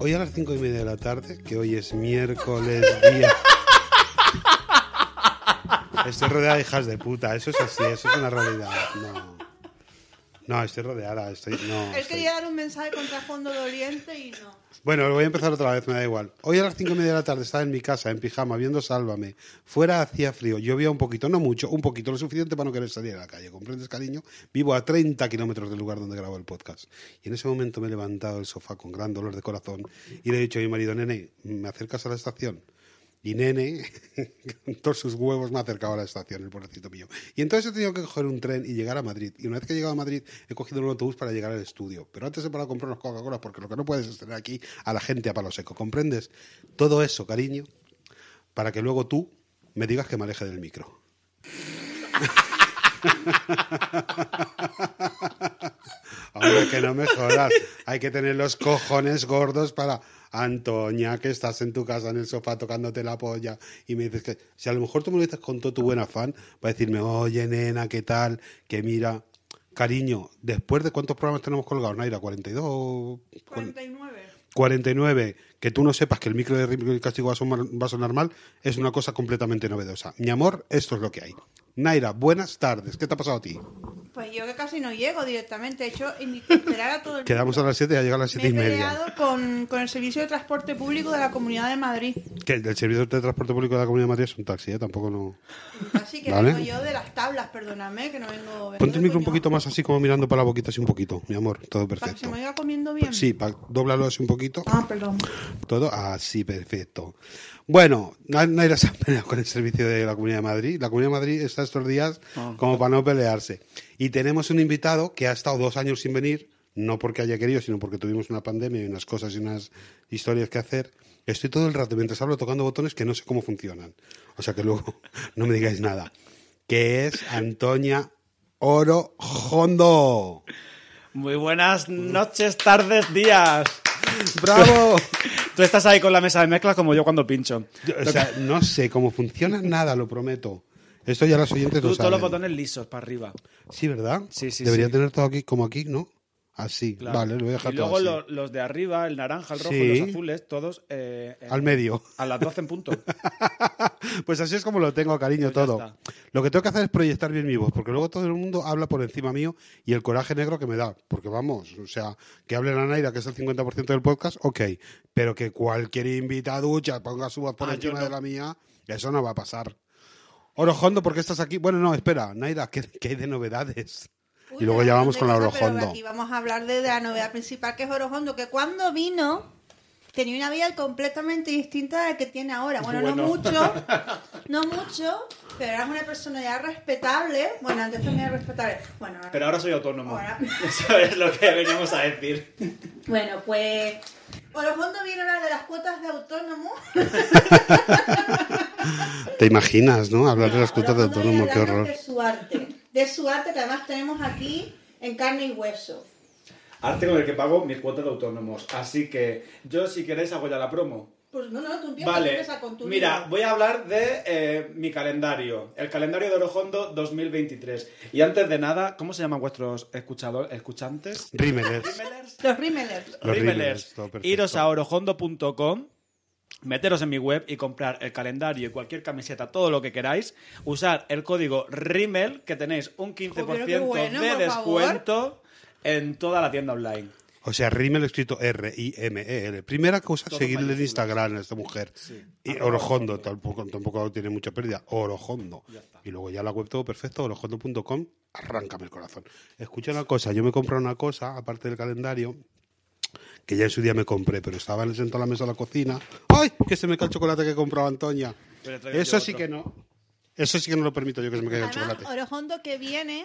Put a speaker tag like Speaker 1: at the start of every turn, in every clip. Speaker 1: a las cinco y media de la tarde, que hoy es miércoles día. Estoy rodeada de hijas de puta, eso es así, eso es una realidad. No, no estoy rodeada, estoy. No,
Speaker 2: Él
Speaker 1: estoy-
Speaker 2: quería dar un mensaje contra fondo de Oriente y no.
Speaker 1: Bueno, lo voy a empezar otra vez, me da igual. Hoy a las cinco y media de la tarde estaba en mi casa, en pijama, viendo Sálvame. Fuera hacía frío, llovía un poquito, no mucho, un poquito, lo suficiente para no querer salir a la calle. ¿Comprendes, cariño? Vivo a 30 kilómetros del lugar donde grabo el podcast. Y en ese momento me he levantado del sofá con gran dolor de corazón y le he dicho a mi marido, nene, ¿me acercas a la estación? Y nene, con todos sus huevos, me ha acercado a la estación, el pobrecito mío. Y entonces he tenido que coger un tren y llegar a Madrid. Y una vez que he llegado a Madrid, he cogido un autobús para llegar al estudio. Pero antes he parado a comprar unos Coca-Cola, porque lo que no puedes es tener aquí a la gente a palo seco. ¿Comprendes? Todo eso, cariño, para que luego tú me digas que me aleje del micro. Hombre, que no me jodas. Hay que tener los cojones gordos para. Antonia, que estás en tu casa en el sofá tocándote la polla y me dices que. Si a lo mejor tú me lo dices con todo tu buen afán para decirme, oye, nena, ¿qué tal? Que mira. Cariño, después de cuántos programas tenemos colgados, Naira, 42.
Speaker 2: 49.
Speaker 1: 49, que tú no sepas que el micro de Rico y Castigo va a, sonar, va a sonar mal, es una cosa completamente novedosa. Mi amor, esto es lo que hay. Naira, buenas tardes. ¿Qué te ha pasado a ti?
Speaker 2: Pues yo que casi no llego directamente. De hecho, invité a esperar a todo el
Speaker 1: Quedamos a
Speaker 2: mundo.
Speaker 1: las 7 y ha llegado a las 7 y
Speaker 2: Me he
Speaker 1: media.
Speaker 2: peleado con, con el servicio de transporte público de la Comunidad de Madrid.
Speaker 1: Que el del servicio de transporte público de la Comunidad de Madrid es un taxi, ¿eh? Tampoco no...
Speaker 2: Así que
Speaker 1: Vale.
Speaker 2: vengo yo de las tablas, perdóname, que no vengo... vengo
Speaker 1: Ponte el
Speaker 2: de
Speaker 1: micro un
Speaker 2: coño.
Speaker 1: poquito más así como mirando para la boquita así un poquito, mi amor. Todo
Speaker 2: Para que se
Speaker 1: perfecto.
Speaker 2: me vaya comiendo bien.
Speaker 1: Sí, pa- dóblalo así un poquito.
Speaker 2: Ah, perdón.
Speaker 1: Todo así, perfecto. Bueno, Na- Naira se ha peleado con el servicio de la Comunidad de Madrid. La Comunidad de Madrid está estos días como para no pelearse. Y tenemos un invitado que ha estado dos años sin venir, no porque haya querido, sino porque tuvimos una pandemia y unas cosas y unas historias que hacer. Estoy todo el rato, mientras hablo, tocando botones que no sé cómo funcionan. O sea que luego no me digáis nada. Que es Antonia Oro Hondo.
Speaker 3: Muy buenas noches, tardes, días.
Speaker 1: ¡Bravo!
Speaker 3: Tú estás ahí con la mesa de mezclas como yo cuando pincho.
Speaker 1: Yo, o sea, no sé cómo funciona nada, lo prometo. Esto ya los oyentes lo
Speaker 3: Tú todos
Speaker 1: saben.
Speaker 3: los botones lisos para arriba.
Speaker 1: Sí, ¿verdad?
Speaker 3: Sí, sí,
Speaker 1: Debería
Speaker 3: sí.
Speaker 1: tener todo aquí como aquí, ¿no? Así.
Speaker 3: claro.
Speaker 1: Vale, lo voy a dejar
Speaker 3: Y
Speaker 1: todo
Speaker 3: luego
Speaker 1: así.
Speaker 3: lo- los, de arriba, el naranja, el rojo,
Speaker 1: Sí.
Speaker 3: y los azules, todos eh, en-
Speaker 1: Al medio.
Speaker 3: a las 12 en punto.
Speaker 1: Pues así es como lo tengo, cariño,
Speaker 3: Pues ya
Speaker 1: todo.
Speaker 3: está.
Speaker 1: Lo que tengo que hacer es proyectar bien mi voz, porque luego todo el mundo habla por encima mío y el coraje negro que me da. Porque vamos, o sea, que hable la Naira, que es el 50% del podcast, ok. Pero que cualquier invitaducha ponga su voz por
Speaker 3: Ah, yo
Speaker 1: encima
Speaker 3: no.
Speaker 1: de la mía, eso no va a pasar. Orojondo, ¿por qué estás aquí? Bueno, no, espera, Naira, ¿qué, qué hay de novedades?
Speaker 2: Uy,
Speaker 1: Y luego
Speaker 2: un
Speaker 1: ya
Speaker 2: montón
Speaker 1: vamos
Speaker 2: de
Speaker 1: con la
Speaker 2: cosas, pero
Speaker 1: Orojondo.
Speaker 2: Aquí vamos a hablar de, la novedad principal que es Orojondo, que cuando vino tenía una vida completamente distinta de la que tiene ahora. Bueno, no
Speaker 3: Bueno.
Speaker 2: mucho, no mucho, pero ahora es una personalidad respetable. Bueno, antes también era respetable. Bueno, ahora-
Speaker 3: Pero ahora soy autónomo.
Speaker 2: Ahora.
Speaker 3: Eso es lo que veníamos a decir.
Speaker 2: bueno, pues Orojondo vino a hablar de las cuotas de autónomo.
Speaker 1: ¿Te imaginas, no? Hablar de las cuotas de
Speaker 2: Orojondo viene
Speaker 1: autónomo, qué
Speaker 2: a hablarnos
Speaker 1: horror.
Speaker 2: De su arte, de su arte que además tenemos aquí en carne y hueso.
Speaker 3: Arte con el que pago mis cuotas de autónomos. Así que yo, si queréis, hago ya la promo.
Speaker 2: Pues no, no, tú empiezas, tú
Speaker 3: Vale,
Speaker 2: empiezas con tu
Speaker 3: mira,
Speaker 2: libro.
Speaker 3: voy a hablar de eh, mi calendario, el calendario de Orojondo 2023. Y antes de nada, ¿cómo se llaman vuestros escuchadores, escuchantes?
Speaker 1: Rímeles.
Speaker 3: ¿Rímelers?
Speaker 2: Los Rimmelers.
Speaker 1: Los
Speaker 3: Rímelers.
Speaker 1: rímeles, todo perfecto.
Speaker 3: Iros a orojondo.com, meteros en mi web y comprar el calendario y cualquier camiseta, todo lo que queráis. Usar el código RIMEL, que tenéis un 15%
Speaker 2: Joder, qué bueno,
Speaker 3: de
Speaker 2: por
Speaker 3: descuento en toda la tienda online.
Speaker 1: O sea, Rimmel escrito R-I-M-E-L. E Primera cosa,
Speaker 3: Todo
Speaker 1: seguirle en
Speaker 3: mayúsculas.
Speaker 1: Instagram a esta mujer. Y Orojondo, tampoco, tampoco tiene mucha pérdida. Orojondo. Y luego ya la web todo perfecto, orojondo.com. Arráncame el corazón. Escucha una cosa, yo me compré una cosa, aparte del calendario, que ya en su día me compré, pero estaba en el centro de la mesa de la cocina. ¡Ay! Que se me cae el chocolate que compraba Antonia.
Speaker 3: Pero he traído
Speaker 1: Eso
Speaker 3: yo
Speaker 1: sí
Speaker 3: otro.
Speaker 1: que no. Eso sí que no lo permito yo que se me caiga el
Speaker 2: Además,
Speaker 1: chocolate.
Speaker 2: Orojondo que viene,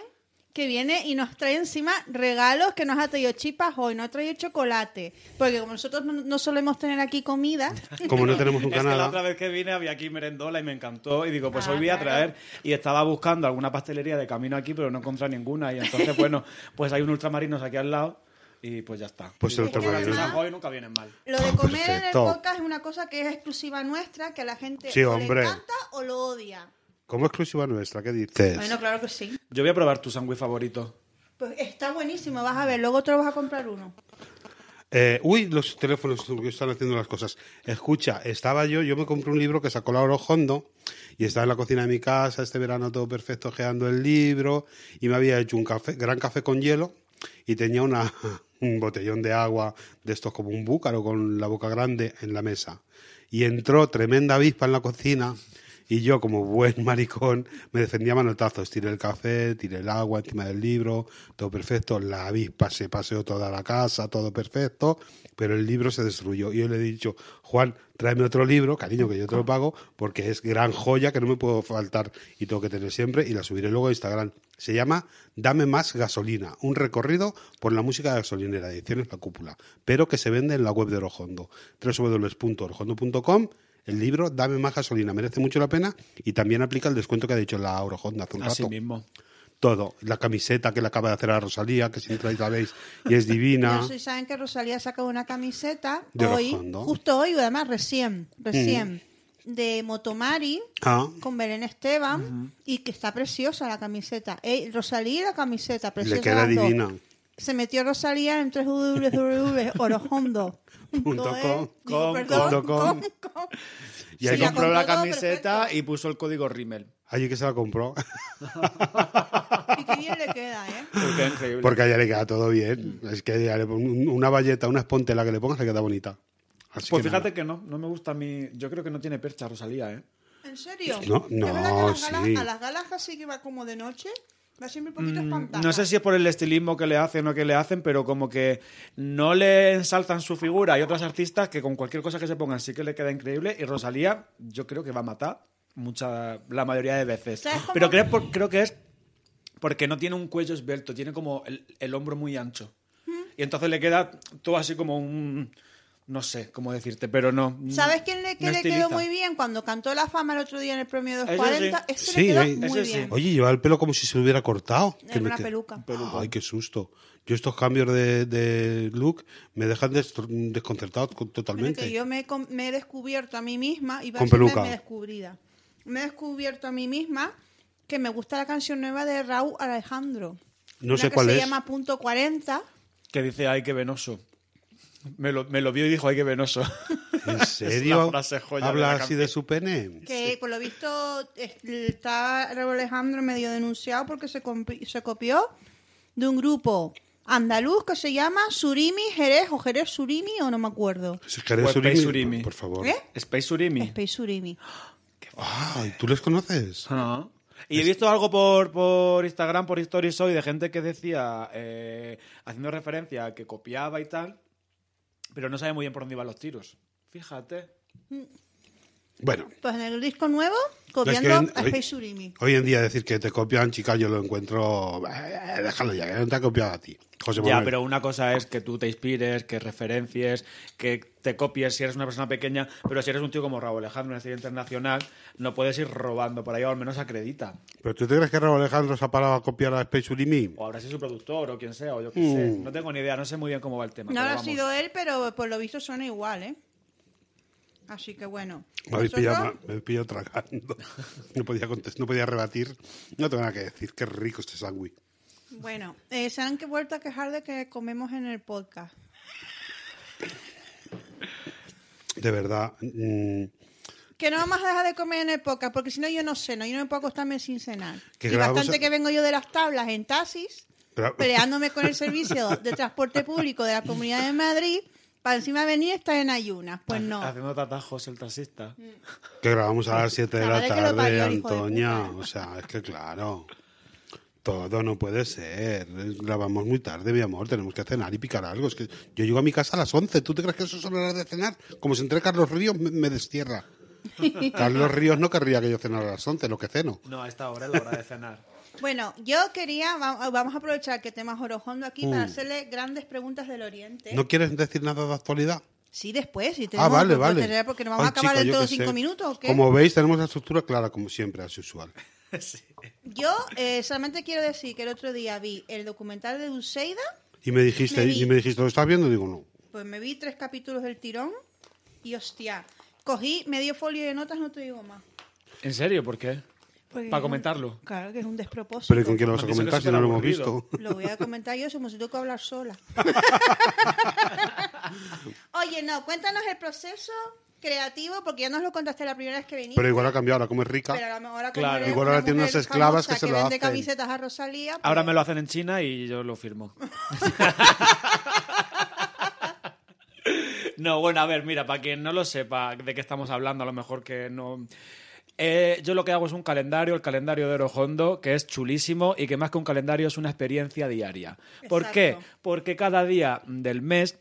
Speaker 2: que viene y nos trae encima regalos que nos ha traído chipas hoy, nos ha traído chocolate. Porque como nosotros no, no solemos tener aquí comida,
Speaker 1: Como no tenemos un
Speaker 3: Es que la otra
Speaker 1: canal.
Speaker 3: vez que vine había aquí merendola y me encantó y digo, pues
Speaker 2: Ah,
Speaker 3: hoy voy a
Speaker 2: claro.
Speaker 3: traer y estaba buscando alguna pastelería de camino aquí, pero no encontré ninguna y entonces bueno, pues hay un ultramarinos aquí al lado y pues ya está.
Speaker 1: Pues
Speaker 3: Y
Speaker 1: el
Speaker 3: digo, pues
Speaker 2: Ultramarinos.
Speaker 3: las cosas hoy nunca vienen mal.
Speaker 2: lo de comer en el
Speaker 1: Perfecto.
Speaker 2: podcast es una cosa que es exclusiva nuestra, que a la gente
Speaker 1: Sí,
Speaker 2: o le
Speaker 1: hombre.
Speaker 2: encanta o lo odia.
Speaker 1: Como exclusiva nuestra, ¿qué dices?
Speaker 2: Bueno, claro que sí.
Speaker 3: Yo voy a probar tu sándwich favorito.
Speaker 2: Pues está buenísimo, vas a ver, luego te lo vas a comprar uno.
Speaker 1: Eh, uy, los teléfonos que están haciendo las cosas. Escucha, estaba yo, yo me compré un libro que sacó Lauro Hondo y estaba en la cocina de mi casa este verano todo perfecto geando el libro y me había hecho un café, gran café con hielo y tenía una, un botellón de agua de estos como un búcaro con la boca grande en la mesa. Y entró tremenda avispa en la cocina y yo, como buen maricón, me defendía a manotazos. Tiré el café, tiré el agua encima del libro, todo perfecto. La avispa se paseó toda la casa, todo perfecto, pero el libro se destruyó. Y yo le he dicho, Juan, tráeme otro libro, cariño, que yo te lo pago, porque es gran joya que no me puedo faltar y tengo que tener siempre. Y la subiré luego a Instagram. Se llama Dame más gasolina, un recorrido por la música gasolinera, ediciones La Cúpula, pero que se vende en la web de Orojondo, www.orojondo.com el libro Dame más gasolina, merece mucho la pena y también aplica el descuento que ha dicho la Eurohonda hace un
Speaker 3: Así
Speaker 1: rato.
Speaker 3: mismo.
Speaker 1: Todo, la camiseta que le acaba de hacer a Rosalía, que siempre la veis y es divina.
Speaker 2: No sé si saben que Rosalía ha sacado una camiseta
Speaker 1: De
Speaker 2: hoy,
Speaker 1: Orojondo. Mm.
Speaker 2: justo hoy, además recién, recién, de Motomari
Speaker 1: Ah,
Speaker 2: con Belén Esteban y que está preciosa la camiseta. Ey, Rosalía y la camiseta, preciosa.
Speaker 1: le queda
Speaker 2: las dos.
Speaker 1: divina.
Speaker 2: Se metió Rosalía en www.orojondo.com.
Speaker 3: Com,
Speaker 1: punto com.
Speaker 3: Y
Speaker 1: Y
Speaker 3: ahí
Speaker 1: ahí
Speaker 3: compró la camiseta y puso el código Rimmel.
Speaker 1: Allí que se la compró,
Speaker 2: Y qué bien le queda, ¿eh?
Speaker 3: Porque es increíble.
Speaker 1: porque a ella le queda todo bien. Es que a ella le pon- un- una valleta, una espontela que le pongas le queda bonita. Así
Speaker 3: pues
Speaker 1: que
Speaker 3: fíjate
Speaker 1: nada.
Speaker 3: que no, no me gusta mi. Yo creo que no tiene percha Rosalía, ¿eh.
Speaker 2: ¿En serio?
Speaker 1: No,
Speaker 2: ¿Es verdad que
Speaker 1: no,
Speaker 2: a las galas-
Speaker 1: sí.
Speaker 2: a las galas casi que va como de noche. Va siempre un poquito espantada.
Speaker 3: Mm, No sé si es por el estilismo que le hacen o que le hacen, pero como que no le ensalzan su figura. Hay otras artistas que con cualquier cosa que se pongan sí que le queda increíble. Y Rosalía, yo creo que va a matar mucha, la mayoría de veces.
Speaker 2: ¿Sabes cómo?
Speaker 3: Pero creo, por- creo que es porque no tiene un cuello esbelto, tiene como el, el hombro muy ancho.
Speaker 2: ¿Mm?
Speaker 3: Y entonces le queda todo así como un. No sé cómo decirte, pero no. mm,
Speaker 2: ¿Sabes quién le, que
Speaker 3: no
Speaker 2: le
Speaker 3: estiliza.
Speaker 2: quedó muy bien cuando cantó la fama el otro día en el premio de los
Speaker 3: Ese
Speaker 2: 40?
Speaker 3: sí.
Speaker 2: Ese
Speaker 1: Sí,
Speaker 2: le quedó
Speaker 1: eh,
Speaker 2: muy
Speaker 3: ese sí.
Speaker 2: bien.
Speaker 1: Oye, lleva el pelo como si se lo hubiera cortado.
Speaker 2: Era
Speaker 1: Que me
Speaker 2: una
Speaker 1: qued-
Speaker 2: peluca.
Speaker 1: Ay, qué susto. Yo estos cambios de, de look me dejan destro- desconcertado co-
Speaker 2: Bueno,
Speaker 1: totalmente.
Speaker 2: que yo me, he com- me he descubierto a mí misma, y
Speaker 1: Con peluca.
Speaker 2: Me, descubrida. me he descubierto a mí misma que me gusta la canción nueva de Raúl Alejandro.
Speaker 1: No
Speaker 2: Una
Speaker 1: sé
Speaker 2: que
Speaker 1: cuál
Speaker 2: se
Speaker 1: es.
Speaker 2: llama Punto 40.
Speaker 3: Que dice, ay, qué venoso. Me lo, me lo vio y dijo, ay, qué venoso.
Speaker 1: ¿En serio?
Speaker 3: la frase joya
Speaker 1: ¿Habla
Speaker 3: de la
Speaker 1: así
Speaker 3: canción.
Speaker 1: de su pene?
Speaker 2: Que por lo visto es- está Raúl Alejandro medio denunciado porque se, compi- se copió de un grupo andaluz que se llama Surimi Jerez o Jerez Surimi o no me acuerdo.
Speaker 1: Si querés
Speaker 3: Pues
Speaker 1: surimi,
Speaker 3: Space Surimi.
Speaker 1: por favor.
Speaker 2: ¿Eh?
Speaker 3: Space Surimi.
Speaker 2: Space Surimi.
Speaker 1: Ay, ¿tú les conoces?
Speaker 3: Ah. Y he visto algo por, por Instagram, por Stories hoy, de gente que decía, eh, haciendo referencia a que copiaba y tal, pero no sabe muy bien por dónde iban los tiros. Fíjate.
Speaker 1: Bueno,
Speaker 2: Pues en el disco nuevo, copiando
Speaker 1: Es que-
Speaker 2: a
Speaker 1: ay.
Speaker 2: Space Surimi.
Speaker 1: hoy en día decir que te copian, chica, yo lo encuentro... Eh, déjalo ya, que no te ha copiado a ti. José
Speaker 3: Ya,
Speaker 1: Manuel.
Speaker 3: pero una cosa es que tú te inspires, que referencies, que te copies si eres una persona pequeña, pero si eres un tío como Raúl Alejandro, una estrella internacional, no puedes ir robando por ahí, o al menos acredita.
Speaker 1: ¿Pero tú te crees que Raúl Alejandro se ha parado a copiar a Space Surimi?
Speaker 3: O habrá sido su productor, o quien sea, o yo qué sé. No tengo ni idea, no sé muy bien cómo va el tema.
Speaker 2: No
Speaker 3: pero
Speaker 2: habrá
Speaker 3: vamos.
Speaker 2: sido él, pero por lo visto suena igual, ¿eh? Así que bueno.
Speaker 1: Me habéis
Speaker 2: Nosotros-
Speaker 1: pillado, me habéis pillado tragando. No podía, contestar, no podía rebatir. No tengo nada que decir. Qué rico este sándwich.
Speaker 2: Bueno, eh, se han que- vuelto a quejar de que comemos en el podcast.
Speaker 1: De verdad. mm,
Speaker 2: Que no vamos a dejar de comer en el podcast, porque si no yo no ceno, yo no me puedo acostarme sin cenar.
Speaker 1: Que
Speaker 2: y
Speaker 1: grabamos-
Speaker 2: bastante que vengo yo de las tablas en taxis,
Speaker 1: Gra-
Speaker 2: peleándome con el servicio de transporte público de la Comunidad de Madrid, para encima venir a estar en ayunas. Pues no. Mm.
Speaker 3: Haciendo tatajos el taxista.
Speaker 1: Que grabamos a las 7 de
Speaker 2: La
Speaker 1: la
Speaker 2: madre que lo
Speaker 1: tarde,
Speaker 2: parió, el hijo de
Speaker 1: Antonia.
Speaker 2: puta.
Speaker 1: O sea, es que claro. Todo no puede ser. Grabamos muy tarde, mi amor. Tenemos que cenar y picar algo. Es que yo llego a mi casa a las 11. ¿Tú te crees que eso son horas de cenar? Como se entre Carlos Ríos, me, me destierra. Carlos Ríos no querría que yo cenara a las 11, lo que ceno.
Speaker 3: No, a esta hora es la hora de cenar.
Speaker 2: Bueno, yo quería, va- vamos a aprovechar que tenemos a Orojondo aquí
Speaker 1: Uh.
Speaker 2: para hacerle grandes preguntas del Oriente.
Speaker 1: ¿No quieres decir nada de actualidad?
Speaker 2: Sí, después, si tenemos
Speaker 1: Ah, vale,
Speaker 2: que
Speaker 1: vale.
Speaker 2: tener- porque nos vamos
Speaker 1: Ay,
Speaker 2: a acabar
Speaker 1: chica, yo
Speaker 2: dentro de
Speaker 1: qué
Speaker 2: cinco
Speaker 1: sé.
Speaker 2: minutos o qué.
Speaker 1: Como veis, tenemos la estructura clara, como siempre, as usual.
Speaker 2: Yo eh, solamente quiero decir que el otro día vi el documental de Dulceida,
Speaker 1: Y me dijiste,
Speaker 2: Me vi.
Speaker 1: y me dijiste, ¿lo estás viendo? Digo, no.
Speaker 2: pues me vi tres capítulos del tirón y hostia, cogí medio folio de notas, no te digo más.
Speaker 3: ¿En serio? ¿Por qué?
Speaker 2: Porque
Speaker 3: Para
Speaker 2: Pues es un-
Speaker 3: comentarlo.
Speaker 2: Claro, que es un despropósito.
Speaker 1: Pero ¿y con quién lo vas
Speaker 3: A
Speaker 1: a
Speaker 3: mí se me
Speaker 1: comentar si
Speaker 3: hace
Speaker 1: no lo hemos
Speaker 3: aburrido.
Speaker 1: visto?
Speaker 2: Lo voy a comentar yo, somos si tengo que hablar sola. Oye, no, cuéntanos el proceso creativo, porque ya nos lo contaste la primera vez que viniste.
Speaker 1: Pero igual ha cambiado, ahora como es rica.
Speaker 2: Pero a lo mejor ahora
Speaker 3: Claro.
Speaker 2: eres
Speaker 1: Igual
Speaker 2: una
Speaker 1: ahora tiene
Speaker 2: mujer
Speaker 1: unas esclavas
Speaker 2: famosa
Speaker 1: que se lo
Speaker 2: vende
Speaker 1: hacen.
Speaker 2: camisetas a Rosalía. pues-
Speaker 3: Ahora me lo hacen en China y yo lo firmo. No, bueno, a ver, mira, para quien no lo sepa de qué estamos hablando, a lo mejor que no... Eh, yo lo que hago es un calendario, el calendario de Orojondo, que es chulísimo y que más que un calendario es una experiencia diaria. ¿Por qué?
Speaker 2: Exacto.
Speaker 3: Porque cada día del mes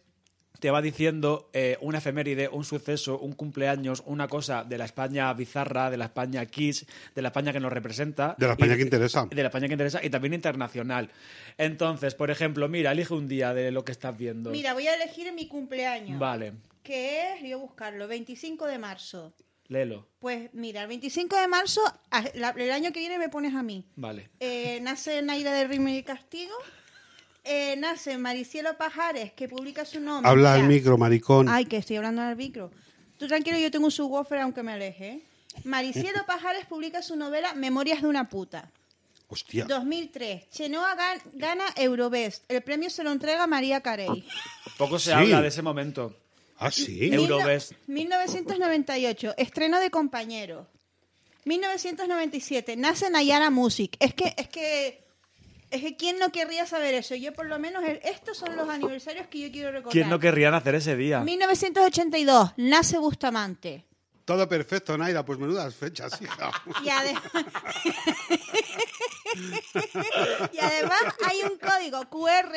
Speaker 3: te va diciendo eh, una efeméride, un suceso, un cumpleaños, una cosa de la España bizarra, de la España kiss, de la España que nos representa.
Speaker 1: De la España
Speaker 3: Y-
Speaker 1: que interesa.
Speaker 3: de la España que interesa y también internacional. Entonces, por ejemplo, mira, elige un día de lo que estás viendo.
Speaker 2: Mira, voy a elegir mi cumpleaños.
Speaker 3: Vale,
Speaker 2: Que es, voy a buscarlo, 25 de marzo.
Speaker 3: léelo.
Speaker 2: Pues mira, el 25 de marzo, a- la- el año que viene me pones a mí.
Speaker 3: Vale.
Speaker 2: Eh, nace Naira de Ritmo y Castigo. Eh, nace Maricielo Pajares, que publica su nombre.
Speaker 1: Habla al
Speaker 2: Ya.
Speaker 1: micro, maricón.
Speaker 2: Ay, que estoy hablando al micro. Tú tranquilo, yo tengo un subwoofer aunque me aleje. ¿eh? Maricielo Pajares publica su novela Memorias de una puta.
Speaker 1: Hostia.
Speaker 2: 2003. Chenoa gan- gana Eurobest. El premio se lo entrega María Carey.
Speaker 3: Poco se
Speaker 1: Sí.
Speaker 3: habla de ese momento.
Speaker 1: Ah, sí.
Speaker 3: Eh, Eurobest.
Speaker 2: Mil no- 1998. Estreno de Compañeros. 1997. Nace Nayara Music. Es que, es que, es que quién no querría saber eso. Yo por lo menos el- estos son los aniversarios que yo quiero recordar.
Speaker 3: ¿Quién no querría nacer ese día?
Speaker 2: 1982. Nace Bustamante.
Speaker 1: Todo perfecto, Naira. Pues menudas fechas, hija.
Speaker 2: Y, ade- Y además hay un código QR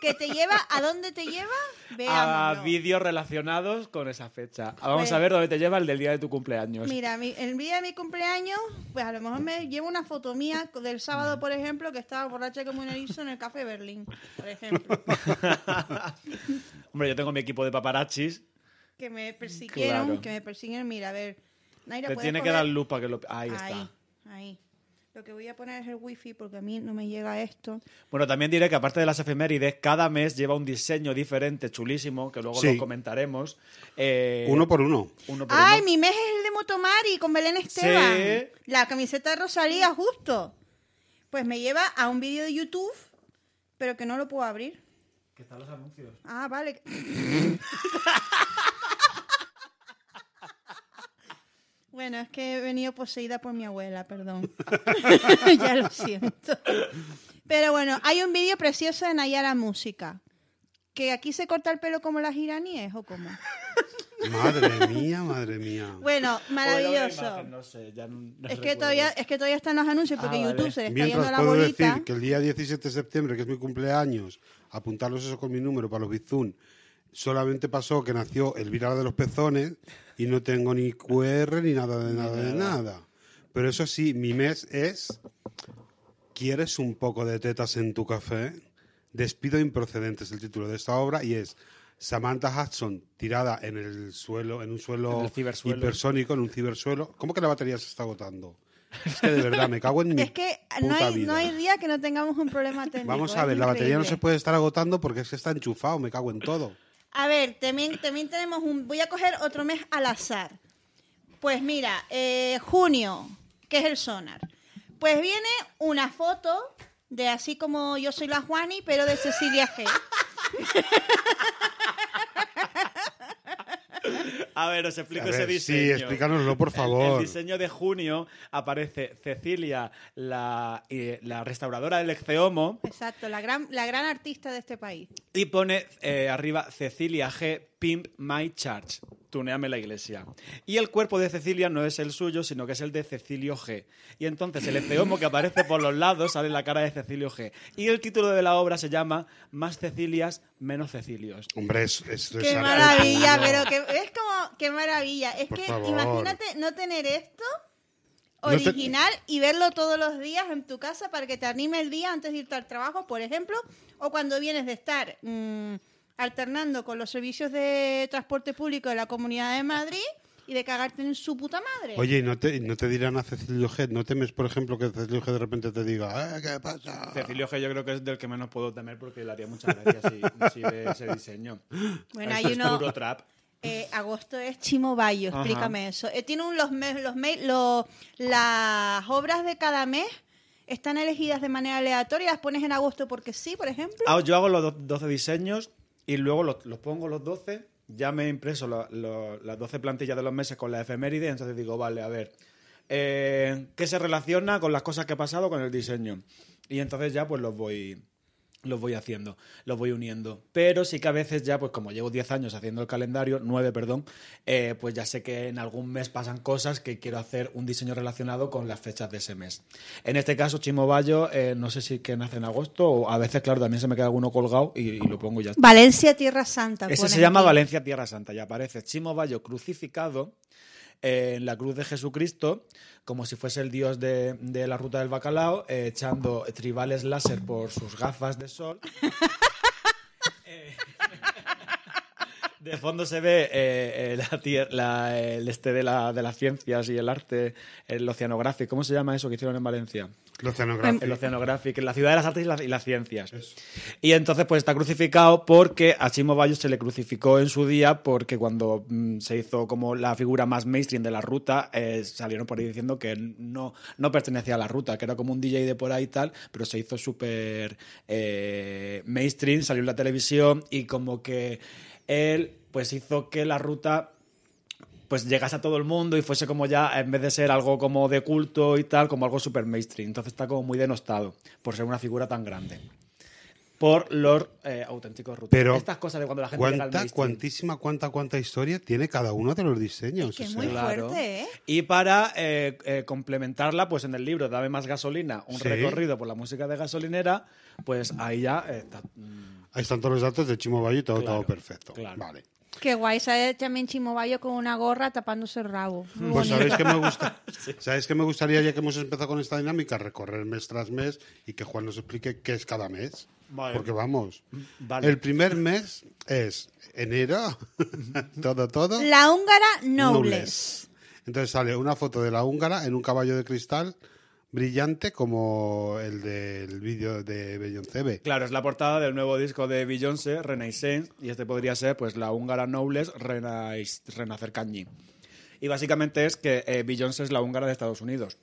Speaker 2: que te lleva a dónde te lleva.
Speaker 3: A
Speaker 2: Veámoslo.
Speaker 3: vídeos relacionados con esa fecha. Vamos
Speaker 2: Pues-
Speaker 3: a ver dónde te lleva el del día de tu cumpleaños.
Speaker 2: Mira, mi- el día de mi cumpleaños, pues a lo mejor me llevo una foto mía del sábado, por ejemplo, que estaba borracha como un erizo en el Café Berlín, por ejemplo,
Speaker 3: Hombre, yo tengo mi equipo de paparachis.
Speaker 2: que me persiguieron,
Speaker 3: Claro.
Speaker 2: que me persiguieron. Mira, a ver, Naira,
Speaker 3: Te
Speaker 2: ¿puedes
Speaker 3: tiene que
Speaker 2: poner-
Speaker 3: dar luz para que lo... Ahí
Speaker 2: Ahí,
Speaker 3: está.
Speaker 2: ahí. Lo que voy a poner es el wifi porque a mí no me llega esto.
Speaker 3: Bueno, también diré que aparte de las efemérides, cada mes lleva un diseño diferente, chulísimo, que luego
Speaker 1: Sí.
Speaker 3: lo comentaremos. Eh,
Speaker 1: Uno por uno.
Speaker 3: uno por
Speaker 2: Ay,
Speaker 3: uno.
Speaker 2: mi mes es el de Motomari con Belén Esteban.
Speaker 3: Sí.
Speaker 2: La camiseta de Rosalía, justo. Pues me lleva a un vídeo de YouTube, pero que no lo puedo abrir.
Speaker 3: Que están los anuncios.
Speaker 2: Ah, vale. bueno, es que he venido poseída por mi abuela, perdón. ya lo siento. Pero bueno, hay un vídeo precioso de Nayara Música. Que aquí se corta el pelo como las iraníes o como.
Speaker 1: Madre mía, madre mía.
Speaker 2: Bueno, maravilloso.
Speaker 3: Voy a ver la imagen, no sé, ya no- no
Speaker 2: Es que,
Speaker 3: recuerdo.
Speaker 2: todavía, es que todavía están los anuncios porque
Speaker 3: Ah, vale.
Speaker 2: YouTube se le está
Speaker 1: Mientras
Speaker 2: yendo la
Speaker 1: puedo
Speaker 2: bolita.
Speaker 1: decir que el día 17 de septiembre, que es mi cumpleaños, apuntarlos eso con mi número para los Bizun, solamente pasó que nació el viral de los pezones y no tengo ni QR ni nada de nada de nada. Pero eso sí, mi mes es ¿Quieres un poco de tetas en tu café? Despido improcedente es el título de esta obra y es Samantha Hudson tirada en el suelo, en un
Speaker 3: En
Speaker 1: suelo
Speaker 3: el cibersuelo.
Speaker 1: hipersónico, en un cibersuelo. ¿Cómo que la batería se está agotando? Es que de verdad me cago en mi
Speaker 2: Es que no
Speaker 1: puta
Speaker 2: hay,
Speaker 1: vida.
Speaker 2: no hay día que no tengamos un problema técnico.
Speaker 1: Vamos
Speaker 2: es
Speaker 1: a ver, la batería no
Speaker 2: increíble.
Speaker 1: se puede estar agotando porque es que está enchufado, me cago en todo.
Speaker 2: A ver, también, también tenemos un... Voy a coger otro mes al azar. Pues mira, eh, junio, que es el sonar. Pues viene una foto de así como yo soy la Juani, pero de Cecilia G.
Speaker 3: A ver, os explico
Speaker 1: A
Speaker 3: ese
Speaker 1: ver,
Speaker 3: diseño.
Speaker 1: sí, explícanoslo, por
Speaker 3: El- El,
Speaker 1: favor.
Speaker 3: diseño de junio aparece Cecilia, la, eh, la restauradora del Exceomo,
Speaker 2: Exacto, la gran, la gran artista de este país.
Speaker 3: y pone eh, arriba Cecilia G. Pimp My Church. Tuneame la iglesia. Y el cuerpo de Cecilia no es el suyo, sino que es el de Cecilio G. Y entonces el Exceomo que aparece por los lados sale la cara de Cecilio G. Y el título de la obra se llama Más Cecilias, menos Cecilios.
Speaker 1: Hombre, es... es- es
Speaker 2: Qué
Speaker 1: arte
Speaker 2: maravilla,
Speaker 1: puro.
Speaker 2: pero que es como, qué maravilla. Es
Speaker 1: Por
Speaker 2: que
Speaker 1: favor.
Speaker 2: imagínate no tener esto
Speaker 1: No te-
Speaker 2: original y verlo todos los días en tu casa para que te anime el día antes de irte al trabajo, por ejemplo, o cuando vienes de estar mm, alternando con los servicios de transporte público de la Comunidad de Madrid y de cagarte en su puta madre.
Speaker 1: Oye, ¿y no te, no te dirán a Cecilio G? ¿No temes, por ejemplo, que Cecilio G de repente te diga, "Eh, ¿qué pasa?
Speaker 3: Cecilio G yo creo que es del que menos puedo temer porque le haría muchas gracias si, si ve ese diseño.
Speaker 2: Bueno,
Speaker 3: Esto
Speaker 2: hay
Speaker 3: es
Speaker 2: uno-
Speaker 3: puro trap.
Speaker 2: Eh, agosto es Chimo Bayo,
Speaker 3: Ajá.
Speaker 2: explícame eso. Eh, tiene un- los, mes- los, mes- lo- las obras de cada mes están elegidas de manera aleatoria, las pones en agosto porque sí, por ejemplo.
Speaker 3: Ah, yo hago los do- 12 diseños Y luego los, los pongo los 12, ya me he impreso lo- lo- las 12 plantillas de los meses con las efemérides, entonces digo, vale, a ver, eh, ¿qué se relaciona con las cosas que ha pasado con el diseño? Y entonces ya pues los voy los voy haciendo, los voy uniendo. Pero sí que a veces ya, pues como llevo 10 años haciendo el calendario, 9, perdón, eh, pues ya sé que en algún mes pasan cosas que quiero hacer un diseño relacionado con las fechas de ese mes. En este caso, Chimo Bayo, eh, no sé si que nace en agosto o a veces, claro, también se me queda alguno colgado y, y lo pongo y ya. está.
Speaker 2: Valencia, Tierra Santa.
Speaker 3: Ese
Speaker 2: pones
Speaker 3: se llama
Speaker 2: aquí.
Speaker 3: Valencia Tierra Santa y aparece Chimo Bayo crucificado eh, en la cruz de Jesucristo, como si fuese el dios de, de la ruta del bacalao, eh, echando tribales láser por sus gafas de sol. Eh, De fondo se ve eh, eh, la tier- la- el este de, la- de las ciencias y el arte, el oceanográfico. ¿Cómo se llama eso que hicieron en Valencia?
Speaker 1: El oceanográfico.
Speaker 3: El oceanográfico, la ciudad de las artes y las, y las ciencias. Y entonces, pues está crucificado porque a Chimo Bayo se le crucificó en su día, porque cuando mm, se hizo como la figura más mainstream de la ruta, eh, salieron por ahí diciendo que no, no pertenecía a la ruta, que era como un DJ de por ahí y tal, pero se hizo súper eh, mainstream, salió en la televisión y como que él, pues hizo que la ruta pues llegase a todo el mundo y fuese como ya, en vez de ser algo como de culto y tal, como algo super mainstream. Entonces está como muy denostado por ser una figura tan grande. Por los eh, auténticos rutas.
Speaker 1: Pero,
Speaker 3: Estas cosas de cuando la gente llega al
Speaker 1: ¿Cuánta,
Speaker 3: mainstream.
Speaker 1: cuantísima, cuánta, cuánta historia tiene cada uno de los diseños?
Speaker 2: Es que
Speaker 1: O
Speaker 2: es
Speaker 1: sea,
Speaker 2: muy
Speaker 3: Claro.
Speaker 2: fuerte, ¿eh?
Speaker 3: Y para eh, eh, complementarla, pues en el libro Dame más gasolina, un
Speaker 1: Sí.
Speaker 3: recorrido por la música de gasolinera, pues ahí ya eh, está. mm,
Speaker 1: Ahí están todos los datos de Chimo Bayo y todo,
Speaker 3: Claro,
Speaker 1: todo perfecto.
Speaker 3: claro.
Speaker 1: Vale.
Speaker 2: Qué guay, sale también Chimo Bayo con una gorra tapándose el rabo. Muy
Speaker 1: Pues
Speaker 2: bonito.
Speaker 1: sabéis que me gusta, sabéis que me gustaría ya que hemos empezado con esta dinámica recorrer mes tras mes y que Juan nos explique qué es cada mes,
Speaker 3: Vale.
Speaker 1: porque vamos,
Speaker 3: Vale.
Speaker 1: el primer mes es enero, todo todo
Speaker 2: La húngara Nobles.
Speaker 1: nobles. Entonces sale una foto de la húngara en un caballo de cristal brillante como el del vídeo de Beyoncé.
Speaker 3: Claro, es la portada del nuevo disco de Beyoncé, Renaissance, y este podría ser pues la húngara Nobles Renais- Renacer Kanji. Y básicamente es que eh, Beyoncé es la húngara de Estados Unidos.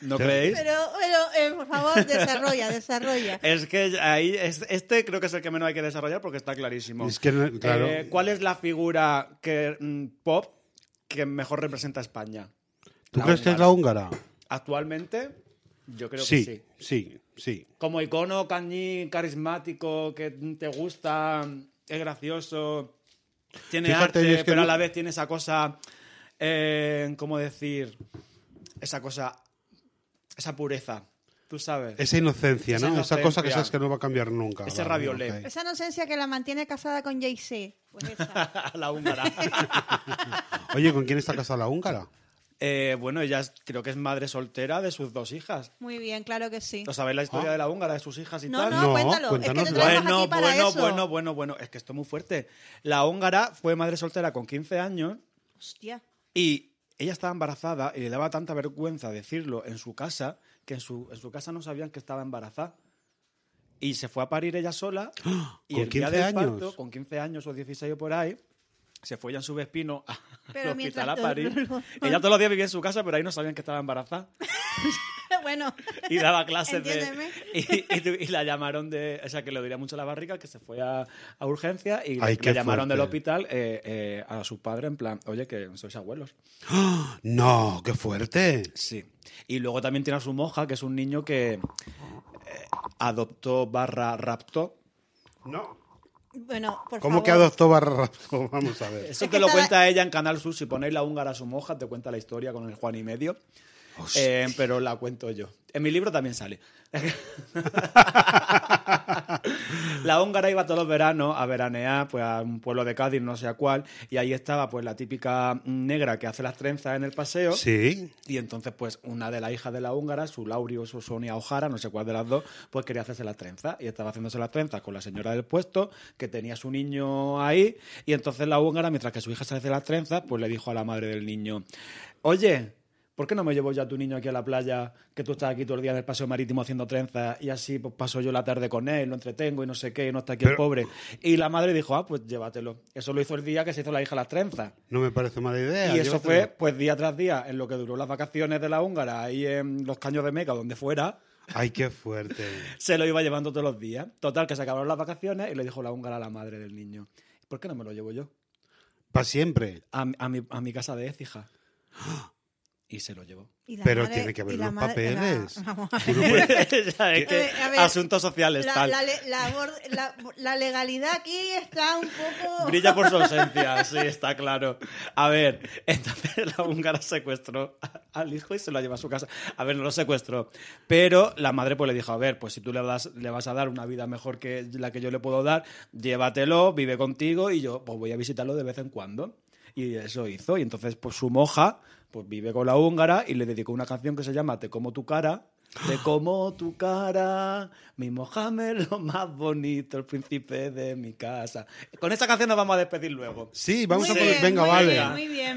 Speaker 3: ¿No
Speaker 1: Sí.
Speaker 3: creéis?
Speaker 2: Pero, pero eh, por favor, desarrolla, desarrolla.
Speaker 3: Es que ahí es- este creo que es el que menos hay que desarrollar porque está clarísimo.
Speaker 1: Es que no- claro.
Speaker 3: Eh, ¿Cuál es la figura que, mm, pop que mejor representa a España?
Speaker 1: ¿Tú
Speaker 3: La
Speaker 1: crees que es la
Speaker 3: húngara.
Speaker 1: húngara?
Speaker 3: Actualmente, yo creo que sí.
Speaker 1: Sí, sí, sí.
Speaker 3: como icono cañí, carismático, que te gusta, es gracioso, tiene
Speaker 1: Fíjate,
Speaker 3: arte,
Speaker 1: yo es que
Speaker 3: pero a
Speaker 1: no-
Speaker 3: la vez tiene esa cosa, eh, ¿cómo decir? Esa cosa, esa pureza, tú sabes.
Speaker 1: Esa inocencia,
Speaker 3: Esa
Speaker 1: ¿no? Esa cosa que
Speaker 3: inocencia.
Speaker 1: sabes que no va a cambiar nunca.
Speaker 3: Ese
Speaker 1: Vale,
Speaker 3: raviolé.
Speaker 1: ok.
Speaker 2: Esa inocencia que la mantiene casada con Jay-Z. Pues esa.
Speaker 3: la húngara.
Speaker 1: Oye, ¿con quién está casada la húngara?
Speaker 3: Eh, bueno, ella es- creo que es madre soltera de sus dos hijas.
Speaker 2: Muy bien, claro que sí.
Speaker 3: ¿No sabéis la historia
Speaker 1: Ah.
Speaker 3: de la húngara, de sus hijas y
Speaker 2: No,
Speaker 3: tal?
Speaker 2: no,
Speaker 1: No,
Speaker 2: cuéntalo. Es que te
Speaker 1: cuéntanoslo.
Speaker 2: traemos
Speaker 3: Bueno,
Speaker 2: aquí para
Speaker 3: bueno,
Speaker 2: eso.
Speaker 3: bueno, bueno, bueno. Es que esto es muy fuerte. La húngara fue madre soltera con 15 años
Speaker 2: Hostia.
Speaker 3: Y ella estaba embarazada y le daba tanta vergüenza decirlo en su casa que en su, en su casa no sabían que estaba embarazada. Y se fue a parir ella sola. Y
Speaker 1: ¿Con
Speaker 3: el día
Speaker 1: 15
Speaker 3: del
Speaker 1: años?
Speaker 3: parto, con 15 años o 16 o por ahí, se fue ya en su vespino a-
Speaker 2: Pero
Speaker 3: al
Speaker 2: mientras-
Speaker 3: hospital a parir. ella todos los días vivía en su casa, pero ahí no sabían que estaba embarazada.
Speaker 2: bueno,
Speaker 3: Y daba clases de.
Speaker 2: Entiéndeme.
Speaker 3: Y, y tu- y la llamaron de. O sea, que le dolía mucho la barriga, que se fue a, a urgencia y
Speaker 1: Ay,
Speaker 3: le-
Speaker 1: qué
Speaker 3: la llamaron del
Speaker 1: fuerte.
Speaker 3: hospital eh, eh, a su padre, en plan, oye, que sois abuelos.
Speaker 1: No, qué fuerte.
Speaker 3: Sí. Y luego también tiene a su moja, que es un niño que eh, adoptó barra raptó.
Speaker 1: No.
Speaker 2: bueno, por
Speaker 1: ¿Cómo
Speaker 2: favor.
Speaker 1: que adoptó barra rapto? Vamos a ver.
Speaker 3: Eso
Speaker 2: Es
Speaker 3: te
Speaker 2: que
Speaker 3: lo
Speaker 2: estaba-
Speaker 3: cuenta ella en Canal Sur. Si ponéis la húngara a su moja, te cuenta la historia con el Juan y medio. Eh, pero la cuento yo. En mi libro también sale. la húngara iba todos los veranos a veranear pues, a un pueblo de Cádiz, no sé a cuál. Y ahí estaba pues la típica negra que hace las trenzas en el paseo.
Speaker 1: Sí.
Speaker 3: Y entonces, pues, una de las hijas de la húngara, su Laurio o su Sonia Ojara, no sé cuál de las dos, pues quería hacerse las trenzas. Y estaba haciéndose las trenzas con la señora del puesto, que tenía su niño ahí. Y entonces la húngara, mientras que su hija se hace las trenzas, pues le dijo a la madre del niño, oye, ¿por qué no me llevo yo a tu niño aquí a la playa, que tú estás aquí todo el día en el paseo marítimo haciendo trenzas y así pues paso yo la tarde con él, lo entretengo y no sé qué, y no está aquí el
Speaker 1: Pero-
Speaker 3: pobre? Y la madre dijo, ah, pues llévatelo. Eso lo hizo el día que se hizo la hija las trenzas.
Speaker 1: No me parece mala idea.
Speaker 3: Y eso
Speaker 1: llévatelo.
Speaker 3: fue, pues, día tras día, en lo que duró las vacaciones de la húngara, ahí en los caños de Meca, donde fuera.
Speaker 1: Ay, qué fuerte.
Speaker 3: Se lo iba llevando todos los días. Total, que se acabaron las vacaciones y le dijo la húngara a la madre del niño. ¿Por qué no me lo llevo yo?
Speaker 1: Para siempre.
Speaker 3: A, mi- a mi, a mi casa de Écija. Y se lo llevó.
Speaker 2: Y la
Speaker 1: Pero
Speaker 2: madre-
Speaker 1: tiene que haber
Speaker 2: y la
Speaker 1: los
Speaker 2: madre- la-
Speaker 1: papeles.
Speaker 2: vamos a ver.
Speaker 3: Ya, es que
Speaker 2: Eh, a ver,
Speaker 3: Pues, asuntos sociales,
Speaker 2: La,
Speaker 3: tal.
Speaker 2: la le- la bor- la- la legalidad aquí está un poco.
Speaker 3: Brilla por su ausencia, sí, está claro. A ver, entonces la húngara secuestró a- al hijo y se lo lleva a su casa. A ver, no lo secuestró. Pero la madre pues le dijo, a ver, pues si tú le, das, le vas a dar una vida mejor que la que yo le puedo dar, llévatelo, vive contigo y yo pues voy a visitarlo de vez en cuando. Y eso hizo. Y entonces pues su moja pues vive con la húngara y le dedicó una canción que se llama Te como tu cara. Te como tu cara, mi mojame lo más bonito, el príncipe de mi casa. Con esta canción nos vamos a despedir luego.
Speaker 1: Sí, vamos
Speaker 2: Muy
Speaker 1: a poner.
Speaker 2: bien,
Speaker 1: Venga,
Speaker 2: muy
Speaker 1: vale.
Speaker 2: bien, muy bien.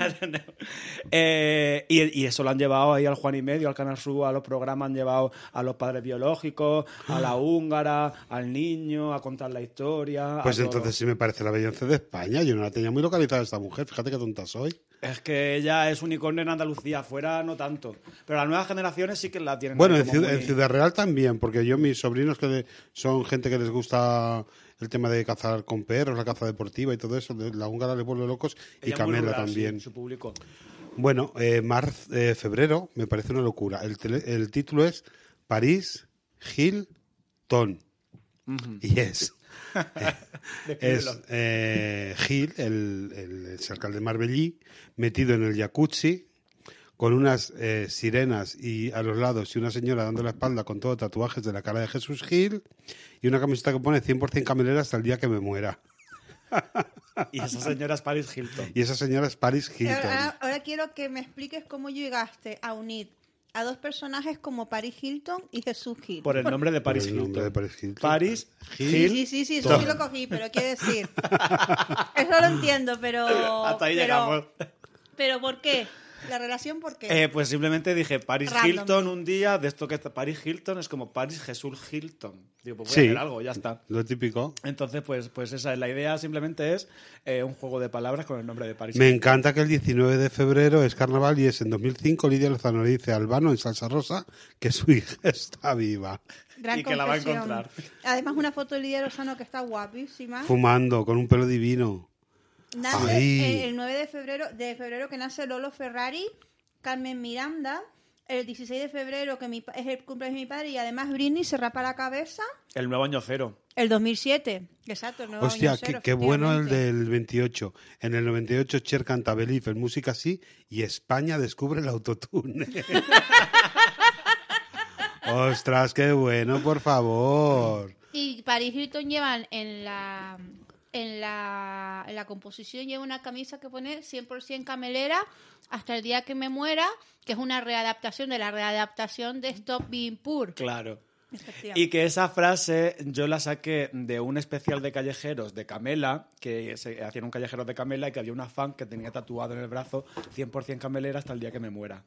Speaker 3: Eh, y, y eso lo han llevado ahí al Juan y Medio, al Canal Sur, a los programas, han llevado a los padres biológicos, a
Speaker 1: Ah.
Speaker 3: la húngara, al niño, a contar la historia. a
Speaker 1: Pues
Speaker 3: todo.
Speaker 1: entonces sí me parece la belleza de España. Yo no la tenía muy localizada esta mujer. Fíjate qué tonta soy.
Speaker 3: Es que ella es un icono en Andalucía, fuera no tanto. Pero las nuevas generaciones sí que la tienen.
Speaker 1: Bueno,
Speaker 3: ahí
Speaker 1: en
Speaker 3: como
Speaker 1: Ciudad,
Speaker 3: muy-
Speaker 1: en Ciudad Real también, porque yo mis sobrinos que de- son gente que les gusta el tema de cazar con perros, la caza deportiva y todo eso, de- la húngara le vuelve locos y
Speaker 3: ella es muy
Speaker 1: Camela
Speaker 3: rural, sí,
Speaker 1: también.
Speaker 3: su público.
Speaker 1: Bueno, eh, marzo, eh, febrero me parece una locura. El, tele- el título es París Hilton. Y es. eh, es
Speaker 3: Descríbelo.
Speaker 1: eh, Gil, el, el exalcalde de Marbellí, metido en el jacuzzi con unas eh, sirenas y a los lados y una señora dando la espalda con todo tatuajes de la cara de Jesús Gil y una camiseta que pone 100% camelera hasta el día que me muera.
Speaker 3: Y esa señora es Paris Hilton.
Speaker 1: Y esa señora es Paris Hilton.
Speaker 2: Ahora, ahora quiero que me expliques cómo llegaste a unir a dos personajes como Paris Hilton y Jesús Gil.
Speaker 3: Por el nombre de Paris
Speaker 1: el nombre
Speaker 3: Hilton.
Speaker 1: de Paris Hilton.
Speaker 3: Paris
Speaker 1: Gil.
Speaker 2: Sí,
Speaker 3: Gil.
Speaker 2: sí, sí, eso sí
Speaker 1: Hilton.
Speaker 2: lo cogí, pero quiero decir. Eso lo entiendo, pero.
Speaker 3: Hasta ahí
Speaker 2: pero-
Speaker 3: llegamos.
Speaker 2: Pero ¿por qué? ¿La relación por qué?
Speaker 3: Eh, pues simplemente dije Paris
Speaker 2: Random.
Speaker 3: Hilton un día, de esto que está Paris Hilton es como Paris Jesús Hilton. Digo, pues voy
Speaker 1: Sí.
Speaker 3: a hacer algo, ya está.
Speaker 1: Lo típico.
Speaker 3: Entonces, pues, pues esa es la idea, simplemente es eh, un juego de palabras con el nombre de Paris
Speaker 1: Me encanta que el 19 de febrero es carnaval y es en 2005 Lidia Lozano le dice a Albano en Salsa Rosa que su hija está viva,
Speaker 2: Gran
Speaker 3: y que la va a
Speaker 2: confesión.
Speaker 3: encontrar.
Speaker 2: Además, una foto de Lidia Lozano que está guapísima.
Speaker 1: fumando con un pelo divino.
Speaker 2: Nace
Speaker 1: Ay.
Speaker 2: eh, el 9 de febrero, de febrero que nace Lolo Ferrari, Carmen Miranda. El 16 de febrero, que mi pa- es el cumpleaños de mi padre, y además Britney se rapa la cabeza.
Speaker 3: El nuevo año cero.
Speaker 2: El 2007, exacto, el nuevo
Speaker 1: Hostia,
Speaker 2: año
Speaker 1: qué,
Speaker 2: cero,
Speaker 1: qué bueno el
Speaker 2: efectivamente.
Speaker 1: del 28. En el 98 Cher canta Belief en música así y España descubre el autotune. Ostras, qué bueno, por favor.
Speaker 4: Y Paris Hilton llevan en la en la, en la composición lleva una camisa que pone 100% camelera hasta el día que me muera, que es una readaptación de la readaptación de Stop Being Poor.
Speaker 3: Claro.
Speaker 2: Efectivamente.
Speaker 3: Y que esa frase yo la saqué de un especial de callejeros de Camela, que se hacían un callejero de Camela y que había una fan que tenía tatuado en el brazo 100% Camelera hasta el día que me muera.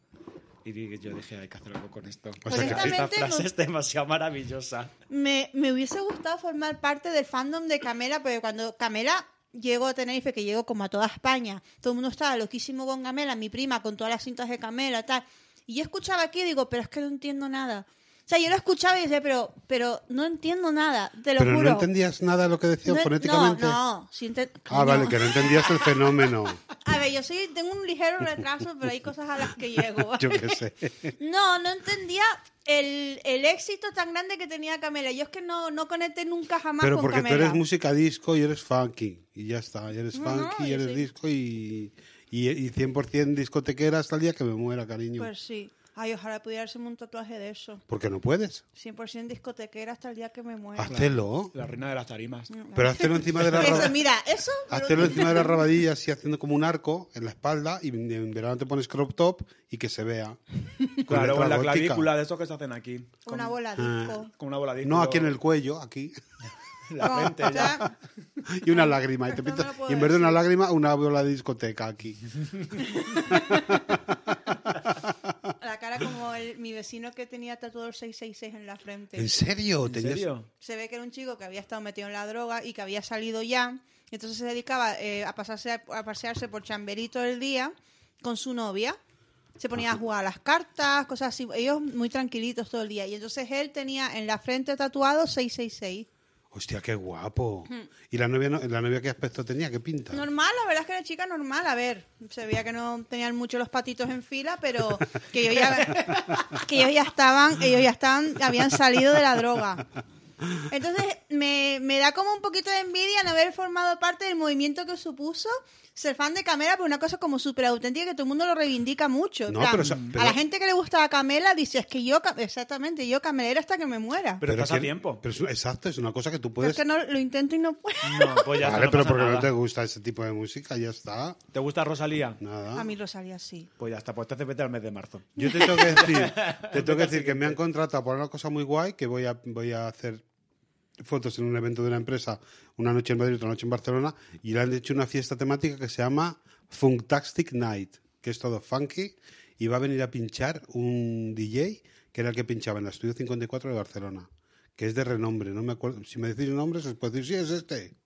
Speaker 3: Y di- yo dije, hay que hacer algo con esto.
Speaker 1: O sea que-
Speaker 3: esta
Speaker 2: Honestamente,
Speaker 3: frase
Speaker 2: Pues no-
Speaker 3: es demasiado maravillosa.
Speaker 2: Me, me hubiese gustado formar parte del fandom de Camela, porque cuando Camela llegó a Tenerife, que llegó como a toda España, todo el mundo estaba loquísimo con Camela, mi prima con todas las cintas de Camela, tal. Y yo escuchaba aquí y digo, pero es que no entiendo nada. O sea, yo lo escuchaba y decía, pero, pero no entiendo nada, te lo
Speaker 1: Pero
Speaker 2: juro.
Speaker 1: no entendías nada de lo que decían
Speaker 2: No,
Speaker 1: fonéticamente.
Speaker 2: No, no. sí ente-
Speaker 1: Ah, vale,
Speaker 2: coño.
Speaker 1: que no entendías el fenómeno.
Speaker 2: A ver, yo sí tengo un ligero retraso, pero hay cosas a las que llego. ¿vale?
Speaker 1: Yo qué sé.
Speaker 2: No, no entendía el, el éxito tan grande que tenía Camela. Yo es que no, no conecté nunca jamás
Speaker 1: Pero
Speaker 2: con
Speaker 1: porque
Speaker 2: Camela.
Speaker 1: tú eres música disco y eres funky. Y ya está. Y eres
Speaker 2: No, no,
Speaker 1: funky y
Speaker 2: yo
Speaker 1: eres
Speaker 2: soy-
Speaker 1: disco y, y, y 100% discotequera hasta el día que me muera, cariño.
Speaker 2: Pues sí. Ay, ojalá pudiera hacerme un tatuaje de eso.
Speaker 1: Porque no puedes.
Speaker 2: 100% discotequera hasta el día que me
Speaker 3: Ah,
Speaker 2: muera. Mm,
Speaker 1: Háztelo.
Speaker 3: La reina de las tarimas.
Speaker 1: Pero háztelo encima de la
Speaker 2: Eso,
Speaker 1: rabadilla.
Speaker 2: mira, eso.
Speaker 1: Háztelo encima de la rabadilla, así haciendo como un arco en la espalda. Y en en verano te pones crop top y que se vea. Con
Speaker 3: Claro,
Speaker 1: letra
Speaker 3: en la
Speaker 1: gótica.
Speaker 3: clavícula de estos que se hacen aquí. Con ah,
Speaker 2: Una bola disco.
Speaker 3: con una bola de
Speaker 1: No, aquí en el
Speaker 3: disco,
Speaker 1: cuello, aquí.
Speaker 3: La
Speaker 2: No,
Speaker 3: frente
Speaker 2: o
Speaker 3: ya.
Speaker 2: sea,
Speaker 1: Y una lágrima. Y, te
Speaker 2: Esto no
Speaker 1: pintas-
Speaker 2: lo puedo
Speaker 1: y en vez de
Speaker 2: decir.
Speaker 1: una lágrima, una bola de discoteca aquí.
Speaker 2: la cara como el- mi vecino que tenía tatuado el 666 en la frente.
Speaker 1: ¿En serio?
Speaker 3: ¿En
Speaker 1: Tenías-
Speaker 3: serio?
Speaker 2: se ve que era un chico que había estado metido en la droga y que había salido ya. Y entonces se dedicaba eh, a, pasarse, a pasearse por Chamberito el día con su novia. se ponía a jugar a las cartas, cosas así. Ellos muy tranquilitos todo el día. Y entonces él tenía en la frente tatuado 666.
Speaker 1: Hostia, qué guapo.
Speaker 2: Hmm.
Speaker 1: ¿Y la novia, no- la novia qué aspecto tenía? ¿Qué pinta?
Speaker 2: Normal, la verdad es que era chica normal. A ver, se veía que no tenían mucho los patitos en fila, pero que ellos ya, que ellos ya estaban, ellos ya estaban, habían salido de la droga. Entonces me, me da como un poquito de envidia en haber formado parte del movimiento que supuso ser fan de Camela, por una cosa como súper auténtica que todo el mundo lo reivindica mucho. En
Speaker 1: No,
Speaker 2: plan,
Speaker 1: pero eso- pero-
Speaker 2: a la gente que le gustaba Camela dice, es que yo, ca- exactamente, yo Camelera hasta que me muera.
Speaker 3: Pero pasa
Speaker 1: que-
Speaker 3: tiempo.
Speaker 1: Pero es- exacto, es una cosa que tú
Speaker 2: Pero
Speaker 1: puedes.
Speaker 2: es que no, lo intento y no puedo.
Speaker 3: No, pues ya está,
Speaker 1: vale,
Speaker 3: no
Speaker 1: pero
Speaker 3: pasa
Speaker 1: porque no
Speaker 3: nada.
Speaker 1: te gusta ese tipo de música, ya está.
Speaker 3: ¿Te gusta Rosalía?
Speaker 1: Nada.
Speaker 2: A mí Rosalía sí.
Speaker 3: Pues ya está, pues te hace vete al mes de marzo.
Speaker 1: Yo te tengo que decir, te tengo que, decir que me han contratado por una cosa muy guay, que voy a, voy a hacer fotos en un evento de una empresa, una noche en Madrid, otra noche en Barcelona, y le han hecho una fiesta temática que se llama Funktastic Night, que es todo funky, y va a venir a pinchar un DJ, que era el que pinchaba en la Estudio 54 de Barcelona, que es de renombre, no me acuerdo, si me decís nombres os puedo decir, sí, es este.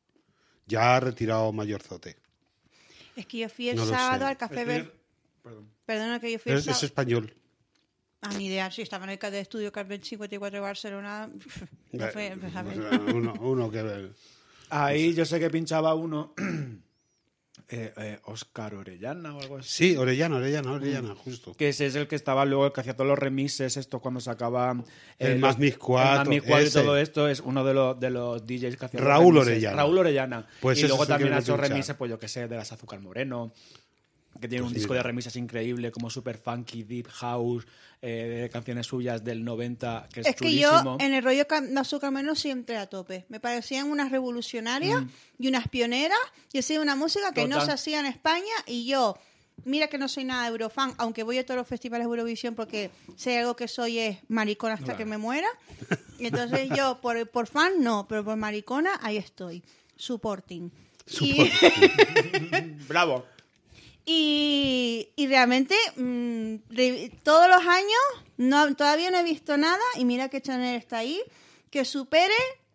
Speaker 1: Ya ha retirado mayorzote.
Speaker 2: Es que yo fui el
Speaker 1: No lo sé.
Speaker 2: sábado al Café
Speaker 3: Estoy-
Speaker 2: Verde.
Speaker 3: Perdón.
Speaker 2: Perdona que yo fui el
Speaker 1: Es, Eh, es
Speaker 2: sábado.
Speaker 1: español.
Speaker 2: A mi idea, sí, estaba en el de estudio Carmen 54 de Barcelona. No fue, pues, a
Speaker 1: Eh,
Speaker 2: ver.
Speaker 1: Uno, uno que...
Speaker 3: Ahí yo sé que pinchaba uno. eh, eh, Oscar Orellana o algo así.
Speaker 1: Sí, Orellana, Orellana, Orellana,
Speaker 2: Mm.
Speaker 1: justo.
Speaker 3: Que ese es el que estaba luego, el que hacía todos los remixes, estos cuando sacaba. eh,
Speaker 1: El
Speaker 3: los-
Speaker 1: Más Mis Cuatro,
Speaker 3: El Más Mis Cuatro y
Speaker 1: ese.
Speaker 3: todo esto es uno de los, de los DJs que hacía. los
Speaker 1: Raúl
Speaker 3: remixes.
Speaker 1: Orellana.
Speaker 3: Raúl Orellana.
Speaker 1: Pues
Speaker 3: y
Speaker 1: ese
Speaker 3: luego
Speaker 1: es el que
Speaker 3: también
Speaker 1: me
Speaker 3: ha
Speaker 1: ha
Speaker 3: hecho
Speaker 1: pinchado.
Speaker 3: remixes, pues yo que sé, de las Azúcar Moreno. Que tiene
Speaker 1: Pues
Speaker 3: un disco de
Speaker 1: mira.
Speaker 3: remixes increíble, como super funky, deep house, eh, de canciones suyas del 90, que es,
Speaker 2: Es que
Speaker 3: chulísimo.
Speaker 2: yo en el rollo cam- de azúcar menos siempre a tope. Me parecían unas revolucionarias y unas pioneras. Y hacía una música que no
Speaker 3: Total.
Speaker 2: se hacía en España. Y yo, mira que no soy nada eurofan, aunque voy a todos los festivales de Eurovisión porque sé algo que soy es maricona hasta que me muera. Y Entonces yo, por, por fan no, pero por maricona ahí estoy. Supporting. Y-
Speaker 3: ¡Bravo!
Speaker 2: Y, y realmente mm, re- todos los años no, todavía no he visto nada y mira que Chanel está ahí, que supere,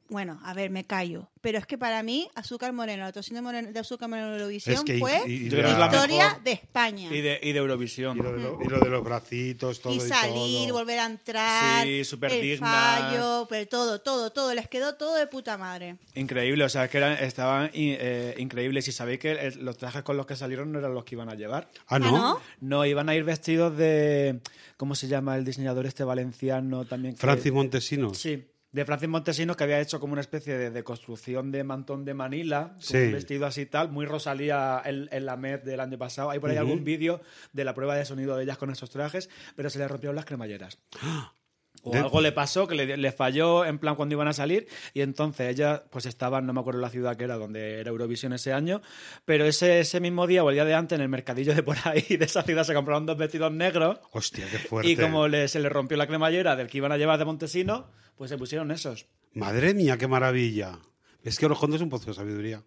Speaker 2: bueno, a ver, me callo, pero es que para mí Azúcar Moreno, la actuación de, Moreno- de Azúcar Moreno en Eurovisión
Speaker 1: Es que y-
Speaker 2: fue
Speaker 1: y- y
Speaker 3: Yo creo que es la
Speaker 1: la-
Speaker 2: victoria
Speaker 3: mejor.
Speaker 2: de España.
Speaker 3: Y de, y de Eurovisión.
Speaker 1: Y lo, de lo- y lo de los bracitos, todo.
Speaker 2: Y salir,
Speaker 1: todo.
Speaker 2: volver a entrar,
Speaker 3: Sí,
Speaker 2: el
Speaker 3: superdigna.
Speaker 2: fallo, pero todo, todo, todo, les quedó todo de puta madre.
Speaker 3: Increíble, o sea, es que eran, estaban i- eh, increíbles. Y sabéis que eh, los trajes con los que salieron no eran los que iban a llevar.
Speaker 1: Ah, no.
Speaker 2: Ah, ¿no?
Speaker 3: No, iban a ir vestidos de. ¿Cómo se llama el diseñador este valenciano también? que-
Speaker 1: Francis Montesinos.
Speaker 3: Sí, de Francis Montesinos, que había hecho como una especie de, de construcción de mantón de Manila, con
Speaker 1: Sí.
Speaker 3: un vestido así tal, muy Rosalía en, en la MED del año pasado. Hay por ahí algún vídeo de la prueba de sonido de ellas con esos trajes, pero se le rompieron las cremalleras. O
Speaker 1: De-
Speaker 3: algo le pasó que le, le falló en plan cuando iban a salir y entonces ellas pues estaban, no me acuerdo la ciudad que era donde era Eurovisión ese año, pero ese, ese mismo día o el día de antes en el mercadillo de por ahí de esa ciudad se compraron dos vestidos negros
Speaker 1: Hostia, qué fuerte.
Speaker 3: y como le- se le rompió la cremallera del que iban a llevar de Montesino, pues se pusieron esos.
Speaker 1: Madre mía, qué maravilla. Es que Orojondo es un pozo de sabiduría.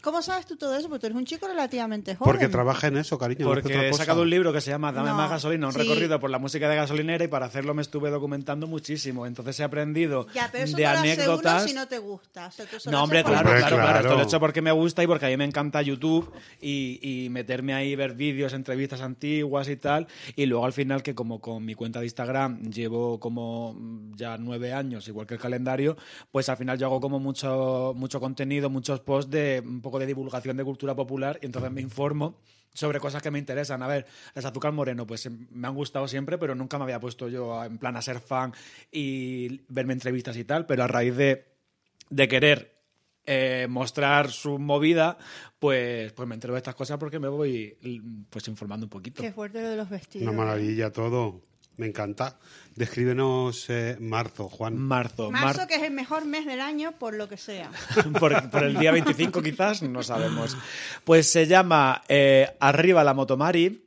Speaker 2: ¿Cómo sabes tú todo eso? Porque tú eres un chico relativamente joven.
Speaker 1: Porque trabaja en eso, cariño. no hace otra
Speaker 3: Porque he
Speaker 1: cosa.
Speaker 3: sacado un libro que se llama Dame
Speaker 2: No,
Speaker 3: más gasolina, un
Speaker 2: sí.
Speaker 3: recorrido por la música de gasolinera y para hacerlo me estuve documentando muchísimo. Entonces he aprendido
Speaker 2: Ya, pero eso
Speaker 3: de
Speaker 2: no lo hace uno
Speaker 3: anécdotas.
Speaker 2: si no te gusta. O sea, tú solo
Speaker 3: No, hombre,
Speaker 2: haces por-
Speaker 3: claro,
Speaker 1: Hombre,
Speaker 3: claro, claro,
Speaker 1: claro.
Speaker 3: Esto lo he hecho porque me gusta y porque a mí me encanta YouTube y, y meterme ahí, ver vídeos, entrevistas antiguas y tal. Y luego al final, que como con mi cuenta de Instagram llevo como mm, ya nueve años, igual que el calendario, pues al final yo hago como mucho, mucho contenido, muchos posts de un poco de divulgación de cultura popular y entonces me informo sobre cosas que me interesan. A ver, las azúcar moreno, pues em, me han gustado siempre, pero nunca me había puesto yo a- en plan a ser fan y verme entrevistas y tal, pero a raíz de de querer eh, mostrar su movida, pues, pues me entero de estas cosas porque me voy l- pues informando un poquito.
Speaker 2: Qué fuerte lo de los vestidos. ¿eh?
Speaker 1: Una maravilla todo. Me encanta. Descríbenos eh, marzo, Juan.
Speaker 3: Marzo,
Speaker 2: Marzo,
Speaker 3: mar-
Speaker 2: que es el mejor mes del año, por lo que sea.
Speaker 3: por, por el día 25 quizás, no sabemos. Pues se llama eh, Arriba la Motomari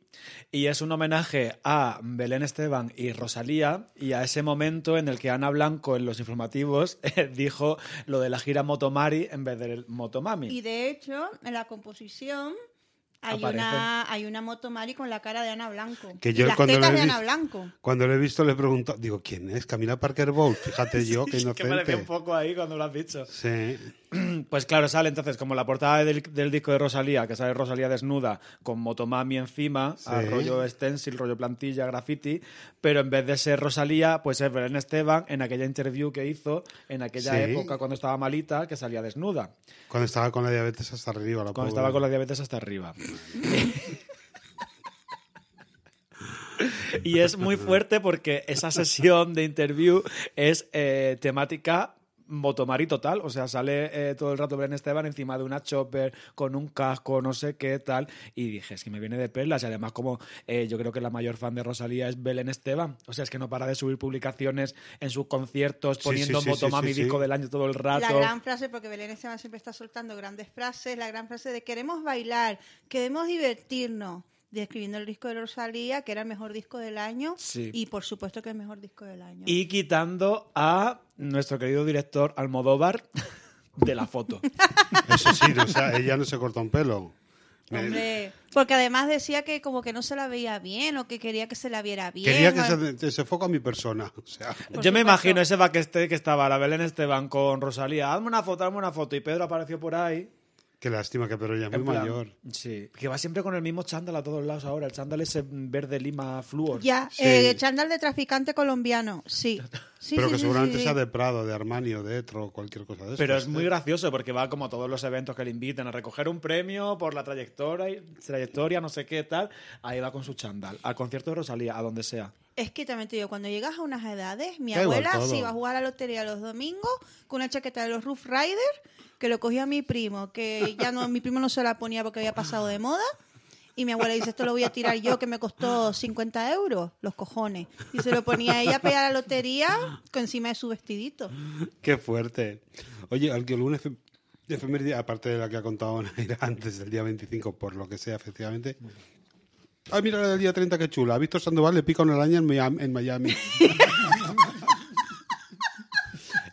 Speaker 3: y es un homenaje a Belén Esteban y Rosalía y a ese momento en el que Ana Blanco en los informativos eh, dijo lo de la gira Motomari en vez del Motomami.
Speaker 2: Y de hecho, en la composición hay
Speaker 3: Aparece.
Speaker 2: una, hay una moto Mari con la cara de Ana Blanco.
Speaker 1: Que
Speaker 2: Y
Speaker 1: yo
Speaker 2: las
Speaker 1: cuando
Speaker 2: tetas
Speaker 1: lo he
Speaker 2: de Ana
Speaker 1: visto-
Speaker 2: Blanco.
Speaker 1: Cuando lo he visto le pregunto, digo, ¿quién es? Camila Parker Bowles. Fíjate yo, qué
Speaker 3: que parecía
Speaker 1: inocente.
Speaker 3: un poco ahí cuando lo has dicho.
Speaker 1: Sí.
Speaker 3: Pues claro, sale entonces como la portada del, del disco de Rosalía, que sale Rosalía desnuda con Motomami encima,
Speaker 1: Sí.
Speaker 3: a rollo stencil, rollo plantilla, graffiti, pero en vez de ser Rosalía, pues es Belén Esteban en aquella interview que hizo en aquella
Speaker 1: Sí.
Speaker 3: época cuando estaba malita, que salía desnuda,
Speaker 1: Cuando estaba con la diabetes hasta arriba, la pobre.
Speaker 3: cuando estaba con la diabetes hasta arriba. y es muy fuerte porque esa sesión de interview es eh, temática motomari total, o sea, sale eh, todo el rato Belén Esteban encima de una chopper con un casco, no sé qué tal, y dije, es que me viene de perlas, y además como eh, yo creo que la mayor fan de Rosalía es Belén Esteban, o sea, es que no para de subir publicaciones en sus conciertos,
Speaker 1: Sí,
Speaker 3: poniendo
Speaker 1: sí, sí,
Speaker 3: motomami
Speaker 1: sí, sí, sí.
Speaker 3: disco del año todo el rato.
Speaker 2: La gran frase, porque Belén Esteban siempre está soltando grandes frases, la gran frase de queremos bailar, queremos divertirnos, describiendo el disco de Rosalía, que era el mejor disco del año,
Speaker 3: Sí.
Speaker 2: y por supuesto que es el mejor disco del año.
Speaker 3: Y quitando a nuestro querido director Almodóvar de la foto.
Speaker 1: Eso sí, no, o sea, ella no se cortó un pelo. Me-
Speaker 2: Hombre, porque además decía que como que no se la veía bien o que quería que se la viera bien.
Speaker 1: Quería que
Speaker 2: o-
Speaker 1: se, te- se foca a mi persona. O sea,
Speaker 2: Por
Speaker 3: Yo
Speaker 2: supuesto.
Speaker 3: me imagino ese backstage que estaba la Belén Esteban con Rosalía. Hazme una foto, hazme una foto. Y Pedro apareció por ahí.
Speaker 1: qué lástima que pero ella es muy
Speaker 3: en plan-
Speaker 1: mayor.
Speaker 3: Sí. Que va siempre con el mismo chándal a todos lados ahora. El chándal ese verde lima flúor.
Speaker 2: Ya,
Speaker 1: Sí.
Speaker 2: eh, chándal de traficante colombiano, sí. Sí,
Speaker 1: pero
Speaker 2: sí,
Speaker 1: que
Speaker 2: sí,
Speaker 1: seguramente
Speaker 2: sí, sí.
Speaker 1: sea de Prado, de Armani o de Etro o cualquier cosa de eso.
Speaker 3: Pero es muy gracioso porque va como a todos los eventos que le invitan a recoger un premio por la trayectoria, trayectoria no sé qué tal. Ahí va con su chándal. Al concierto de Rosalía, a donde sea.
Speaker 2: Es que también te digo, cuando llegas a unas edades, mi
Speaker 1: Da igual
Speaker 2: abuela
Speaker 1: todo.
Speaker 2: se iba a jugar a la lotería los domingos con una chaqueta de los Roof Riders que lo cogía mi primo, que ya no, mi primo no se la ponía porque había pasado de moda. Y mi abuela dice, esto lo voy a tirar yo, que me costó 50 euros, los cojones. Y se lo ponía ella a pegar a la lotería con encima de su vestidito.
Speaker 1: Qué fuerte. Oye, alguna efe- efeméride, aparte de la que ha contado Naira antes del día 25, por lo que sea, efectivamente. Ay, mira la del día 30, qué chula. ¿Ha visto Sandoval le pica una araña en Miami? en Miami?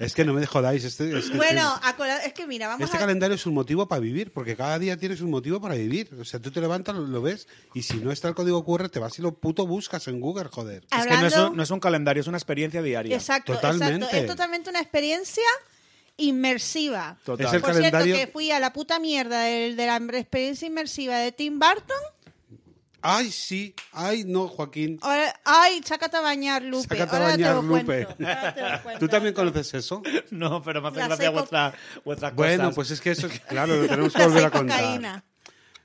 Speaker 1: es que no me jodáis. Este, este-
Speaker 2: Bueno, acorda- es que mira, vamos
Speaker 1: Este
Speaker 2: a...
Speaker 1: calendario es un motivo para vivir, porque cada día tienes un motivo para vivir. O sea, tú te levantas, lo, lo ves, y si no está el código QR, te vas y lo puto buscas en Google, joder.
Speaker 3: Es que no es,
Speaker 2: Hablando-
Speaker 3: un, no es un calendario, es una experiencia diaria.
Speaker 2: Exacto,
Speaker 1: Totalmente.
Speaker 2: exacto. Es totalmente una experiencia inmersiva.
Speaker 3: Total.
Speaker 1: Es el
Speaker 2: Por
Speaker 1: calendario-
Speaker 2: cierto, que fui a la puta mierda del- de, la experiencia inmersiva de Tim Burton.
Speaker 1: Ay, sí, ay, no, Joaquín.
Speaker 2: Ahora- ay, sácate a bañar, Lupe.
Speaker 1: Sácate a
Speaker 2: Ahora te
Speaker 1: bañar,
Speaker 2: lo
Speaker 1: Lupe.
Speaker 2: cuento, ahora te lo cuento.
Speaker 1: ¿Tú también conoces eso?
Speaker 3: No, pero me hace
Speaker 2: Las
Speaker 3: gracia
Speaker 2: seco-
Speaker 3: vuestra, vuestras
Speaker 1: Bueno,
Speaker 3: cosas.
Speaker 1: pues es que eso, claro, lo tenemos que
Speaker 2: Las
Speaker 1: volver
Speaker 2: seis
Speaker 1: a contar.
Speaker 2: cocaína.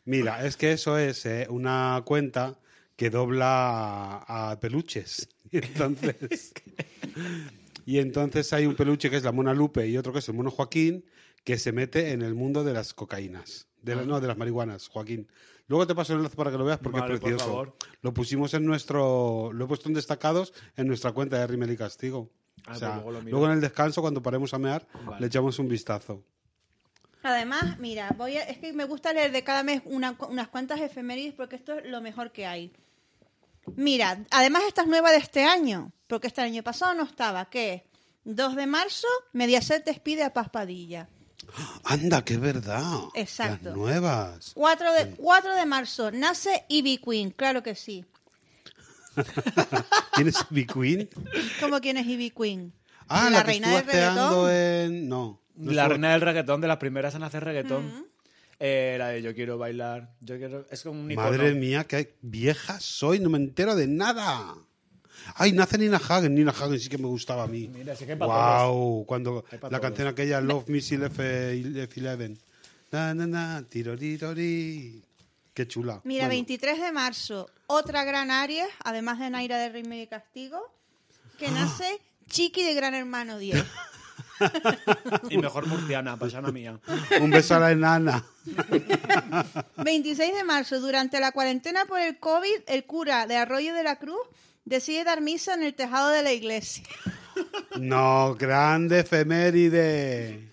Speaker 1: Mira, es que eso es eh, una cuenta que dobla a, a peluches. Y entonces, y entonces hay un peluche que es la Mona Lupe y otro que es el Mono Joaquín, que se mete en el mundo de las cocaínas. De la-
Speaker 3: Ah.
Speaker 1: no, de las marihuanas, Joaquín. Luego te paso el enlace para que lo veas porque
Speaker 3: Vale,
Speaker 1: es
Speaker 3: por
Speaker 1: precioso.
Speaker 3: favor.
Speaker 1: Lo pusimos en nuestro. Lo he puesto en destacados en nuestra cuenta de Rimel y Castigo.
Speaker 3: Ah,
Speaker 1: O
Speaker 3: pues
Speaker 1: sea,
Speaker 3: luego lo miro.
Speaker 1: luego en el descanso, cuando paremos a mear,
Speaker 3: Vale.
Speaker 1: le echamos un vistazo.
Speaker 2: Además, mira, voy a- es que me gusta leer de cada mes una- unas cuantas efemérides porque esto es lo mejor que hay. Mira, además esta es nueva de este año, porque este año pasado no estaba. ¿Qué? es? 2 de marzo, Mediaset despide a Paz Padilla.
Speaker 1: Anda, que es verdad.
Speaker 2: Exacto.
Speaker 1: Las nuevas.
Speaker 2: 4 de, 4 de marzo, nace Ivy Queen, claro que sí.
Speaker 1: ¿Tienes Big Queen?
Speaker 2: ¿Cómo quién es Ivy Queen?
Speaker 1: Ah, la, que estuvo acteando en. No. no
Speaker 3: la
Speaker 1: estuvo-
Speaker 3: reina del reggaetón, de las primeras en hacer reggaetón. Eh, la de yo quiero bailar, yo quiero... Es como un icono.
Speaker 1: Madre mía, qué vieja soy, no me entero de nada. Ay, nace Nina Hagen. Nina Hagen sí que me gustaba a mí.
Speaker 3: Mira, sí que hay pa'
Speaker 1: wow, cuando
Speaker 3: Hay
Speaker 1: la
Speaker 3: pa' todos.
Speaker 1: canción aquella Love Missile F- F11. eh, Na, na, na, tirorirori. Qué chula.
Speaker 2: Mira,
Speaker 1: Bueno,
Speaker 2: 23 de marzo, otra gran Aries, además de Naira de Ritmo y Castigo,
Speaker 1: Ah.
Speaker 2: que nace Chiqui de Gran Hermano 10.
Speaker 3: Y mejor murciana, pasana mía.
Speaker 1: Un beso a la enana.
Speaker 2: 26 de marzo, durante la cuarentena por el COVID, el cura de Arroyo de la Cruz decide dar misa en el tejado de la iglesia.
Speaker 1: No, grande efeméride.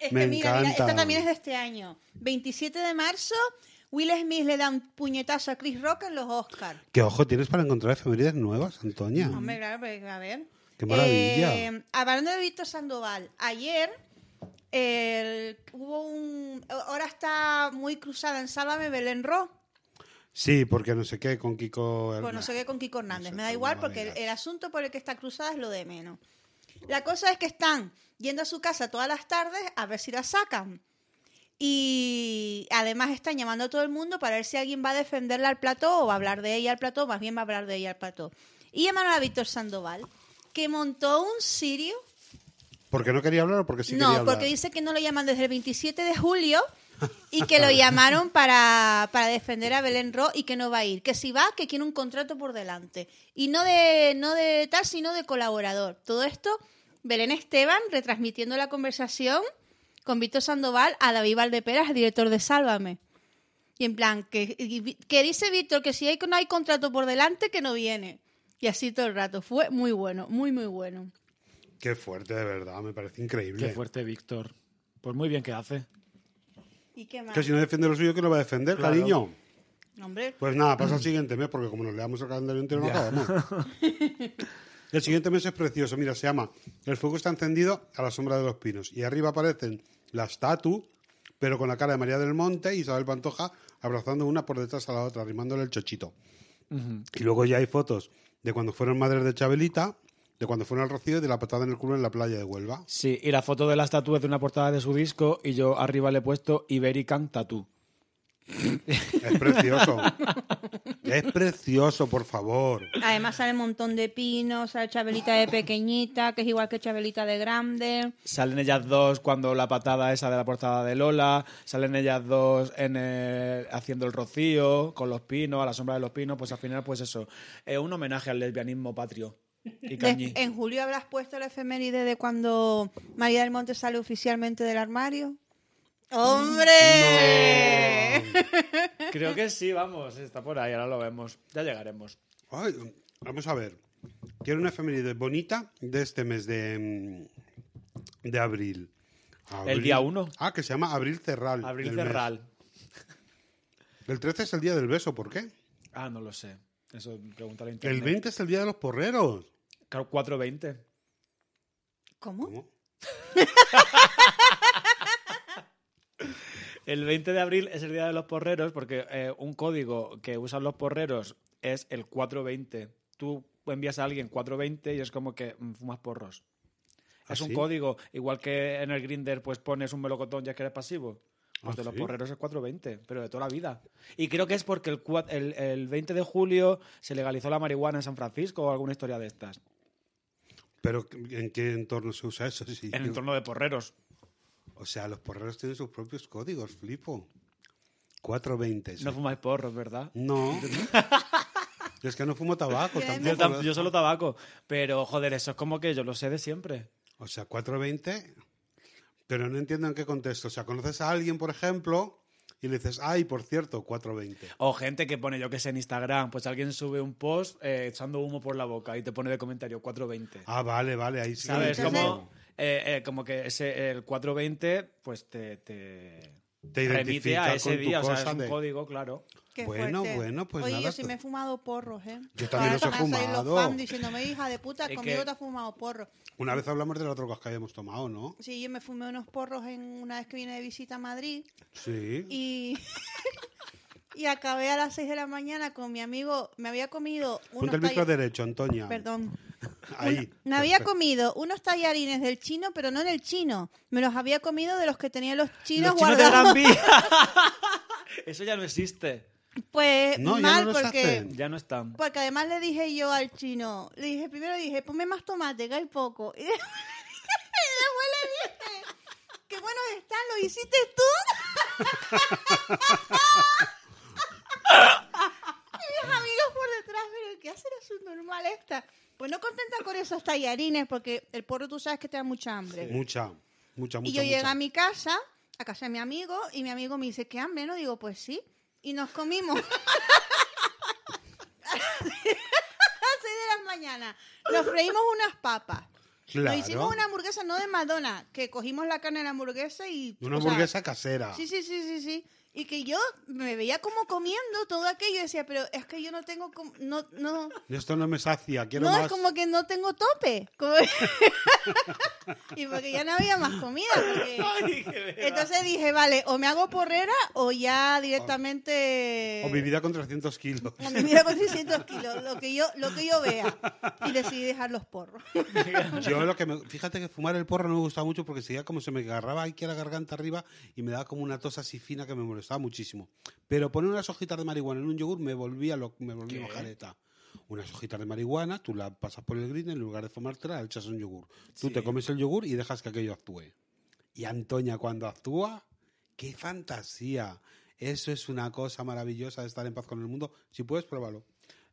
Speaker 2: Es
Speaker 1: Me
Speaker 2: que mira, mira,
Speaker 1: encanta.
Speaker 2: esta también es de este año. 27 de marzo, Will Smith le da un puñetazo a Chris Rock en los Oscars.
Speaker 1: Qué ojo tienes para encontrar efemérides nuevas, Antonia.
Speaker 2: Hombre, claro, pero, a ver.
Speaker 1: Qué maravilla.
Speaker 2: Eh, hablando de Víctor Sandoval, ayer el- hubo un. Ahora está muy cruzada en Sálvame Belén Ro.
Speaker 1: Sí, porque no sé qué, con Kiko.
Speaker 2: Pues no sé qué con Kiko
Speaker 1: No
Speaker 2: Hernández.
Speaker 1: sé,
Speaker 2: Me da
Speaker 1: tú
Speaker 2: igual
Speaker 1: no
Speaker 2: porque el,
Speaker 1: digas.
Speaker 2: el asunto por el que está cruzada es lo de menos. La cosa es que están yendo a su casa todas las tardes a ver si la sacan. Y además están llamando a todo el mundo para ver si alguien va a defenderla al plató o va a hablar de ella al plató, más bien va a hablar de ella al plató. Y llamaron a Víctor Sandoval, que montó un sirio.
Speaker 1: ¿Porque no quería hablar o porque sí
Speaker 2: no,
Speaker 1: quería hablar?
Speaker 2: porque dice que no lo llaman desde el 27 de julio y que lo llamaron para, para defender a Belén Ro y que no va a ir. Que si va, que quiere un contrato por delante. Y no de, no de tal, sino de colaborador. Todo esto, Belén Esteban retransmitiendo la conversación con Víctor Sandoval a David Valdeperas, el director de Sálvame. Y en plan, que, y- que dice Víctor que si hay, no hay contrato por delante, que no viene. Y así todo el rato. Fue muy bueno, muy, muy bueno.
Speaker 1: Qué fuerte, de verdad, me parece increíble.
Speaker 3: Qué fuerte, Víctor. Pues muy bien que hace.
Speaker 2: ¿Y qué más?
Speaker 1: Que si no defiende lo suyo, que lo va a defender,
Speaker 3: Claro.
Speaker 1: cariño?
Speaker 2: Hombre,
Speaker 1: Pues nada, pasa al siguiente mes, porque como nos leamos el calendario entero, no acabamos. El siguiente mes es precioso. Mira, se llama El fuego está encendido a la sombra de los pinos. Y arriba aparecen las tatu, pero con la cara de María del Monte y Isabel Pantoja abrazando una por detrás a la otra, arrimándole el chochito. Y luego ya hay fotos de cuando fueron madres de Chabelita, de cuando fueron al Rocío y de la patada en el culo en la playa de Huelva.
Speaker 3: Sí, y la foto de la estatua es de una portada de su disco y yo arriba le he puesto Iberican Tattoo.
Speaker 1: Es precioso. es precioso, por favor.
Speaker 2: Además sale un montón de pinos, sale Chabelita de pequeñita, que es igual que Chabelita de grande.
Speaker 3: Salen ellas dos cuando la patada esa de la portada de Lola, salen ellas dos en el- haciendo el rocío con los pinos, a la sombra de los pinos, pues al final pues eso, es un homenaje al lesbianismo patrio y
Speaker 2: Des-
Speaker 3: cañí.
Speaker 2: en julio habrás puesto la efeméride de cuando María del Monte sale oficialmente del armario. ¡Hombre!
Speaker 3: Creo que sí, vamos, está por ahí, ahora lo vemos, ya llegaremos.
Speaker 1: Ay, vamos a ver. Quiero una efeméride bonita de este mes de, mm, de abril. Abril.
Speaker 3: día uno.
Speaker 1: Ah, que se llama Abril Cerral.
Speaker 3: Abril
Speaker 1: del mes.
Speaker 3: Cerral.
Speaker 1: El 13 es el día del beso, ¿por qué?
Speaker 3: Ah, no lo sé. Eso pregúntale a internet.
Speaker 1: El 20 es el día de los porreros.
Speaker 3: Claro, 420.
Speaker 2: ¿Cómo?
Speaker 1: ¿Cómo?
Speaker 3: El 20 de abril es el día de los porreros porque eh, un código que usan los porreros es el 420. Tú envías a alguien 420 y es como que mm, fumas porros.
Speaker 1: ¿Ah,
Speaker 3: es un
Speaker 1: sí?
Speaker 3: código, igual que en el grinder pues pones un melocotón ya que eres pasivo. Pues
Speaker 1: Ah,
Speaker 3: de los
Speaker 1: ¿sí?
Speaker 3: porreros es 420, pero de toda la vida. Y creo que es porque el, cua- el, el 20 de julio se legalizó la marihuana en San Francisco o alguna historia de estas.
Speaker 1: Pero ¿en qué entorno se usa eso? Sí,
Speaker 3: En
Speaker 1: yo-
Speaker 3: el entorno de porreros.
Speaker 1: O sea, los porreros tienen sus propios códigos, flipo. 420. sí.
Speaker 3: No fumáis porros, ¿verdad?
Speaker 1: No. Yo es que no fumo tabaco
Speaker 2: Yo
Speaker 1: tampoco.
Speaker 3: Yo, tam- yo solo tabaco, pero joder, eso es como que yo lo sé de siempre.
Speaker 1: O sea, 420, pero no entiendo en qué contexto. O sea, conoces a alguien, por ejemplo, y le dices, ay, por cierto, 420.
Speaker 3: O gente que pone, yo que sé, en Instagram, pues alguien sube un post eh, echando humo por la boca y te pone de comentario 420.
Speaker 1: Ah, vale, vale, ahí sí. que lo
Speaker 3: ¿Sabes?
Speaker 1: entiendo.
Speaker 3: Como, eh, eh, como que ese, el 420, pues te, te,
Speaker 1: Te
Speaker 3: remite
Speaker 1: identifica
Speaker 3: a ese
Speaker 1: con tu
Speaker 3: día, o sea, es
Speaker 1: cosa
Speaker 3: un
Speaker 1: de-
Speaker 3: código, claro.
Speaker 2: Qué
Speaker 1: Bueno,
Speaker 2: fuerte.
Speaker 1: bueno, pues
Speaker 2: Oye,
Speaker 1: nada,
Speaker 2: yo sí
Speaker 1: pues-
Speaker 2: me he fumado porros, ¿eh?
Speaker 1: Yo también
Speaker 2: Ahora
Speaker 1: los he
Speaker 2: se me han salido
Speaker 1: fumado.
Speaker 2: Los fans diciéndome, hija de puta,
Speaker 3: Es
Speaker 2: conmigo
Speaker 3: que-
Speaker 2: te has fumado porros.
Speaker 1: Una vez hablamos de las drogas que habíamos tomado, ¿no?
Speaker 2: Sí, yo me fumé unos porros en una vez que vine de visita a Madrid.
Speaker 1: Sí.
Speaker 2: Y, y acabé a las 6 de la mañana con mi amigo. Me había comido unos
Speaker 1: Ponte el micro
Speaker 2: talla-
Speaker 1: derecho, Antonia.
Speaker 2: Perdón.
Speaker 1: Ahí.
Speaker 2: Me había
Speaker 1: Perfecto.
Speaker 2: comido unos tallarines del chino, pero no en el chino. Me los había comido de los que tenían los chinos,
Speaker 3: Los chinos de
Speaker 2: guardados.
Speaker 3: Gran Vía. eso ya no existe.
Speaker 2: Pues
Speaker 1: No, ya no
Speaker 2: mal,
Speaker 1: los
Speaker 2: porque,
Speaker 1: hacen.
Speaker 3: Ya no están.
Speaker 2: porque además le dije yo al chino, le dije, primero dije, ponme más tomate, que hay poco. Y después le dije, qué buenos están, ¿lo hiciste tú? Y mis amigos por detrás, pero ¿qué hace la subnormal esta? Pues no contenta con esos tallarines, porque el porro tú sabes que te da mucha hambre.
Speaker 1: Mucha, mucha, mucha.
Speaker 2: Y yo llegué
Speaker 1: mucha.
Speaker 2: a mi casa, a casa de mi amigo, y mi amigo me dice, ¿qué hambre? No digo, pues sí. Y nos comimos. a las 6 de la mañana. Nos freímos unas papas.
Speaker 1: Claro.
Speaker 2: Nos hicimos una hamburguesa, no de Madonna, que cogimos la carne de la hamburguesa y...
Speaker 1: Una
Speaker 2: o sea,
Speaker 1: hamburguesa casera.
Speaker 2: sí, sí, sí, sí, sí. Y que yo me veía como comiendo todo aquello y decía, pero es que yo no tengo, com- no, no,
Speaker 1: Esto no me sacia, quiero
Speaker 2: no,
Speaker 1: más.
Speaker 2: es como que no tengo tope. Como- y porque ya no había más comida. porque- Entonces dije, vale, o me hago porrera o ya directamente...
Speaker 1: O mi vida con 300 kilos.
Speaker 2: o mi vida con 600 kilos, lo que, yo, lo que yo vea. Y decidí dejar los porros.
Speaker 1: Yo lo que me, fíjate que fumar el porro no me gustaba mucho porque seguía como se me agarraba aquí a la garganta arriba y me daba como una tos así fina que me molestaba muchísimo. Pero poner unas hojitas de marihuana en un yogur me volvía lo, me volvía mojareta. Unas hojitas de marihuana, tú la pasas por el green en lugar de fumártela, la echas un yogur. Tú te comes el yogur y dejas que aquello actúe. Y Antonia cuando actúa, qué fantasía. Eso es una cosa maravillosa de estar en paz con el mundo. Si puedes, pruébalo.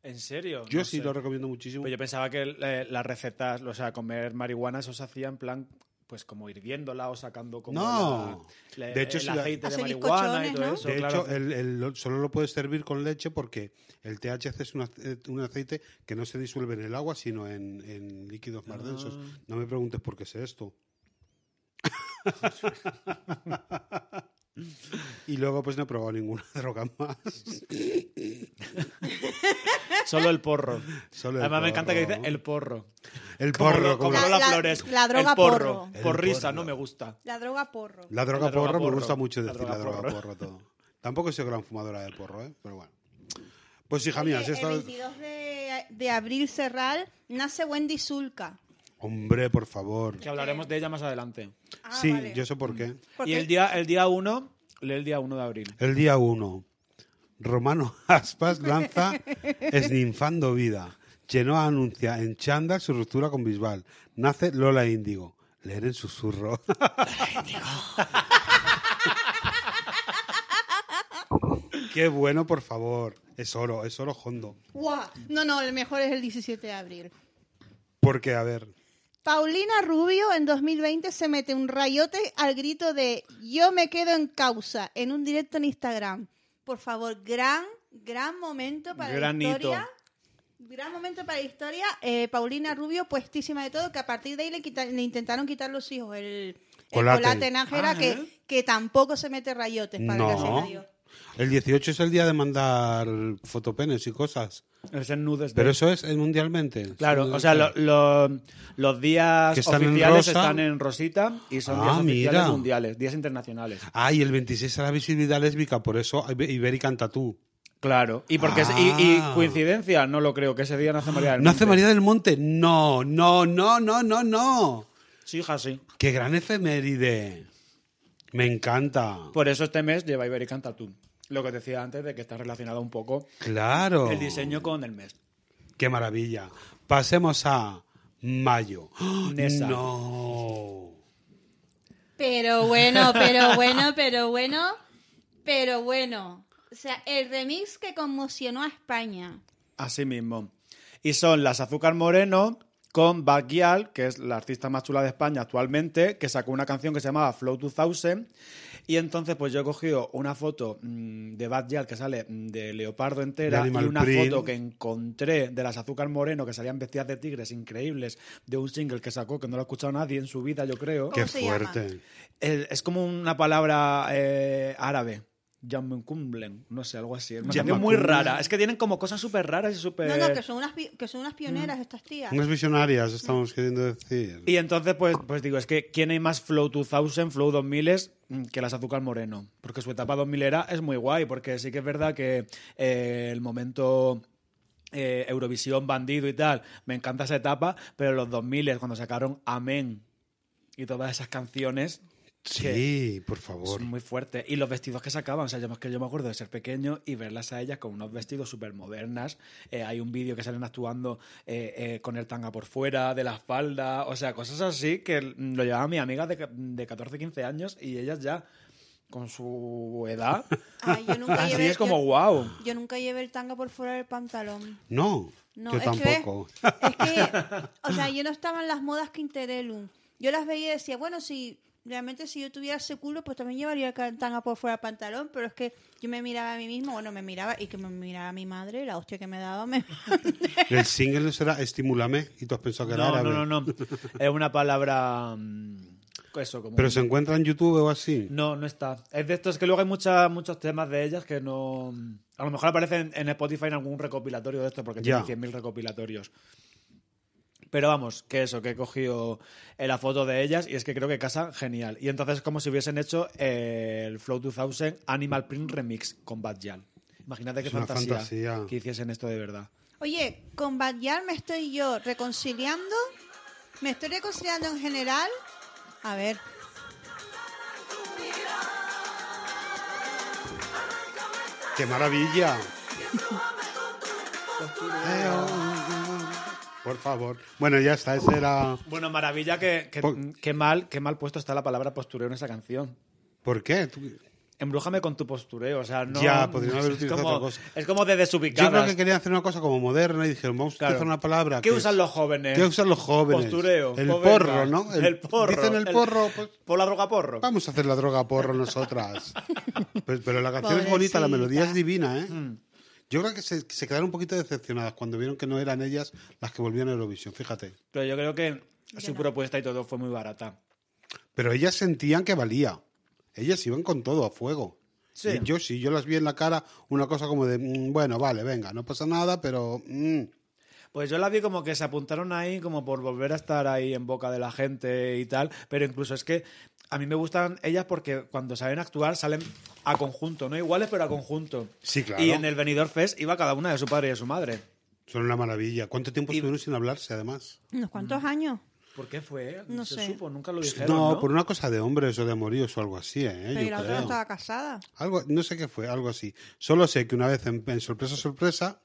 Speaker 3: ¿En serio?
Speaker 1: Yo
Speaker 3: No
Speaker 1: sí
Speaker 3: sé.
Speaker 1: lo recomiendo muchísimo.
Speaker 3: Pues yo pensaba que eh, las recetas, o sea, comer marihuana, eso se hacía en plan, pues como hirviéndola o sacando como.
Speaker 1: No.
Speaker 3: la- la-
Speaker 1: De hecho,
Speaker 3: el
Speaker 1: si la-
Speaker 3: aceite de
Speaker 2: Hacer
Speaker 3: marihuana y
Speaker 2: bizcochones,
Speaker 3: todo
Speaker 2: ¿no?
Speaker 3: eso.
Speaker 1: De
Speaker 3: claro.
Speaker 1: hecho, el- el- solo lo puedes servir con leche porque el THC es un, ace- eh, un aceite que no se disuelve en el agua, sino en, en
Speaker 3: Ah.
Speaker 1: líquidos más densos. No me preguntes por qué sé esto. y luego, pues no he probado ninguna droga más.
Speaker 3: Solo el porro.
Speaker 1: Solo el
Speaker 3: Además, me encanta que
Speaker 1: porro.
Speaker 3: dice el porro.
Speaker 1: El
Speaker 3: Como
Speaker 1: porro.
Speaker 3: lo-
Speaker 1: como
Speaker 3: como
Speaker 1: la,
Speaker 2: La-
Speaker 3: Lola
Speaker 2: la-
Speaker 3: Flores.
Speaker 2: la droga
Speaker 3: el porro.
Speaker 2: porro.
Speaker 1: El
Speaker 3: Por risa,
Speaker 1: porro.
Speaker 3: no me gusta.
Speaker 2: La droga porro.
Speaker 1: la droga
Speaker 3: la droga
Speaker 1: porro me
Speaker 3: porro.
Speaker 1: gusta mucho
Speaker 3: La
Speaker 1: decir la
Speaker 3: droga
Speaker 1: droga
Speaker 3: porro.
Speaker 1: porro todo. Tampoco soy gran fumadora de porro, ¿eh? pero bueno. Pues hija mía, si
Speaker 2: Oye,
Speaker 1: esta-
Speaker 2: El 22 de, de abril Serral nace Wendy Zulka.
Speaker 1: Hombre, por favor.
Speaker 3: Que hablaremos de ella más adelante.
Speaker 2: Ah,
Speaker 1: sí,
Speaker 2: vale.
Speaker 1: yo sé por qué.
Speaker 2: Porque-
Speaker 3: Y el día, el día 1, lee el día 1 de abril.
Speaker 1: El día 1, Romano Aspas lanza Esninfando Vida. Chenoa anuncia en Chándal su ruptura con Bisbal. Nace Lola Índigo. Leer en susurro. Qué bueno, por favor. Es oro, es oro hondo.
Speaker 2: Guau. No, no, el mejor es el 17 de abril.
Speaker 1: Porque, a ver,
Speaker 2: Paulina Rubio en 2020 se mete un rayote al grito de Yo me quedo en causa en un directo en Instagram. Por favor, gran, gran momento para
Speaker 3: Granito.
Speaker 2: la historia. Gran momento para la historia. Eh, Paulina Rubio, puestísima de todo, que a partir de ahí le, quita- le intentaron quitar los hijos. El, el
Speaker 1: Colate.
Speaker 2: colate nájera,
Speaker 3: Ah, ¿eh?
Speaker 2: que, que tampoco se mete rayotes, para gracias a
Speaker 1: no.
Speaker 2: Dios.
Speaker 1: El 18 es el día de mandar fotopenes y cosas.
Speaker 3: Es en nudes. de-
Speaker 1: Pero eso es eh, mundialmente.
Speaker 3: Claro, o sea, lo- lo- los días
Speaker 1: Que están en
Speaker 3: oficiales
Speaker 1: rosa.
Speaker 3: están en rosita y son
Speaker 1: Ah,
Speaker 3: días oficiales
Speaker 1: mira.
Speaker 3: mundiales, días internacionales.
Speaker 1: Ah, y el 26 será visibilidad lésbica, por eso Iberi canta tú.
Speaker 3: Claro, y porque es- y, y
Speaker 1: Ah.
Speaker 3: coincidencia, no lo creo, que ese día nace María del
Speaker 1: ¿No hace
Speaker 3: Monte.
Speaker 1: María del Monte? No, no, no, no, no, no.
Speaker 3: Sí, hija, sí.
Speaker 1: ¡Qué gran efeméride! Me encanta.
Speaker 3: Por eso este mes lleva Iberi Canta tú. Lo que decía antes de que está relacionado un poco
Speaker 1: Claro.
Speaker 3: el diseño con el mes.
Speaker 1: ¡Qué maravilla! Pasemos a mayo. ¡Oh,
Speaker 3: Nesa.
Speaker 1: No.
Speaker 4: Pero bueno, pero bueno, pero bueno, pero bueno. O sea, el remix que conmocionó a España.
Speaker 3: Así mismo. Y son las Azúcar Moreno con Baquial, que es la artista más chula de España actualmente, que sacó una canción que se llamaba Flow 2000. Y entonces, pues yo he cogido una foto mm, de Baquial que sale mm, de Leopardo entera
Speaker 1: De
Speaker 3: y
Speaker 1: Animal
Speaker 3: una
Speaker 1: Print.
Speaker 3: foto que encontré de las Azúcar Moreno que salían vestidas de tigres increíbles de un single que sacó que no lo ha escuchado nadie en su vida, yo creo.
Speaker 1: ¡Qué
Speaker 2: se
Speaker 1: fuerte!
Speaker 3: Eh, Es como una palabra eh, árabe. Yamkunblen, no sé, algo así. Es una canción muy
Speaker 1: Yamkunblen.
Speaker 3: rara. Es que tienen como cosas súper raras y súper.
Speaker 2: No, no, que son unas, pi- que son unas
Speaker 1: Mm.
Speaker 2: pioneras estas tías.
Speaker 1: Unas visionarias estamos queriendo decir.
Speaker 3: Y entonces, pues, pues digo, es que ¿quién hay más Flow 2000, Flow 2000 es mm, que las Azúcar Moreno? Porque su etapa 2000 era es muy guay, porque sí que es verdad que eh, el momento eh, Eurovisión, Bandido y tal, me encanta esa etapa, pero los 2000 cuando sacaron Amén y todas esas canciones
Speaker 1: Sí, por favor.
Speaker 3: son muy fuertes. Y los vestidos que sacaban, o sea, yo, que yo me acuerdo de ser pequeño y verlas a ellas con unos vestidos súper modernas. Eh, hay un vídeo que salen actuando eh, eh, con el tanga por fuera, de la falda, o sea, cosas así que mm, lo llevaba mi amiga de, ca- de 14, 15 años y ellas ya con su edad.
Speaker 2: Ay, yo nunca
Speaker 1: Ah,
Speaker 3: así
Speaker 2: llevé-
Speaker 3: es como
Speaker 2: yo-
Speaker 3: wow.
Speaker 2: Yo nunca llevé el tanga por fuera del pantalón.
Speaker 1: No,
Speaker 2: No,
Speaker 1: yo
Speaker 2: es
Speaker 1: tampoco.
Speaker 2: Que, es que, o sea, yo no estaba en las modas Quinterelum. Yo las veía y decía, bueno, si realmente si yo tuviera ese culo, pues también llevaría el can- tanga por fuera del pantalón, pero es que yo me miraba a mí mismo, bueno, me miraba y que me miraba mi madre, la hostia que me daba. me-
Speaker 1: El single no será Estimúlame y tú has pensado que era
Speaker 3: No,
Speaker 1: árabe.
Speaker 3: no, no, no. Es una palabra mm, eso, como
Speaker 1: Pero
Speaker 3: un-
Speaker 1: se encuentra en YouTube o así.
Speaker 3: No, no está. Es de estos que luego hay mucha- muchos temas de ellas que no. A lo mejor aparecen en Spotify en algún recopilatorio de esto, porque
Speaker 1: Ya.
Speaker 3: tiene 100.000 recopilatorios. Pero vamos, que eso, que he cogido eh, la foto de ellas y es que creo que casa genial. Y entonces, como si hubiesen hecho eh, el Flow 2000 Animal Print Remix con Bad Gyal. Imagínate qué
Speaker 1: Es una
Speaker 3: fantasía,
Speaker 1: fantasía.
Speaker 3: que hiciesen esto de verdad.
Speaker 2: Oye, con Bad Gyal me estoy yo reconciliando. Me estoy reconciliando en general. A ver.
Speaker 1: ¡Qué maravilla! Eh, oh, oh, oh. Por favor. Bueno, ya está, ese era.
Speaker 3: Bueno, maravilla que, que-
Speaker 1: Pon-
Speaker 3: qué mal, qué mal puesto está la palabra postureo en esa canción.
Speaker 1: ¿Por qué? Tú-
Speaker 3: Embrújame con tu postureo, o sea, no.
Speaker 1: Ya, podrían haber utilizado
Speaker 3: es como,
Speaker 1: otra cosa.
Speaker 3: Es como de
Speaker 1: Yo creo
Speaker 3: desubicadas.
Speaker 1: que querían hacer una cosa como moderna y dijeron, vamos a
Speaker 3: Claro.
Speaker 1: utilizar una palabra.
Speaker 3: ¿Qué
Speaker 1: que
Speaker 3: usan
Speaker 1: es-
Speaker 3: los jóvenes?
Speaker 1: ¿Qué usan los jóvenes?
Speaker 3: Postureo.
Speaker 1: El
Speaker 3: pues venga.
Speaker 1: porro, ¿no?
Speaker 3: El, porro.
Speaker 1: Dicen el porro, pues
Speaker 3: Por la droga porro.
Speaker 1: vamos a hacer la droga porro nosotras. Pues- pero la canción es
Speaker 2: Pobrecita.
Speaker 1: bonita, la melodía es divina, ¿eh?
Speaker 3: Mm.
Speaker 1: Yo creo que se, que se quedaron un poquito decepcionadas cuando vieron que no eran ellas las que volvían a Eurovisión, fíjate.
Speaker 3: Pero yo creo que su propuesta y todo fue muy barata.
Speaker 1: Pero ellas sentían que valía. Ellas iban con todo, a fuego.
Speaker 3: Sí.
Speaker 1: Y yo sí, yo las vi en la cara una cosa como de, "Mm, bueno, vale, venga, no pasa nada, pero... mm".
Speaker 3: Pues yo la vi como que se apuntaron ahí como por volver a estar ahí en boca de la gente y tal, pero incluso es que a mí me gustan ellas porque cuando salen a actuar salen a conjunto, no iguales pero a conjunto.
Speaker 1: Sí, claro.
Speaker 3: Y en el Benidorm Fest iba cada una de su padre y de su madre.
Speaker 1: Son una maravilla. ¿Cuánto tiempo estuvieron sin hablarse, además?
Speaker 2: ¿Unos
Speaker 1: Mm.
Speaker 2: cuántos años?
Speaker 3: ¿Por qué fue?
Speaker 2: No
Speaker 3: se
Speaker 2: sé.
Speaker 3: supo, nunca lo dijeron,
Speaker 1: Pues, No,
Speaker 3: ¿no?
Speaker 1: por una cosa de hombres o de amoríos o algo así, ¿eh? Yo
Speaker 2: Pero y la otra no
Speaker 1: creo.
Speaker 2: estaba casada.
Speaker 1: Algo, no sé qué fue, algo así. Solo sé que una vez en, en Sorpresa Sorpresa,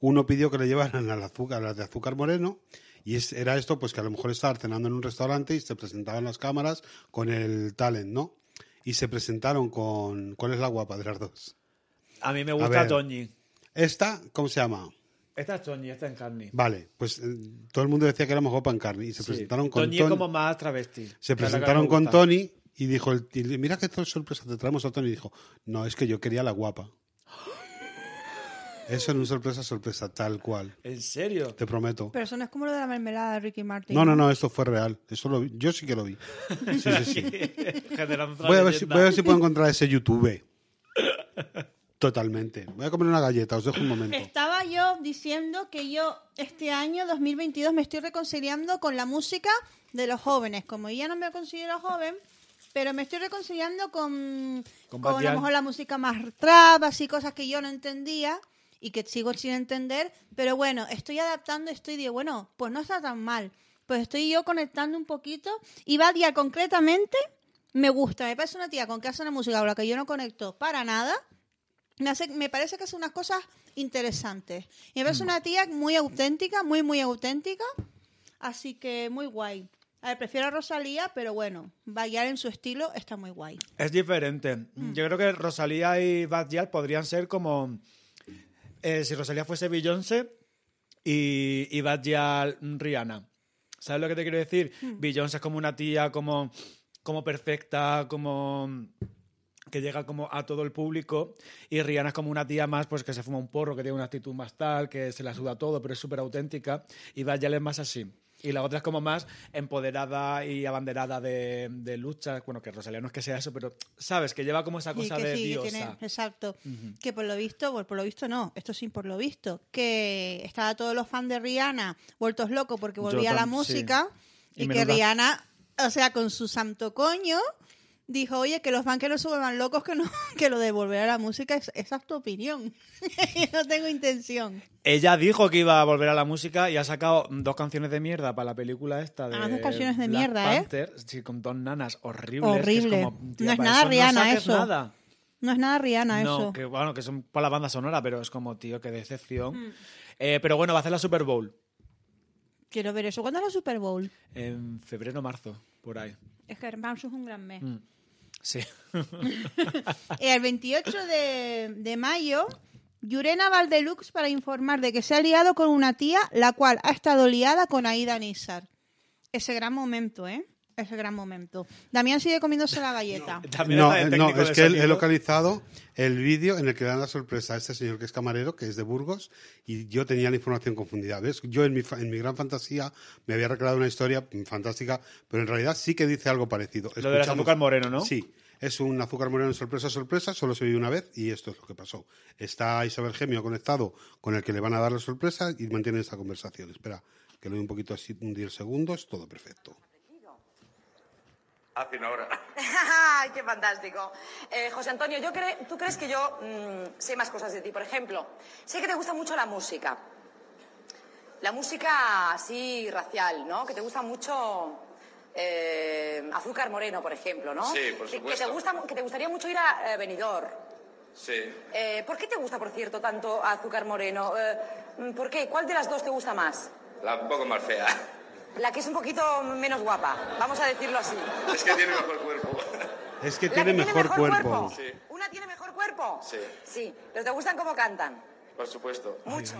Speaker 1: uno pidió que le llevaran al azúcar, a las de azúcar moreno, y es- era esto, pues que a lo mejor estar cenando en un restaurante y se presentaban las cámaras con el talent, ¿no? Y se presentaron con... ¿Cuál es la guapa de las dos?
Speaker 3: A mí me
Speaker 1: A
Speaker 3: gusta
Speaker 1: ver.
Speaker 3: Toñi.
Speaker 1: Esta, ¿cómo se llama?
Speaker 3: Esta es Toñi, esta es Encarni.
Speaker 1: Vale, pues eh, todo el mundo decía que éramos guapa en carne, y se presentaron con
Speaker 3: Toñi es
Speaker 1: Tony-
Speaker 3: como más travesti.
Speaker 1: Se
Speaker 3: Es la que
Speaker 1: presentaron
Speaker 3: me
Speaker 1: con
Speaker 3: gusta.
Speaker 1: Tony y dijo, el- y le- mira qué to- sorpresa, te traemos a Tony. Y dijo, no, es que yo quería la guapa. Eso en un sorpresa, sorpresa, tal cual.
Speaker 3: ¿En serio?
Speaker 1: Te prometo.
Speaker 2: Pero eso no es como lo de la mermelada de Ricky Martin.
Speaker 1: No, no, no, esto fue real. Eso lo vi- Yo sí que lo vi. Sí, sí, sí.
Speaker 3: Generando otra
Speaker 1: Voy a, ver si,
Speaker 3: leyenda.
Speaker 1: voy a ver si puedo encontrar ese YouTube. Totalmente. Voy a comer una galleta, os dejo un momento.
Speaker 2: Estaba yo diciendo que yo este año 2022 me estoy reconciliando con la música de los jóvenes. Como ya no me considero joven, pero me estoy reconciliando con, con,
Speaker 3: Con Bad
Speaker 2: a
Speaker 3: Gyal.
Speaker 2: lo mejor la música más trap, así cosas que yo no entendía y que sigo sin entender. Pero bueno, estoy adaptando, estoy de bueno, pues no está tan mal. Pues estoy yo conectando un poquito y Bad Gyal concretamente me gusta. Me parece una tía con que hace una música con la que yo no conecto para nada me, hace- me parece que hace unas cosas interesantes. Y me parece una tía muy auténtica, muy, muy auténtica. Así que muy guay. A ver, prefiero a Rosalía, pero bueno, bailar en su estilo está muy guay.
Speaker 3: Es diferente.
Speaker 2: Mm.
Speaker 3: Yo creo que Rosalía y Bad Gyal podrían ser como. eh, si Rosalía fuese Beyoncé y, y Bad Gyal mm, Rihanna. ¿Sabes lo que te quiero decir?
Speaker 2: Hmm.
Speaker 3: Beyoncé es como una tía como, como perfecta, como que llega como a todo el público y Rihanna es como una tía más pues que se fuma un porro, que tiene una actitud más tal, que se la suda todo, pero es súper auténtica y Bad Gyal es más así. Y la otra es como más empoderada y abanderada de, de lucha. Bueno, que Rosalía no es que sea eso, pero sabes, que lleva como esa
Speaker 2: Y
Speaker 3: cosa
Speaker 2: que
Speaker 3: de
Speaker 2: sí, que
Speaker 3: diosa.
Speaker 2: tiene- exacto. Que por lo visto, bueno, por lo visto no, esto sí por lo visto, que estaba todos los fans de Rihanna vueltos locos porque
Speaker 3: Yo
Speaker 2: volvía la
Speaker 3: tam- sí.
Speaker 2: música
Speaker 3: Y
Speaker 2: y, que
Speaker 3: menuda-
Speaker 2: Rihanna, o sea, con su santo coño, dijo, oye, que los banqueros se vuelvan locos, que, no, que lo de volver a la música, es, esa es tu opinión. Yo no tengo intención.
Speaker 3: Ella dijo que iba a volver a la música y ha sacado dos canciones de mierda para la película esta de
Speaker 2: Ah, dos canciones de
Speaker 3: Black
Speaker 2: mierda, ¿eh?
Speaker 3: Panther, sí, con dos nanas horribles. que es
Speaker 2: Horrible.
Speaker 3: como, tía,
Speaker 2: No es
Speaker 3: para
Speaker 2: nada
Speaker 3: eso
Speaker 2: Rihanna,
Speaker 3: no saques
Speaker 2: eso.
Speaker 3: Nada.
Speaker 2: No es nada Rihanna
Speaker 3: no,
Speaker 2: eso.
Speaker 3: que bueno, que son para la banda sonora, pero es como, tío, qué decepción.
Speaker 2: Mm.
Speaker 3: Eh, pero bueno, va a hacer la Super Bowl
Speaker 2: Quiero ver eso. ¿Cuándo es la Super Bowl?
Speaker 3: en febrero marzo, por ahí.
Speaker 2: Es que marzo es un gran mes.
Speaker 3: Sí.
Speaker 2: Eh, El 28 de, de mayo, Yurena Valdelux para informar de que se ha liado con una tía, la cual ha estado liada con Aida Nizar. Ese gran momento, ¿eh? es el gran momento. Damián sigue comiéndose la galleta.
Speaker 3: También
Speaker 1: No,
Speaker 3: está el
Speaker 1: eh, no,
Speaker 3: técnico
Speaker 1: es
Speaker 3: de
Speaker 1: que él-
Speaker 3: sonido.
Speaker 1: he localizado el vídeo en el que le dan la sorpresa a este señor que es camarero, que es de Burgos, y yo tenía la información confundida. ¿Ves? Yo en mi, fa- en mi gran fantasía me había recreado una historia mm, fantástica, pero en realidad sí que dice algo parecido.
Speaker 3: Lo del
Speaker 1: Escuchamos-
Speaker 3: azúcar moreno, ¿no?
Speaker 1: Sí. Es un azúcar moreno sorpresa, sorpresa, solo se vive una vez y esto es lo que pasó. Está Isabel Gemio conectado con el que le van a dar la sorpresa y mantienen esta conversación. Espera, que le doy un poquito así, un 10 segundos, todo perfecto.
Speaker 5: Hace una hora.
Speaker 6: ¡Ay, qué fantástico! Eh, José Antonio, yo cre- ¿tú crees que yo mm, sé más cosas de ti? Por ejemplo, sé que te gusta mucho la música. La música así racial, ¿no? Que te gusta mucho eh, Azúcar Moreno, por ejemplo, ¿no?
Speaker 5: Sí, por
Speaker 6: Que- Que, te
Speaker 5: supuesto.
Speaker 6: gusta, mu- que te gustaría mucho ir a eh, Benidorm.
Speaker 5: Sí.
Speaker 6: Eh, ¿Por qué te gusta, por cierto, tanto Azúcar Moreno? Eh, mm, ¿Por qué? ¿Cuál de las dos te gusta más?
Speaker 5: La un poco más fea.
Speaker 6: La que es un poquito menos guapa, vamos a decirlo así.
Speaker 5: Es que tiene mejor cuerpo.
Speaker 1: Es que
Speaker 6: La
Speaker 1: tiene mejor, cuerpo.
Speaker 5: Sí.
Speaker 6: ¿Una tiene mejor cuerpo?
Speaker 5: Sí.
Speaker 6: Sí. ¿Pero te gustan cómo cantan?
Speaker 5: Por supuesto.
Speaker 6: Mucho.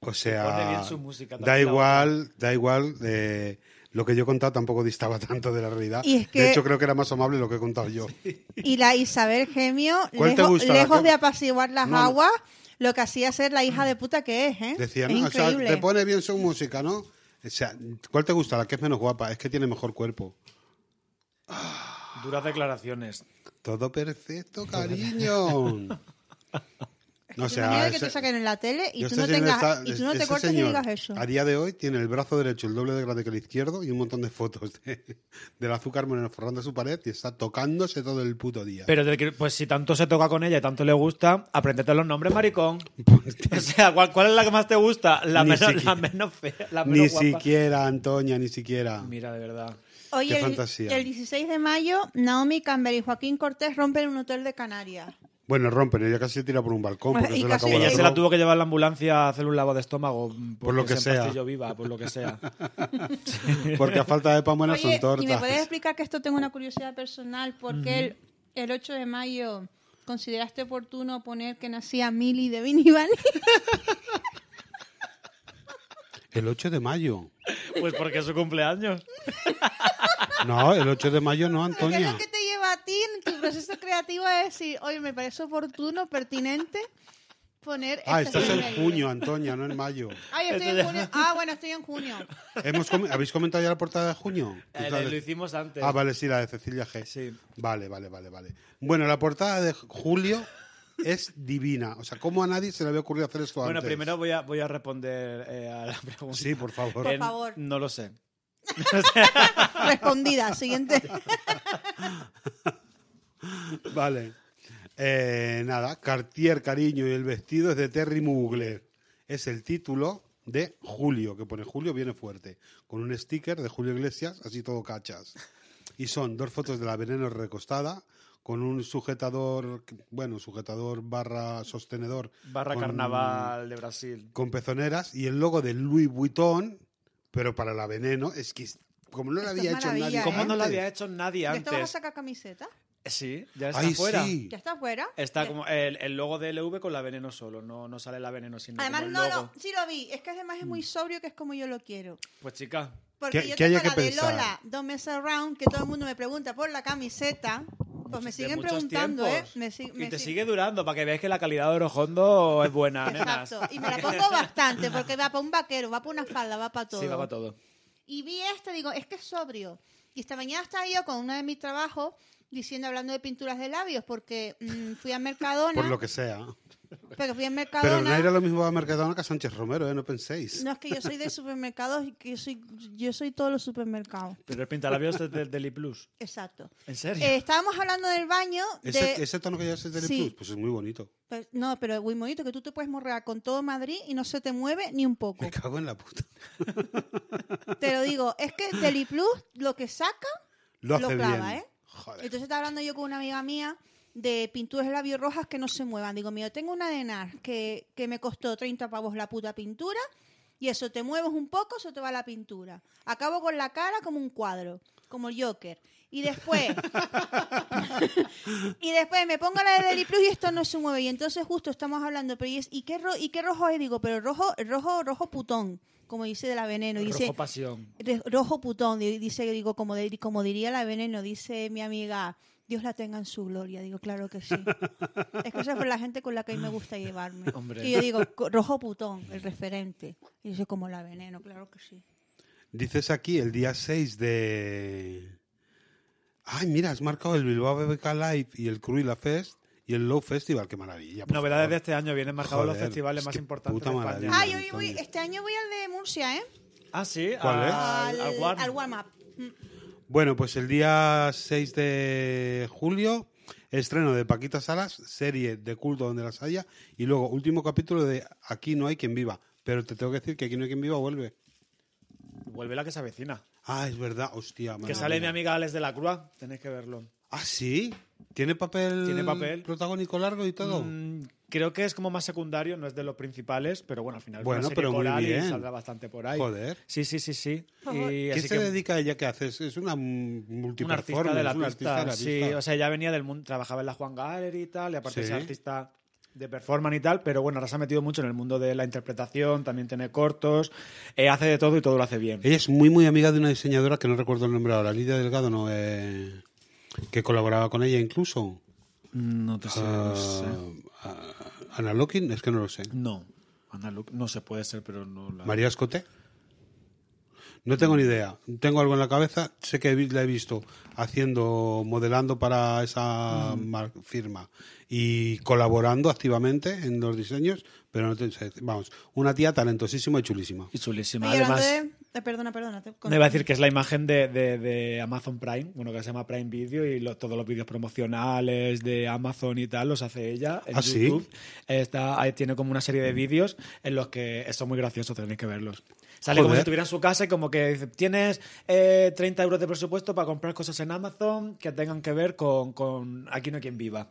Speaker 1: O
Speaker 3: pone
Speaker 1: sea,
Speaker 3: bien su música,
Speaker 1: da
Speaker 3: también la
Speaker 1: igual, da igual. eh, lo que yo he contado tampoco distaba tanto de la realidad.
Speaker 2: Y es que-
Speaker 1: De hecho, creo que era más amable lo que he contado yo.
Speaker 2: Y la Isabel Gemio,
Speaker 1: ¿Cuál te
Speaker 2: lejo-
Speaker 1: gusta, la
Speaker 2: lejos
Speaker 1: que-
Speaker 2: de apaciguar las
Speaker 1: No, no.
Speaker 2: aguas, lo que hacía ser la hija de puta que es, ¿eh?
Speaker 1: Decía,
Speaker 2: es
Speaker 1: ¿no? O sea,
Speaker 2: increíble.
Speaker 1: te pone bien su música, ¿no? O sea, ¿cuál te gusta? La que es menos guapa, es que tiene mejor cuerpo.
Speaker 3: Duras declaraciones.
Speaker 1: Todo perfecto, cariño. No, o
Speaker 2: Qué
Speaker 1: sea,
Speaker 2: manera de que
Speaker 1: ese-
Speaker 2: te saquen en la tele y
Speaker 1: yo
Speaker 2: tú
Speaker 1: este
Speaker 2: no,
Speaker 1: señor
Speaker 2: tengas,
Speaker 1: está-
Speaker 2: y tú no te
Speaker 1: ese
Speaker 2: cortes y
Speaker 1: señor,
Speaker 2: digas eso.
Speaker 1: A día de hoy tiene el brazo derecho el doble de grande que el izquierdo y un montón de fotos de- del azúcar moreno forrando su pared y está tocándose todo el puto día.
Speaker 3: Pero del que- pues si tanto se toca con ella y tanto le gusta, aprendete los nombres, maricón. o sea, ¿cuál, cuál es la que más te gusta? La,
Speaker 1: Pues Ni
Speaker 3: menos,
Speaker 1: siquiera.
Speaker 3: la menos fea, la menos
Speaker 1: Ni
Speaker 3: Ah, guapa.
Speaker 1: siquiera, Antonia, ni siquiera.
Speaker 3: Mira, de verdad.
Speaker 2: Oye,
Speaker 1: qué
Speaker 2: el,
Speaker 1: fantasía.
Speaker 2: el 16 de mayo, Naomi Campbell y Joaquín Cortés rompen un hotel de Canarias.
Speaker 1: Bueno, rompen, ella casi se tira por un balcón
Speaker 2: Bueno,
Speaker 1: porque
Speaker 2: y
Speaker 1: se le
Speaker 2: casi-
Speaker 1: acabó
Speaker 2: Hola,
Speaker 3: Ella se la
Speaker 1: droga.
Speaker 3: tuvo que llevar la ambulancia a hacer un lavado de estómago. mm, porque
Speaker 1: lo que
Speaker 3: se
Speaker 1: sea.
Speaker 3: empastillo viva, por lo que sea.
Speaker 1: Porque a falta de pan buena
Speaker 2: Oye,
Speaker 1: son tortas.
Speaker 2: ¿y me puedes explicar que esto tengo una curiosidad personal? ¿Por qué el- el, 8 de mayo consideraste oportuno poner que nacía Mili de Vinivani?
Speaker 1: El 8 de mayo.
Speaker 3: Pues porque es su cumpleaños.
Speaker 1: No, el 8 de mayo no,
Speaker 2: ¿Qué es lo
Speaker 1: Antonia.
Speaker 2: que te lleva a ti en tu proceso creativo a decir, oye, me parece oportuno, pertinente poner...
Speaker 1: Ah,
Speaker 2: esta
Speaker 1: estás en
Speaker 2: fecha ahí"?
Speaker 1: junio, Antonia, no en mayo.
Speaker 2: Ay, estoy en junio. Ah, bueno, estoy en junio.
Speaker 1: ¿Hemos com- ¿Habéis comentado ya la portada de junio? Pues
Speaker 3: Eh,
Speaker 1: La
Speaker 3: lo
Speaker 1: de-
Speaker 3: hicimos antes.
Speaker 1: Ah, vale, sí, la de Cecilia G.
Speaker 3: Sí.
Speaker 1: Vale, vale, vale, vale. Bueno, la portada de julio es divina. O sea, ¿cómo a nadie se le había ocurrido hacer esto
Speaker 3: Bueno,
Speaker 1: antes?
Speaker 3: primero voy a, voy a responder eh, a la pregunta.
Speaker 1: Sí, por favor.
Speaker 2: Por
Speaker 3: Eh,
Speaker 2: favor.
Speaker 3: No lo sé.
Speaker 2: Respondida, siguiente.
Speaker 1: Vale. Eh, nada, Cartier, cariño, y el vestido es de Terry Mugler. Es el título de Julio, que pone Julio viene fuerte, con un sticker de Julio Iglesias, así todo cachas. Y son dos fotos de la veneno recostada, con un sujetador, bueno, sujetador barra sostenedor.
Speaker 3: Barra
Speaker 1: con-
Speaker 3: Carnaval de Brasil.
Speaker 1: Con pezoneras y el logo de Louis Vuitton, pero para la veneno, es que es- como no lo
Speaker 2: Esto
Speaker 1: había
Speaker 2: es
Speaker 1: hecho nadie.
Speaker 2: maravilla, ¿eh?
Speaker 3: ¿Cómo no lo
Speaker 1: antes.
Speaker 3: había hecho nadie
Speaker 2: ¿Ya te vas a
Speaker 3: antes?
Speaker 2: sacar camiseta?
Speaker 3: Sí, ya está
Speaker 1: Ay,
Speaker 3: fuera.
Speaker 1: sí.
Speaker 2: ¿Ya está fuera?
Speaker 3: Está como el, el logo de LV con la veneno solo, no, no sale la veneno, sino
Speaker 2: Además,
Speaker 3: como el
Speaker 2: no,
Speaker 3: logo.
Speaker 2: no, sí lo vi. Es que además es muy sobrio, que es como yo lo quiero.
Speaker 3: Pues chica,
Speaker 2: Porque
Speaker 1: Mm. ¿Qué-
Speaker 2: yo
Speaker 1: qué
Speaker 2: tengo
Speaker 1: haya que
Speaker 2: la de
Speaker 1: pensar?
Speaker 2: Lola, Don't Mess Around, que todo el mundo me pregunta por la camiseta. Pues me
Speaker 3: de
Speaker 2: siguen
Speaker 3: muchos
Speaker 2: preguntando, ¿eh?
Speaker 3: tiempos.
Speaker 2: Me, sig-
Speaker 3: y
Speaker 2: me
Speaker 3: te
Speaker 2: sig-
Speaker 3: sigue durando, para que veáis que la calidad de Orojondo es buena, nenas.
Speaker 2: Exacto. Y me la pongo bastante, porque va para un vaquero, va para una falda, va para todo.
Speaker 3: Sí, va para todo.
Speaker 2: Y vi este, digo, es que es sobrio. Y esta mañana estaba yo con una de mis trabajos diciendo, hablando de pinturas de labios, porque mm, fui a Mercadona.
Speaker 1: Por lo que sea.
Speaker 2: Pero fui
Speaker 1: Pero
Speaker 2: a Mercadona.
Speaker 1: no era lo mismo a Mercadona que a Sánchez Romero, ¿eh? no penséis.
Speaker 2: No, es que yo soy de supermercados y que yo soy, yo soy todos los supermercados.
Speaker 3: Pero el pintalabios es del Deli Plus.
Speaker 2: Exacto.
Speaker 3: ¿En serio?
Speaker 2: Eh, estábamos hablando del baño. De,
Speaker 1: Ese, ese tono que llevas en Tele
Speaker 2: Sí.
Speaker 1: Plus, pues es muy bonito.
Speaker 2: Pero- no, pero muy bonito, que tú te puedes morrear con todo Madrid y no se te mueve ni un poco.
Speaker 1: Me cago en la puta.
Speaker 2: te lo digo, es que Deliplus lo que saca,
Speaker 1: Lo hace
Speaker 2: Lo clava,
Speaker 1: bien.
Speaker 2: ¿eh?
Speaker 1: Joder.
Speaker 2: entonces estaba hablando yo con una amiga mía de pinturas de labios rojas que no se muevan. Digo, mira, tengo una de NAR que, que me costó 30 pavos la puta pintura y eso, te mueves un poco, se te va la pintura. Acabo con la cara como un cuadro, como el Joker. Y después. y después me pongo la de Deli Plus y esto no se mueve. Y entonces justo estamos hablando, pero ¿y, es- ¿y qué, ro- y qué rojo es? Digo, pero rojo, rojo, rojo putón, como dice de la veneno. Dice,
Speaker 3: Rojo pasión.
Speaker 2: de- rojo putón, di- dice, digo, como, de- como diría la veneno, dice mi amiga, Dios la tenga en su gloria. Digo, claro que sí. es que esa fue la gente con la que a mí me gusta llevarme.
Speaker 3: Hombre.
Speaker 2: Y yo digo, co- rojo putón, el referente. Y dice, como la veneno, claro que sí.
Speaker 1: Dices aquí el día 6 de. Ay, mira, has marcado el Bilbao BBK Live y el Cruella Fest y el Low Festival. Qué maravilla. por
Speaker 3: Novedades
Speaker 1: favor.
Speaker 3: de este año vienen marcados los
Speaker 1: Joder,
Speaker 3: festivales
Speaker 1: es
Speaker 3: más
Speaker 1: que
Speaker 3: importantes
Speaker 1: puta
Speaker 3: de
Speaker 1: maravilla.
Speaker 3: España.
Speaker 2: Ah, yo voy,
Speaker 1: Antonio.
Speaker 2: este año voy al de Murcia, ¿eh?
Speaker 3: Ah, sí,
Speaker 1: ¿Cuál es?
Speaker 2: al,
Speaker 3: al, al Warner.
Speaker 2: al warm-up. Mm.
Speaker 3: este-
Speaker 1: Bueno, pues el día 6 de julio, estreno de Paquita Salas, serie de culto donde las haya, y luego último capítulo de Aquí no hay quien viva. Pero te tengo que decir que Aquí no hay quien viva vuelve.
Speaker 3: Vuelve la que se avecina.
Speaker 1: Ah, es verdad, hostia. madre
Speaker 3: Que sale mi
Speaker 1: mía.
Speaker 3: amiga Alex de la Crua, tenéis que verlo.
Speaker 1: Ah, sí. ¿Tiene papel,
Speaker 3: Tiene papel.
Speaker 1: protagónico largo y todo?
Speaker 3: Mm, Creo que es como más secundario, no es de los principales, pero bueno, al final es
Speaker 1: Bueno,
Speaker 3: una serie
Speaker 1: pero muy
Speaker 3: coral y
Speaker 1: bien.
Speaker 3: saldrá bastante por ahí.
Speaker 1: Joder.
Speaker 3: Sí, sí, sí, sí.
Speaker 2: Por favor.
Speaker 3: Y
Speaker 1: ¿Qué se
Speaker 3: así que
Speaker 1: dedica ella? ¿Qué hace? Es- Es una
Speaker 3: un artista
Speaker 1: multiperformance,
Speaker 3: de la
Speaker 1: es una
Speaker 3: pista.
Speaker 1: artista de la
Speaker 3: sí,
Speaker 1: pista.
Speaker 3: o sea, ella venía del mundo, trabajaba en la Juan Gallery y tal, y aparte
Speaker 1: Sí.
Speaker 3: es artista de performance y tal, pero bueno, ahora se ha metido mucho en el mundo de la interpretación, también tiene cortos, eh, hace de todo y todo lo hace bien.
Speaker 1: Ella es muy, muy amiga de una diseñadora que no recuerdo el nombre ahora, Lidia Delgado, no, eh, que colaboraba con ella incluso.
Speaker 3: Mm, No te sé,
Speaker 1: Ah,
Speaker 3: no sé.
Speaker 1: ah, Ana Lokin, es que no lo sé.
Speaker 3: No, Ana Lu- no se puede ser, pero no la...
Speaker 1: María Escote. No tengo ni idea. Tengo algo en la cabeza. Sé que vi- la he visto haciendo, modelando para esa mar- firma y colaborando activamente en los diseños, pero no te sé. Vamos, una tía talentosísima y chulísima.
Speaker 3: Y chulísima.
Speaker 2: Oye, hablando
Speaker 3: Además,
Speaker 2: de- eh, perdona, perdona. te-
Speaker 3: me iba a decir que es la imagen de, de- de Amazon Prime, bueno, que se llama Prime Video y lo- todos los vídeos promocionales de Amazon y tal los hace ella en
Speaker 1: ¿Ah, sí?
Speaker 3: YouTube. Está, ahí tiene como una serie de vídeos en los que son muy graciosos, tenéis que verlos. Sale como
Speaker 1: Joder.
Speaker 3: si estuviera en su casa y como que dice, tienes eh, 30 euros de presupuesto para comprar cosas en Amazon que tengan que ver con, con Aquí no hay quien viva.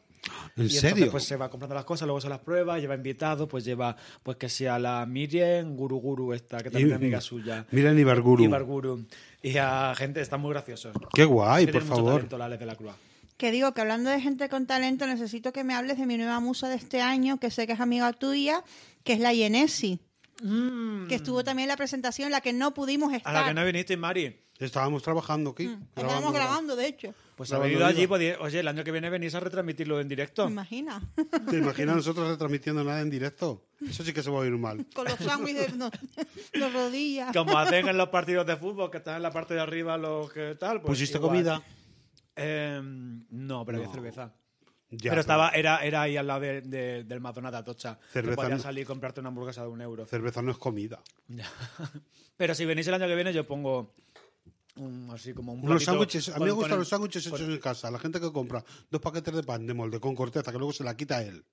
Speaker 1: ¿En
Speaker 3: Y entonces,
Speaker 1: serio?
Speaker 3: pues se va comprando las cosas, luego se las prueba, lleva invitados, pues lleva, pues que sea la Miriam Guru Guru esta, que también es amiga suya.
Speaker 1: Miren Ibarguru.
Speaker 3: Ibarguru. Y a gente, están muy graciosos.
Speaker 1: Qué guay,
Speaker 3: Tienen
Speaker 1: por
Speaker 3: mucho
Speaker 1: favor.
Speaker 3: talento, la Alex de la Cruz.
Speaker 2: Que digo que hablando de gente con talento, necesito que me hables de mi nueva musa de este año, que sé que es amiga tuya, que es la Yenesi. Que estuvo también en la presentación, en la que no pudimos
Speaker 3: Mm. A
Speaker 2: estar.
Speaker 3: la que no viniste, Mari.
Speaker 1: Estábamos trabajando aquí. grabando.
Speaker 2: Estábamos grabando, de hecho.
Speaker 3: Pues ha
Speaker 1: Grabando
Speaker 3: venido
Speaker 1: viva.
Speaker 3: allí, pues, di- oye, el año que viene venís a retransmitirlo en directo.
Speaker 2: Imagina.
Speaker 1: ¿Te imaginas nosotros retransmitiendo nada en directo? Eso sí que se va a oír mal.
Speaker 2: Con los sándwiches de, no, de rodillas.
Speaker 3: Como hacen en los partidos de fútbol, que están en la parte de arriba los que tal. Pues,
Speaker 1: ¿Pusiste
Speaker 3: igual.
Speaker 1: comida?
Speaker 3: Eh, no, pero había cerveza.
Speaker 1: Ya,
Speaker 3: pero estaba, era, era ahí al lado de- de- del McDonald's Atocha. que
Speaker 1: Cerveza
Speaker 3: podías
Speaker 1: no.
Speaker 3: salir y comprarte una hamburguesa de un euro.
Speaker 1: Cerveza no es comida.
Speaker 3: Pero si venís el año que viene, yo pongo un- así como un
Speaker 1: Unos
Speaker 3: platito
Speaker 1: sándwiches. A mí
Speaker 3: con-
Speaker 1: me
Speaker 3: con
Speaker 1: gustan
Speaker 3: el-
Speaker 1: los sándwiches hechos en casa. La gente que compra dos paquetes de pan de molde con corteza que luego se la quita él.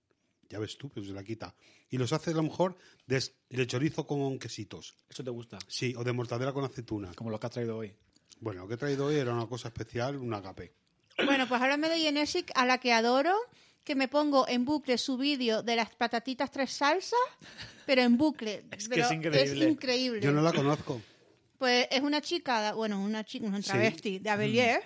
Speaker 1: Ya ves tú, pues se la quita. Y los hace a lo mejor de, de chorizo con quesitos.
Speaker 3: Eso te gusta,
Speaker 1: Sí, o de mortadela con aceituna.
Speaker 3: como los que has traído hoy.
Speaker 1: Bueno, lo que he traído hoy era una cosa especial, un agape.
Speaker 2: Bueno, pues háblame de Yenesic, a la que adoro, que me pongo en bucle su vídeo de las patatitas tres salsas, pero en bucle.
Speaker 3: Es que
Speaker 2: Pero
Speaker 3: es increíble.
Speaker 2: Es increíble.
Speaker 1: Yo no la conozco.
Speaker 2: Pues es una chica, bueno, una chica, una
Speaker 1: Sí.
Speaker 2: travesti de Avelier.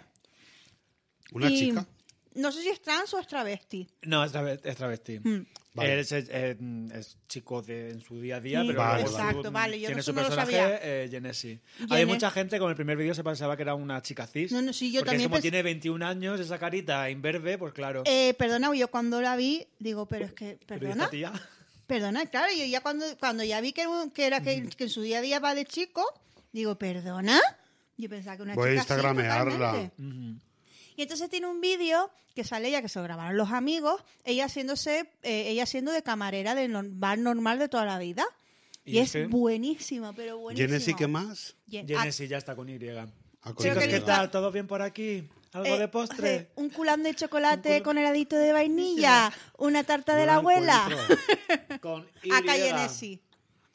Speaker 1: Una
Speaker 2: Y
Speaker 1: chica.
Speaker 2: No sé si es trans o es travesti.
Speaker 3: No, es, trave- es travesti.
Speaker 2: Hmm.
Speaker 1: Vale.
Speaker 3: Es, es- es- es chico de, en su día a día,
Speaker 2: Sí,
Speaker 3: pero
Speaker 1: Vale,
Speaker 3: luego
Speaker 1: vale.
Speaker 2: exacto, vale, yo
Speaker 3: tiene
Speaker 2: no-
Speaker 3: su
Speaker 2: no lo
Speaker 3: personaje
Speaker 2: sabía.
Speaker 3: eh, Genesi.
Speaker 2: Gene-
Speaker 3: Hay mucha gente con el primer vídeo se pensaba que era una chica cis.
Speaker 2: No, no, sí, yo
Speaker 3: porque
Speaker 2: también
Speaker 3: como
Speaker 2: pens-
Speaker 3: tiene 21 años, esa carita imberbe, pues claro.
Speaker 2: Eh, perdona, yo cuando la vi, digo, pero es que,
Speaker 3: Pero ¿y
Speaker 2: perdona,
Speaker 3: esta tía?
Speaker 2: perdona, claro, yo ya cuando, cuando ya vi que, era un- que era que, que en su día a día va de chico, digo, perdona, yo pensaba que una
Speaker 1: Voy a
Speaker 2: chica así,
Speaker 1: instagramearla.
Speaker 2: totalmente. Y entonces tiene un vídeo que sale ella, que se lo grabaron los amigos, ella haciéndose, eh, ella siendo de camarera del nor- bar normal de toda la vida.
Speaker 3: ¿Y
Speaker 2: Y,
Speaker 3: es
Speaker 2: es
Speaker 3: que?
Speaker 2: buenísima, pero buenísima.
Speaker 1: Genesi, ¿qué más?
Speaker 2: Yen-
Speaker 3: Genesi ya está con Y.
Speaker 1: Ah, con
Speaker 3: Chicos,
Speaker 1: Y.
Speaker 3: ¿qué tal? ¿Todo bien por aquí? ¿Algo
Speaker 2: Eh,
Speaker 3: de
Speaker 2: sí,
Speaker 3: postre?
Speaker 2: Un culán de chocolate con heladito de vainilla. Una tarta de
Speaker 1: No
Speaker 2: la
Speaker 1: la
Speaker 2: abuela.
Speaker 1: encuentro.
Speaker 3: Con Y.
Speaker 2: Acá Yenesi.
Speaker 1: pues,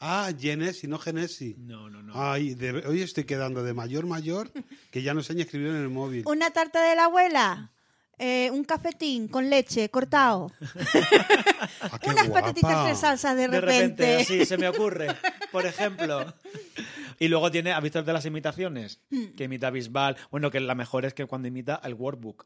Speaker 1: Ah, Genesi, no Genesi.
Speaker 3: No, no, no.
Speaker 1: Ay, de- hoy estoy quedando de mayor mayor que ya no sé ni escribir en el móvil.
Speaker 2: Una tarta de la abuela. eh, un cafetín con leche cortado.
Speaker 1: Ah, qué
Speaker 2: Unas
Speaker 1: guapa.
Speaker 2: patatitas tres salsas de
Speaker 3: De repente,
Speaker 2: repente.
Speaker 3: así se me ocurre. Por ejemplo, Y luego tiene, ¿has visto el de las imitaciones?
Speaker 2: Mm.
Speaker 3: Que imita a Bisbal. Bueno, que la mejor es que cuando imita el workbook.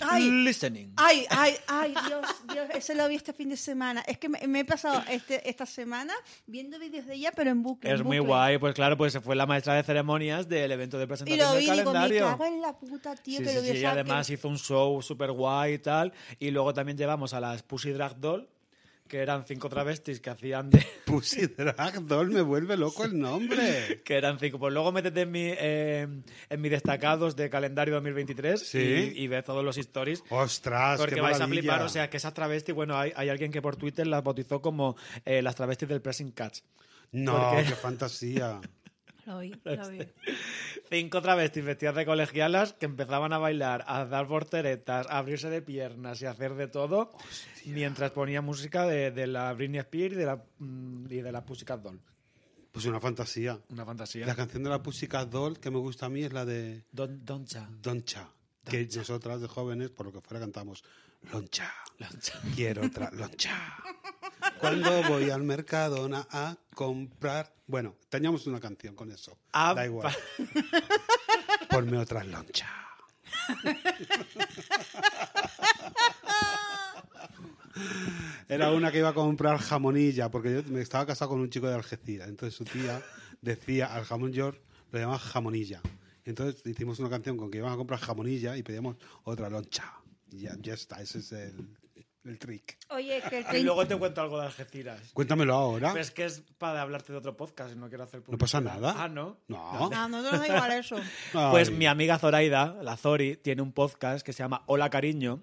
Speaker 2: Ay, Ah,
Speaker 3: Listening.
Speaker 2: ay, ay, ay, Dios, Dios, ese lo vi este fin de semana. Es que me, me he pasado este, esta semana viendo vídeos de ella, pero en bucle. en
Speaker 3: Es muy
Speaker 2: bucle.
Speaker 3: guay, pues claro, pues se fue la maestra de ceremonias del evento de
Speaker 2: Y
Speaker 3: presentación
Speaker 2: lo vi
Speaker 3: del
Speaker 2: y digo, me
Speaker 3: calendario.
Speaker 2: cago en la puta, tío,
Speaker 3: Sí,
Speaker 2: que
Speaker 3: sí,
Speaker 2: lo vi
Speaker 3: sí, y además hizo un show súper guay y tal. Y luego también llevamos a las Pussy Drag Doll, que eran cinco travestis que hacían de...
Speaker 1: Pussy Drag Doll me vuelve loco el nombre.
Speaker 3: Que eran cinco. Pues luego métete en mi, eh, en mi destacados de calendario 2023
Speaker 1: Sí.
Speaker 3: y, y ve todos los stories.
Speaker 1: Ostras,
Speaker 3: Porque
Speaker 1: qué
Speaker 3: vais a
Speaker 1: maravilla.
Speaker 3: flipar, o sea, que esas travestis, bueno, hay, hay alguien que por Twitter las bautizó como eh, las travestis del Pressing Catch.
Speaker 1: no,
Speaker 3: porque-
Speaker 1: qué fantasía.
Speaker 4: Lo vi, lo vi.
Speaker 3: Cinco travestis vestidas de colegialas que empezaban a bailar, a dar porteretas, a abrirse de piernas y a hacer de todo mientras ponía música de, de la Britney Spears y de la, mm, y de la Pussycat Doll.
Speaker 1: Pues una fantasía.
Speaker 3: Una fantasía.
Speaker 1: La canción de la Pussycat Doll que me gusta a mí es la de
Speaker 3: Don, doncha.
Speaker 1: Doncha. Que nosotras de jóvenes, por lo que fuera, cantamos Loncha.
Speaker 3: Loncha.
Speaker 1: Quiero otra loncha. Cuando voy al Mercadona a comprar. Bueno, teníamos una canción con eso.
Speaker 3: Ah,
Speaker 1: da igual. Ponme otra loncha. Era una que iba a comprar jamonilla, porque yo me estaba casado con un chico de Algeciras. Entonces su tía decía al jamón york, lo llamaba jamonilla. Entonces hicimos una canción con que íbamos a comprar jamonilla y pedíamos otra loncha. Y ya, ya está, ese es el, el trick.
Speaker 2: Oye, que el
Speaker 3: Y
Speaker 2: 30
Speaker 3: luego te cuento algo de Algeciras.
Speaker 1: Cuéntamelo ahora.
Speaker 3: Pero es que es para hablarte de otro podcast y no quiero hacer
Speaker 1: Ah. No pasa nada.
Speaker 3: Ah, ¿no?
Speaker 1: No.
Speaker 2: No, no nos da igual eso.
Speaker 3: Pues
Speaker 1: Ay.
Speaker 3: mi amiga Zoraida, la Zori, tiene un podcast que se llama Hola Cariño,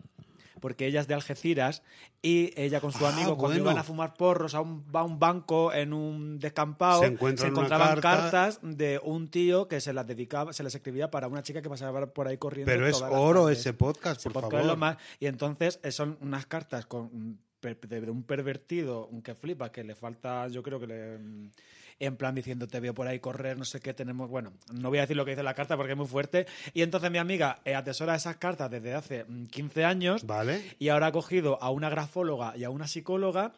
Speaker 3: porque ella es de Algeciras y ella con su
Speaker 1: Ah,
Speaker 3: amigo, cuando
Speaker 1: bueno.
Speaker 3: iban a fumar porros a un, va a un banco en un descampado,
Speaker 1: Se encuentran una
Speaker 3: encontraban
Speaker 1: carta.
Speaker 3: cartas de un tío que se las dedicaba, se las escribía para una chica que pasaba por ahí corriendo.
Speaker 1: Pero es
Speaker 3: todas las
Speaker 1: oro
Speaker 3: tardes.
Speaker 1: ese podcast,
Speaker 3: Ese
Speaker 1: por
Speaker 3: podcast
Speaker 1: favor.
Speaker 3: es lo más- Y entonces eh, son unas cartas con un per- de un pervertido un que flipa, que le falta, yo creo que le... mm, En plan diciendo, te veo por ahí correr, no sé qué tenemos. Bueno, no voy a decir lo que dice la carta porque es muy fuerte. Y entonces mi amiga eh, atesora esas cartas desde hace mm, 15 años
Speaker 1: Vale.
Speaker 3: y ahora ha cogido a una grafóloga y a una psicóloga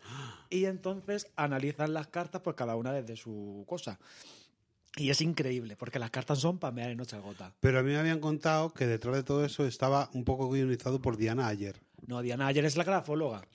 Speaker 3: y entonces analizan las cartas pues cada una desde su cosa. Y es increíble porque las cartas son para mear en noche gota.
Speaker 1: Pero a mí me habían contado que detrás de todo eso estaba un poco guionizado por Diana Ayer.
Speaker 3: No, Diana, ayer es la grafóloga.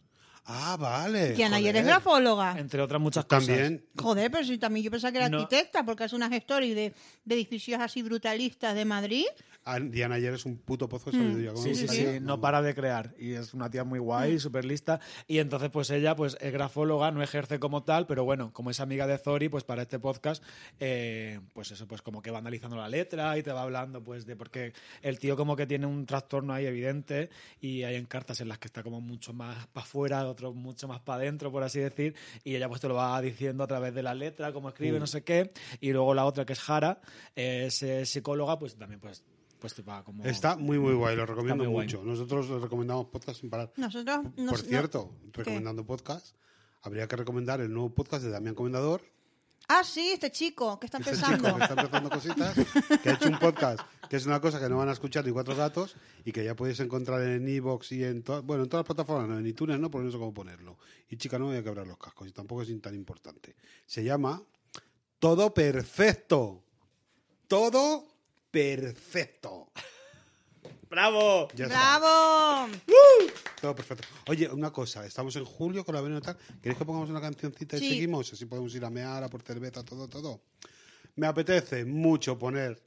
Speaker 1: Ah, vale.
Speaker 2: Diana,
Speaker 1: joder.
Speaker 2: ¿y eres grafóloga?
Speaker 3: entre otras muchas cosas.
Speaker 1: También.
Speaker 2: Joder, pero si también yo pensaba que era
Speaker 3: No.
Speaker 2: arquitecta, porque hace unas stories de, de edificios así brutalistas de Madrid.
Speaker 1: Ah, Diana Ayer es un puto pozo
Speaker 2: Mm.
Speaker 1: de sabiduría. ¿Cómo
Speaker 3: Sí,
Speaker 1: me
Speaker 3: sí, Mm. sí,
Speaker 1: gustaría?
Speaker 3: no para de crear. Y es una tía muy guay, súper lista. Y entonces, pues ella, pues es grafóloga, no ejerce como tal, pero bueno, como es amiga de Zori, pues para este podcast, eh, pues eso, pues como que va analizando la letra y te va hablando, pues de porque el tío como que tiene un trastorno ahí evidente y hay en cartas en las que está como mucho más para afuera, otros mucho más para adentro, por así decir. Y ella pues te lo va diciendo a través de la letra, cómo escribe, no sé qué. Y luego la otra que es Jara, eh, es eh, psicóloga, pues también pues, pues te va como...
Speaker 1: Está muy, muy guay. Lo recomiendo
Speaker 3: muy guay.
Speaker 1: mucho. Nosotros les recomendamos podcast sin parar.
Speaker 2: Nosotros. nos-
Speaker 1: por
Speaker 2: no-
Speaker 1: cierto,
Speaker 2: ¿Qué?
Speaker 1: recomendando podcast, habría que recomendar el nuevo podcast de Damián Comendador.
Speaker 2: Ah, sí, este chico que está
Speaker 1: Este
Speaker 2: empezando.
Speaker 1: chico que está empezando cositas, que ha hecho un podcast, que es una cosa que no van a escuchar ni cuatro gatos, y que ya podéis encontrar en Evox y en todas, bueno, en todas las plataformas, no, en iTunes no, porque no sé cómo ponerlo. Y chica, no me voy a quebrar los cascos, y tampoco es tan importante. Se llama Todo Perfecto. Todo Perfecto.
Speaker 3: ¡Bravo!
Speaker 1: Ya está.
Speaker 2: ¡Bravo!
Speaker 1: Todo perfecto. Oye, una cosa, estamos en julio con la Veneno tal. ¿Queréis que pongamos una cancioncita y
Speaker 2: Sí.
Speaker 1: seguimos? Así podemos ir a mear, a por cerveza, todo, todo. Me apetece mucho poner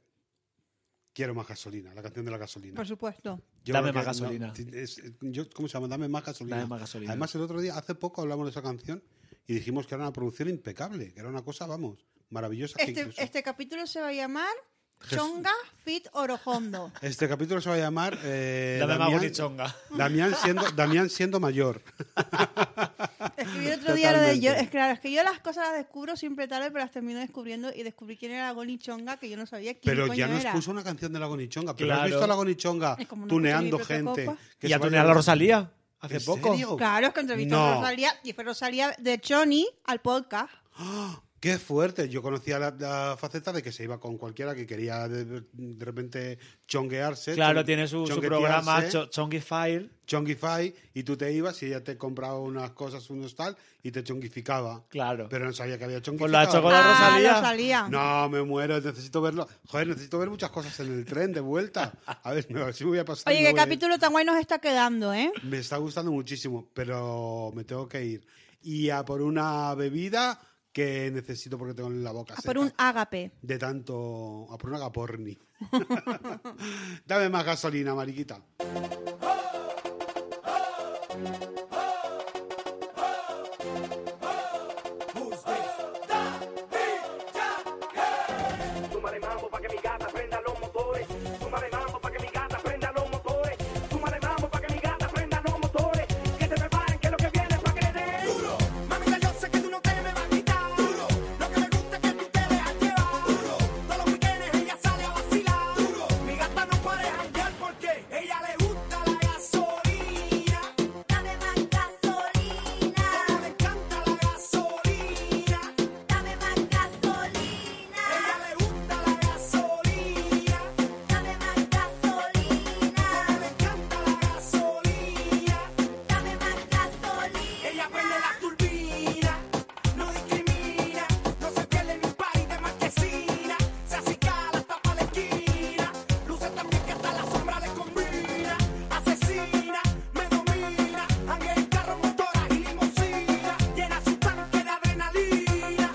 Speaker 1: Quiero más gasolina, la canción de la gasolina.
Speaker 2: Por supuesto.
Speaker 3: Dame
Speaker 1: creo que
Speaker 3: más gasolina.
Speaker 1: no, es- yo- ¿Cómo se llama? Dame más gasolina.
Speaker 3: Dame más gasolina.
Speaker 1: Además, el otro día, hace poco, hablamos de esa canción y dijimos que era una producción impecable, que era una cosa, vamos, maravillosa. que
Speaker 2: Este,
Speaker 1: incluso-
Speaker 2: este capítulo se va a llamar
Speaker 1: Jes-
Speaker 2: Chonga Fit Orojondo.
Speaker 1: este capítulo se va a llamar eh,
Speaker 3: Dame más
Speaker 1: Damián-
Speaker 3: bonichonga.
Speaker 1: Damián siendo, Damián siendo mayor.
Speaker 2: Escribí otro día lo de yo.
Speaker 1: Totalmente.
Speaker 2: Es claro, es que yo las cosas las descubro siempre tarde, pero las termino descubriendo y descubrí quién era la Goli Chonga, que yo no sabía quién
Speaker 1: Pero
Speaker 2: coño
Speaker 1: ya nos
Speaker 2: era.
Speaker 1: puso una canción de la Gonichonga. Pero has
Speaker 3: Claro.
Speaker 1: visto a la Gonichonga
Speaker 2: Es como una
Speaker 1: tuneando
Speaker 2: cuchara y otra
Speaker 1: gente.
Speaker 2: copa.
Speaker 1: que
Speaker 3: y
Speaker 1: se
Speaker 3: a
Speaker 1: vaya-
Speaker 3: tunear a Rosalía hace
Speaker 1: ¿En
Speaker 3: poco.
Speaker 1: serio?
Speaker 2: Claro, es que entrevistó
Speaker 1: No.
Speaker 2: a Rosalía y fue Rosalía de Johnny al podcast.
Speaker 1: ¡Ah! Qué fuerte. Yo conocía la, la faceta de que se iba con cualquiera que quería de, de repente chonguearse.
Speaker 7: Claro,
Speaker 1: chon- ¿eh?
Speaker 7: tiene su, su
Speaker 1: chonguetearse,
Speaker 7: programa Cho- Chongifile.
Speaker 1: Chongify y tú te ibas y ella te compraba unas cosas, unos tal, y te chongificaba.
Speaker 7: Claro.
Speaker 1: Pero no sabía que había
Speaker 7: Pues lo ha
Speaker 1: chongificado.
Speaker 7: hecho con la
Speaker 2: Ah,
Speaker 7: Rosalía.
Speaker 2: Rosalía.
Speaker 1: No, me muero, necesito verlo. Joder, necesito ver muchas cosas en el tren de vuelta. A ver, me, si me voy a pasar.
Speaker 2: Oye,
Speaker 1: me
Speaker 2: qué
Speaker 1: voy a-
Speaker 2: capítulo tan guay nos está quedando, ¿eh?
Speaker 1: Me está gustando muchísimo, pero me tengo que ir. Y a por una bebida que necesito porque tengo la boca
Speaker 2: A
Speaker 1: seca.
Speaker 2: por un ágape.
Speaker 1: De tanto... A por una gaporni. Dame más gasolina, mariquita.
Speaker 8: Súmale mambo pa' que mi gata prenda los motores. Súmale mambo pa' que mi gata prenda los motores. Súmale mambo pa' que mi gata prenda los motores. Que se preparen que lo que viene es pa' que le den. Duro. Mamita, yo sé que tú no te me vas a quitar. Duro. Lo que me gusta es que tú te dejas llevar. Duro. Todos los weekendes ella sale a vacilar. Duro. Mi gata no puede janguear porque ella le gusta la gasolina. Dame más gasolina. Como le encanta la gasolina. Dame más gasolina. Ella le gusta la gasolina. Dame más gasolina. Como le encanta la gasolina. Dame más gasolina. Ella prende la turbina. No discrimina. No se pierde ni un par de marquesina. Se acicala hasta pa' la esquina. Luce también que hasta la sombra le combina. Asesina, me domina. Ángel, carro, motora y limusina. Llena su tanque de adrenalina.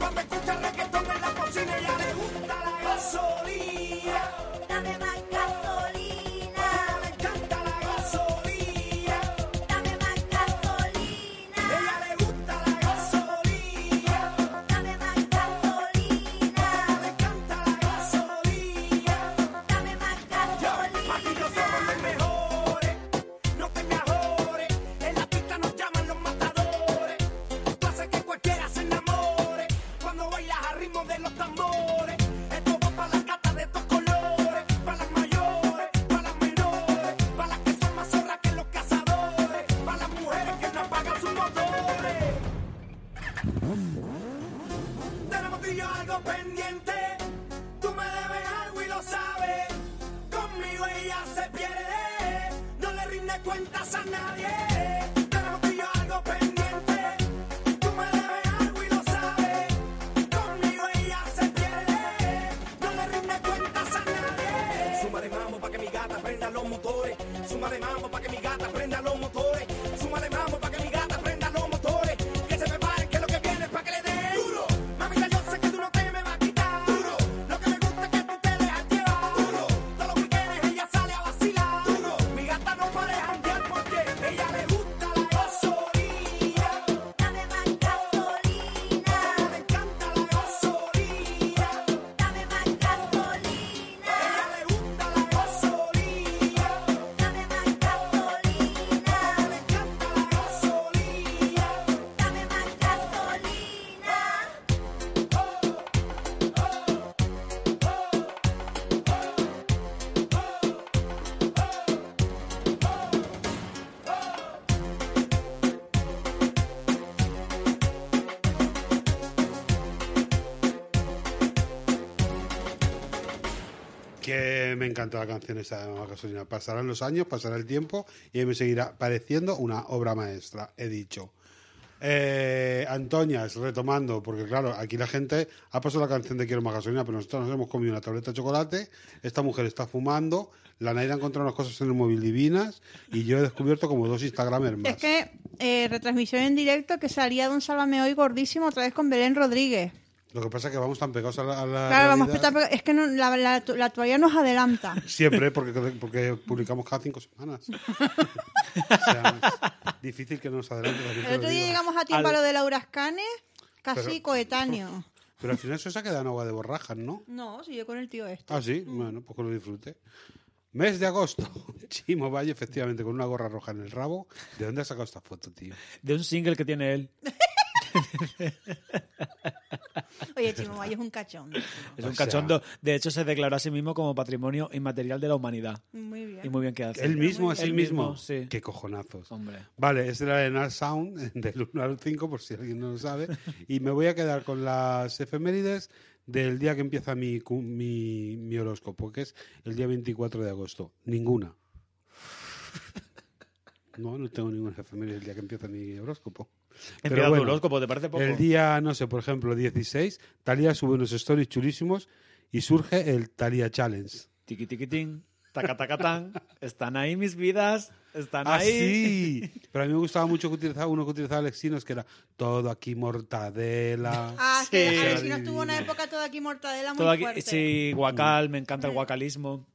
Speaker 8: Cuando escucha reggaetón en la cocina, ella le gusta la gasolina. Dame más gasolina. Le encanta la gasolina. Dame más gasolina. Ella le gusta la gasolina. Dame más gasolina. Le encanta la gasolina. Dame más gasolina. Aquí yo somos los mejores. No te me ajores. En la pista nos llaman los matadores. Tú haces que cualquiera se enamore. Cuando bailas al ritmo de los tambores. Esto va para las gatas de estos colores. Para las mayores, para las menores. Para las que son más zorras que los cazadores. Para las mujeres que no apagan sus motores. Tenemos tú y yo algo pendiente. Tú me debes algo y lo sabes. Conmigo ella se pierde. No le rinde cuentas a nadie. Tenemos tú y yo algo pendiente. Tú me debes algo y lo sabes. Conmigo ella se pierde. No le rinde cuentas a nadie. Súmale mambo pa' que mi gata prenda los motores. Súmale mambo pa' que mi gata prenda los motores. Súmale mambo pa' que mi gata prenda los motores. Que se preparen que lo que viene es pa' que le den. Duro. Mamita, yo sé que tú no te me vas a quitar. Duro. Lo que me gusta es que tú te dejas llevar. Duro. Todos los weekendes ella sale a vacilar. Duro. Mi gata no puede janguear porque ella le gusta la gasolina. Dame más gasolina. Le encanta la gasolina. Dame más gasolina. Ella le gusta la gasolina. Dame más gasolina. Le encanta la gasolina. Dame más gasolina.
Speaker 1: Que me encanta la canción esa de Mamá Gasolina. Pasarán los años, pasará el tiempo y me seguirá pareciendo una obra maestra, he dicho. Eh, Antoñas, retomando, porque claro, aquí la gente ha pasado la canción de Quiero más gasolina, pero nosotros nos hemos comido una tableta de chocolate, esta mujer está fumando, la Naira ha encontrado unas cosas en el móvil divinas y yo he descubierto como dos Instagramers más.
Speaker 2: Es que eh, retransmisión en directo que salía Don Sálvame hoy gordísimo otra vez con Belén Rodríguez.
Speaker 1: Lo que pasa es que vamos tan pegados a la... a la
Speaker 2: Claro, vamos,
Speaker 1: realidad.
Speaker 2: peta- peta- es que no- la, la, la actualidad nos adelanta.
Speaker 1: Siempre, porque, porque publicamos cada cinco semanas. o sea, es difícil que nos adelante. también te
Speaker 2: El
Speaker 1: lo
Speaker 2: otro día
Speaker 1: digo.
Speaker 2: llegamos a tiempo
Speaker 7: Al-
Speaker 2: a lo de Laura Escanes, casi
Speaker 1: Pero-
Speaker 2: coetáneo.
Speaker 1: Pero al final eso se ha quedado en agua de borrajas, ¿no?
Speaker 2: No, si yo con el tío este.
Speaker 1: Ah, sí, bueno, pues que lo disfrute. Mes de agosto. Chimo Valle, efectivamente, con una gorra roja en el rabo. ¿De dónde has sacado esta foto, tío?
Speaker 7: De un single que tiene él.
Speaker 2: Oye, Chimo Valle es un cachón.
Speaker 7: Es
Speaker 1: O
Speaker 7: un
Speaker 1: sea-
Speaker 7: cachondo. De hecho, se declaró a sí mismo como patrimonio inmaterial de la humanidad.
Speaker 2: Muy bien.
Speaker 3: Y muy bien que hace.
Speaker 1: Él mismo, es
Speaker 3: Él
Speaker 1: el mismo.
Speaker 3: mismo, sí.
Speaker 1: Qué cojonazos.
Speaker 3: Hombre.
Speaker 1: Vale, este es de la Arenal Sound, del 1 al 5, por si alguien no lo sabe. Y me voy a quedar con las efemérides del día que empieza mi, cu- mi, mi horóscopo, que es el día 24 de agosto. Ninguna. No, no tengo ninguna efeméride del día que empieza mi horóscopo. Pero
Speaker 3: Empieza tu
Speaker 1: bueno,
Speaker 3: horóscopo, ¿te parece poco?
Speaker 1: El día, no sé, por ejemplo, 16, Talía sube unos stories chulísimos y surge el Talía Challenge.
Speaker 3: Tiqui tiquitín, taca taca tan. Están ahí mis vidas, están
Speaker 1: Ah,
Speaker 3: ahí.
Speaker 1: sí. Pero a mí me gustaba mucho que utilizaba uno que utilizaba Lexinos, que era todo aquí mortadela.
Speaker 2: Ah,
Speaker 3: Sí.
Speaker 2: que
Speaker 3: Sí,
Speaker 2: Alexino
Speaker 1: era
Speaker 2: tuvo una
Speaker 1: divino.
Speaker 2: época toda aquí mortadela muy
Speaker 3: Todo aquí-
Speaker 2: fuerte. Mm.
Speaker 3: sí, guacal, me encanta el guacalismo.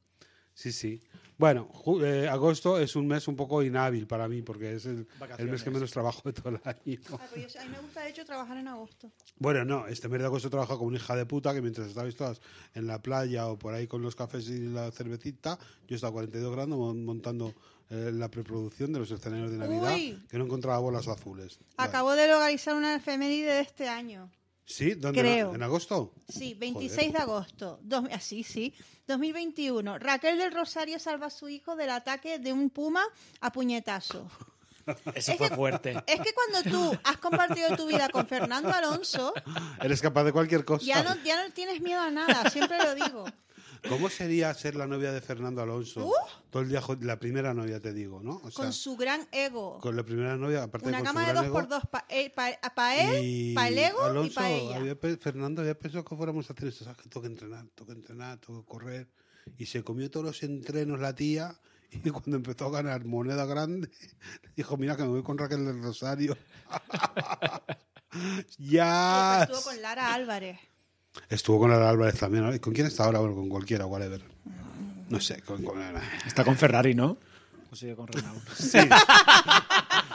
Speaker 1: Sí, sí. Bueno, ju- eh, agosto es un mes un poco inhábil para mí porque es el, el mes que menos trabajo de todo el año.
Speaker 2: Ah, pues yo sé, a mí me gusta, de hecho, trabajar en agosto.
Speaker 1: Bueno, no, este mes de agosto he trabajado como una hija de puta que mientras estabais todas en la playa o por ahí con los cafés y la cervecita, yo estaba a 42 grados mon- montando eh, la preproducción de los escenarios de Navidad
Speaker 2: Uy.
Speaker 1: que no encontraba bolas azules. Bueno.
Speaker 2: Acabo de localizar una efeméride de este año.
Speaker 1: ¿Sí? ¿Dónde? ¿En-
Speaker 2: Creo.
Speaker 1: ¿En agosto?
Speaker 2: Sí,
Speaker 1: Joder.
Speaker 2: 26 de agosto. Dos, así, sí. 2021. Raquel del Rosario salva a su hijo del ataque de un puma a puñetazo.
Speaker 3: Eso fue fuerte.
Speaker 2: Es que cuando tú has compartido tu vida con Fernando Alonso,
Speaker 1: Eres capaz de cualquier cosa.
Speaker 2: ya no, ya no tienes miedo a nada, siempre lo digo.
Speaker 1: ¿Cómo sería ser la novia de Fernando Alonso?
Speaker 2: ¡Uh!
Speaker 1: Todo el día, jo- la primera novia, te digo, ¿no? O sea,
Speaker 2: Con su gran ego.
Speaker 1: con la primera novia, aparte
Speaker 2: Una
Speaker 1: con
Speaker 2: cama
Speaker 1: su
Speaker 2: de
Speaker 1: gran
Speaker 2: dos
Speaker 1: ego,
Speaker 2: por dos para él, para el ego y
Speaker 1: Alonso,
Speaker 2: para ella.
Speaker 1: había pe- Fernando había pensado que fuéramos a hacer esto, ¿sabes? Que tengo que entrenar, tengo que entrenar, tengo que correr. Y se comió todos los entrenos la tía y cuando empezó a ganar moneda grande, dijo, mira que me voy con Raquel del Rosario. ya.
Speaker 2: Estuvo con Lara Álvarez.
Speaker 1: Estuvo con Lara Álvarez también. ¿no? ¿Y ¿Con quién está ahora? Bueno, con cualquiera, whatever. No sé, con- con
Speaker 3: Está con Ferrari, ¿no? O sigue con Renault.
Speaker 1: Sí.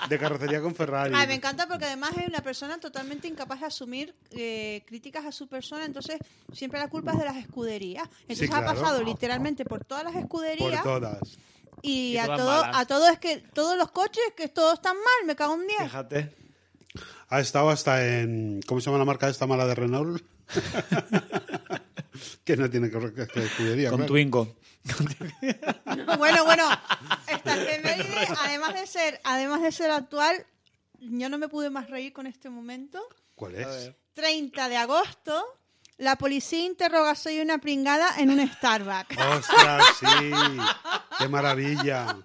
Speaker 1: De carrocería con Ferrari.
Speaker 2: Ay, me encanta porque además es una persona totalmente incapaz de asumir eh, críticas a su persona, entonces siempre la culpa es de las escuderías. Entonces ha
Speaker 1: claro.
Speaker 2: pasado literalmente por todas las
Speaker 1: Por
Speaker 2: escuderías
Speaker 1: todas.
Speaker 2: y,
Speaker 3: Y
Speaker 2: a
Speaker 3: todas
Speaker 2: todo,
Speaker 3: malas.
Speaker 2: a todo es que todos los coches que todos están mal, me cago en 10.
Speaker 3: Fíjate.
Speaker 1: Ha estado hasta en. ¿Cómo se llama la marca esta mala de Renault? que no tiene que ver con escudería.
Speaker 3: Con
Speaker 1: claro.
Speaker 3: Twingo.
Speaker 2: Bueno, bueno, esta efeméride, además de ser, además de ser actual, yo no me pude más reír con este momento.
Speaker 1: ¿Cuál es?
Speaker 2: 30 de agosto, la policía interroga soy una pringada en un Starbucks.
Speaker 1: ¡Ostras, sí! ¡Qué maravilla!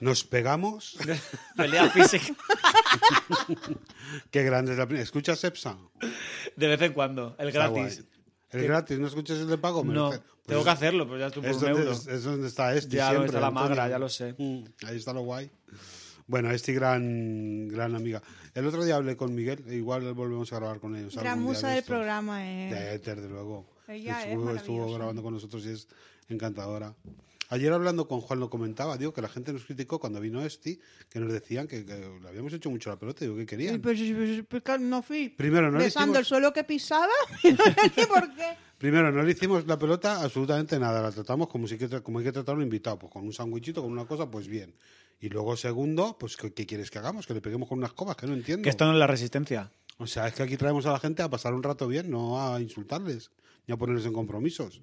Speaker 1: ¿Nos pegamos?
Speaker 3: Pelea física.
Speaker 1: ¡Qué grande es la primera! ¿Escuchas Epsa?
Speaker 3: De vez en cuando. El
Speaker 1: Está
Speaker 3: gratis.
Speaker 1: guay. ¿El gratis? ¿No escuchas el de pago? Me lo
Speaker 3: No,
Speaker 1: hace- pues
Speaker 3: tengo
Speaker 1: es-
Speaker 3: que hacerlo, pero ya estuvo
Speaker 1: Es
Speaker 3: por un
Speaker 1: donde,
Speaker 3: euro.
Speaker 1: es- es donde está este.
Speaker 3: Ya,
Speaker 1: siempre,
Speaker 3: donde está la
Speaker 1: Antonio.
Speaker 3: magra, ya lo sé.
Speaker 1: Mm, Ahí está lo guay. Bueno, este gran, gran amiga. El otro día hablé con Miguel, e igual volvemos a grabar con ellos.
Speaker 2: Gran
Speaker 1: algún día
Speaker 2: musa
Speaker 1: de
Speaker 2: del
Speaker 1: estos.
Speaker 2: programa, eh.
Speaker 1: De Éter, de luego.
Speaker 2: Ella es
Speaker 1: estuvo, estuvo
Speaker 2: maravillosa.
Speaker 1: grabando con nosotros y es encantadora. Ayer hablando con Juan lo comentaba, digo que la gente nos criticó cuando vino Esti, que nos decían que, que le habíamos hecho mucho la pelota, digo que
Speaker 2: Y
Speaker 1: querían.
Speaker 2: pues, pues, pues, claro, no fui.
Speaker 1: Primero no le
Speaker 2: Besando
Speaker 1: hicimos-
Speaker 2: el suelo que pisaba. y no sé ni por qué.
Speaker 1: Primero, no le hicimos la pelota absolutamente nada, la tratamos como, si que, tra- como hay que tratar a un invitado, pues con un sándwichito, con una cosa, pues bien. Y luego, segundo, pues ¿qué, qué quieres que hagamos? Que le peguemos con unas cobas, que no entiendo.
Speaker 3: Que esto no es la resistencia.
Speaker 1: O sea, es que aquí traemos a la gente a pasar un rato bien, no a insultarles, ni a ponerles en compromisos.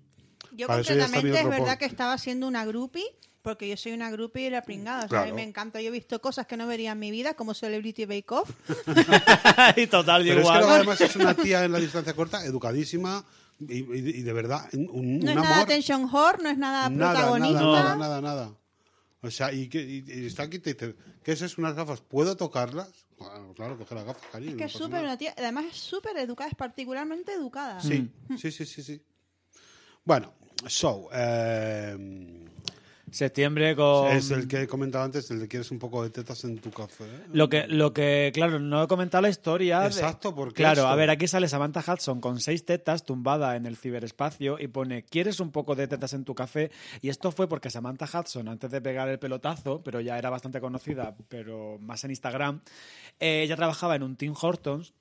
Speaker 2: Yo
Speaker 1: Para eso ya está mi
Speaker 2: concretamente es
Speaker 1: otro
Speaker 2: verdad
Speaker 1: pod.
Speaker 2: que estaba siendo una groupie, porque yo soy una groupie de la pringada. O sea, a mí
Speaker 1: Claro.
Speaker 2: me encanta. Yo he visto cosas que no vería en mi vida, como Celebrity Bake Off.
Speaker 3: y total,
Speaker 1: Pero es que
Speaker 3: igual.
Speaker 1: luego, además es una tía en la distancia corta, educadísima y, y- y de verdad, un, un
Speaker 2: No es nada
Speaker 1: amor.
Speaker 2: Attention Whore, no es nada,
Speaker 1: nada,
Speaker 2: protagonista.
Speaker 1: nada, nada, nada, nada. O sea, y, que, y- y está aquí y te dice, ¿qué es eso? ¿Unas gafas? ¿Puedo tocarlas? Bueno, claro, coge las gafas, cariño.
Speaker 2: Es
Speaker 1: no
Speaker 2: que es
Speaker 1: pasa
Speaker 2: súper
Speaker 1: nada.
Speaker 2: una tía. Además es súper educada, es particularmente educada.
Speaker 1: Sí,
Speaker 3: Mm.
Speaker 1: sí, sí, sí, sí. Bueno, so, eh,
Speaker 3: Septiembre con.
Speaker 1: es el que he comentado antes, el de quieres un poco de tetas en tu café.
Speaker 3: Lo que, lo que, claro, no he comentado la historia. de-
Speaker 1: Exacto, ¿por qué
Speaker 3: Claro,
Speaker 1: esto?
Speaker 3: a ver, aquí sale Samantha Hudson con seis tetas tumbada en el ciberespacio y pone, ¿quieres un poco de tetas en tu café? Y esto fue porque Samantha Hudson, antes de pegar el pelotazo, pero ya era bastante conocida, pero más en Instagram, eh, ella trabajaba en un Tim Hortons.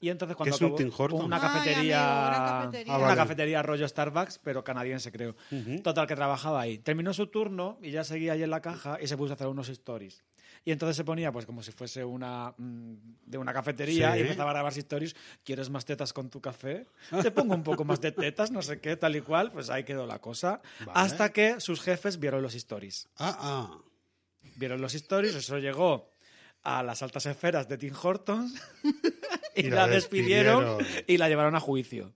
Speaker 3: Y entonces cuando
Speaker 1: es un
Speaker 3: acabó-
Speaker 1: Tim Hortons?
Speaker 3: Una
Speaker 2: Ay,
Speaker 3: cafetería,
Speaker 2: amigo, una cafetería.
Speaker 1: Ah,
Speaker 3: una
Speaker 1: vale.
Speaker 3: cafetería rollo Starbucks, pero canadiense creo. Total, que trabajaba ahí. Terminó su turno y ya seguía ahí en la caja y se puso a hacer unos stories. Y entonces se ponía, pues como si fuese una mm, de una cafetería
Speaker 1: Sí.
Speaker 3: y empezaba a grabar historias. ¿Quieres más tetas con tu café? Te pongo un poco más de tetas, no sé qué, tal y cual. Pues ahí quedó la cosa.
Speaker 1: Vale.
Speaker 3: Hasta que sus jefes vieron los stories.
Speaker 1: Ah, ah.
Speaker 3: Vieron los stories, eso llegó a las altas esferas de Tim Hortons y,
Speaker 1: Y la
Speaker 3: la despidieron
Speaker 1: despidieron.
Speaker 3: y la llevaron a juicio.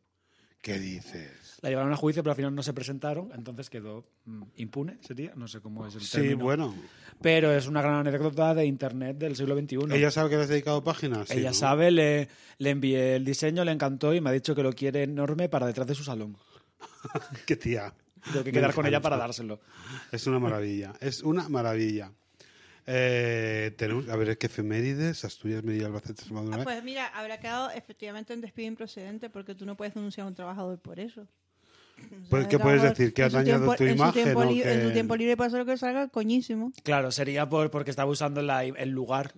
Speaker 1: ¿Qué dices?
Speaker 3: La llevaron a juicio, pero al final no se presentaron, entonces quedó mm, impune, sería, no sé cómo es el
Speaker 1: Sí,
Speaker 3: término.
Speaker 1: bueno.
Speaker 3: Pero es una gran anécdota de internet del siglo XXI.
Speaker 1: ¿Ella sabe que le has dedicado páginas? Sí,
Speaker 3: Ella
Speaker 1: ¿no?
Speaker 3: sabe, le, le envié el diseño, le encantó y me ha dicho que lo quiere enorme para detrás de su salón.
Speaker 1: Qué tía.
Speaker 3: Tengo que
Speaker 1: Me
Speaker 3: quedar con ella
Speaker 1: encanta.
Speaker 3: para dárselo.
Speaker 1: Es una maravilla, es una maravilla. Eh, tenemos, a ver, es que efemérides, Asturias, Medellín, Albacete, ¿eh? Extremadura.
Speaker 2: Ah, pues mira, habrá quedado efectivamente en despido improcedente porque tú no puedes denunciar a un trabajador por eso.
Speaker 1: Pues, ¿qué puedes decir? ¿Que
Speaker 2: En
Speaker 1: has
Speaker 2: su
Speaker 1: dañado
Speaker 2: tiempo-
Speaker 1: tu
Speaker 2: en su
Speaker 1: imagen
Speaker 2: tiempo
Speaker 1: o
Speaker 2: li- En
Speaker 1: que-
Speaker 2: tu tiempo libre puede hacer lo que salga, coñísimo.
Speaker 3: Claro, sería por, porque estaba usando la- el lugar,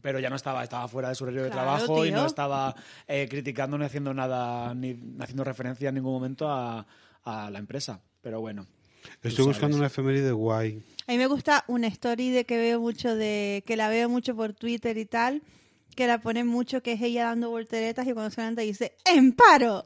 Speaker 3: pero ya no estaba, estaba fuera de su horario de
Speaker 2: Claro,
Speaker 3: trabajo y
Speaker 2: tío.
Speaker 3: no estaba eh, criticando ni haciendo nada, ni haciendo referencia en ningún momento a, a la empresa. Pero bueno. tú
Speaker 1: Estoy buscando
Speaker 3: sabes.
Speaker 1: una efeméride guay.
Speaker 2: A mí me gusta una story de que veo mucho de que la veo mucho por Twitter y tal, que la ponen mucho que es ella dando volteretas y cuando se levanta dice "En paro".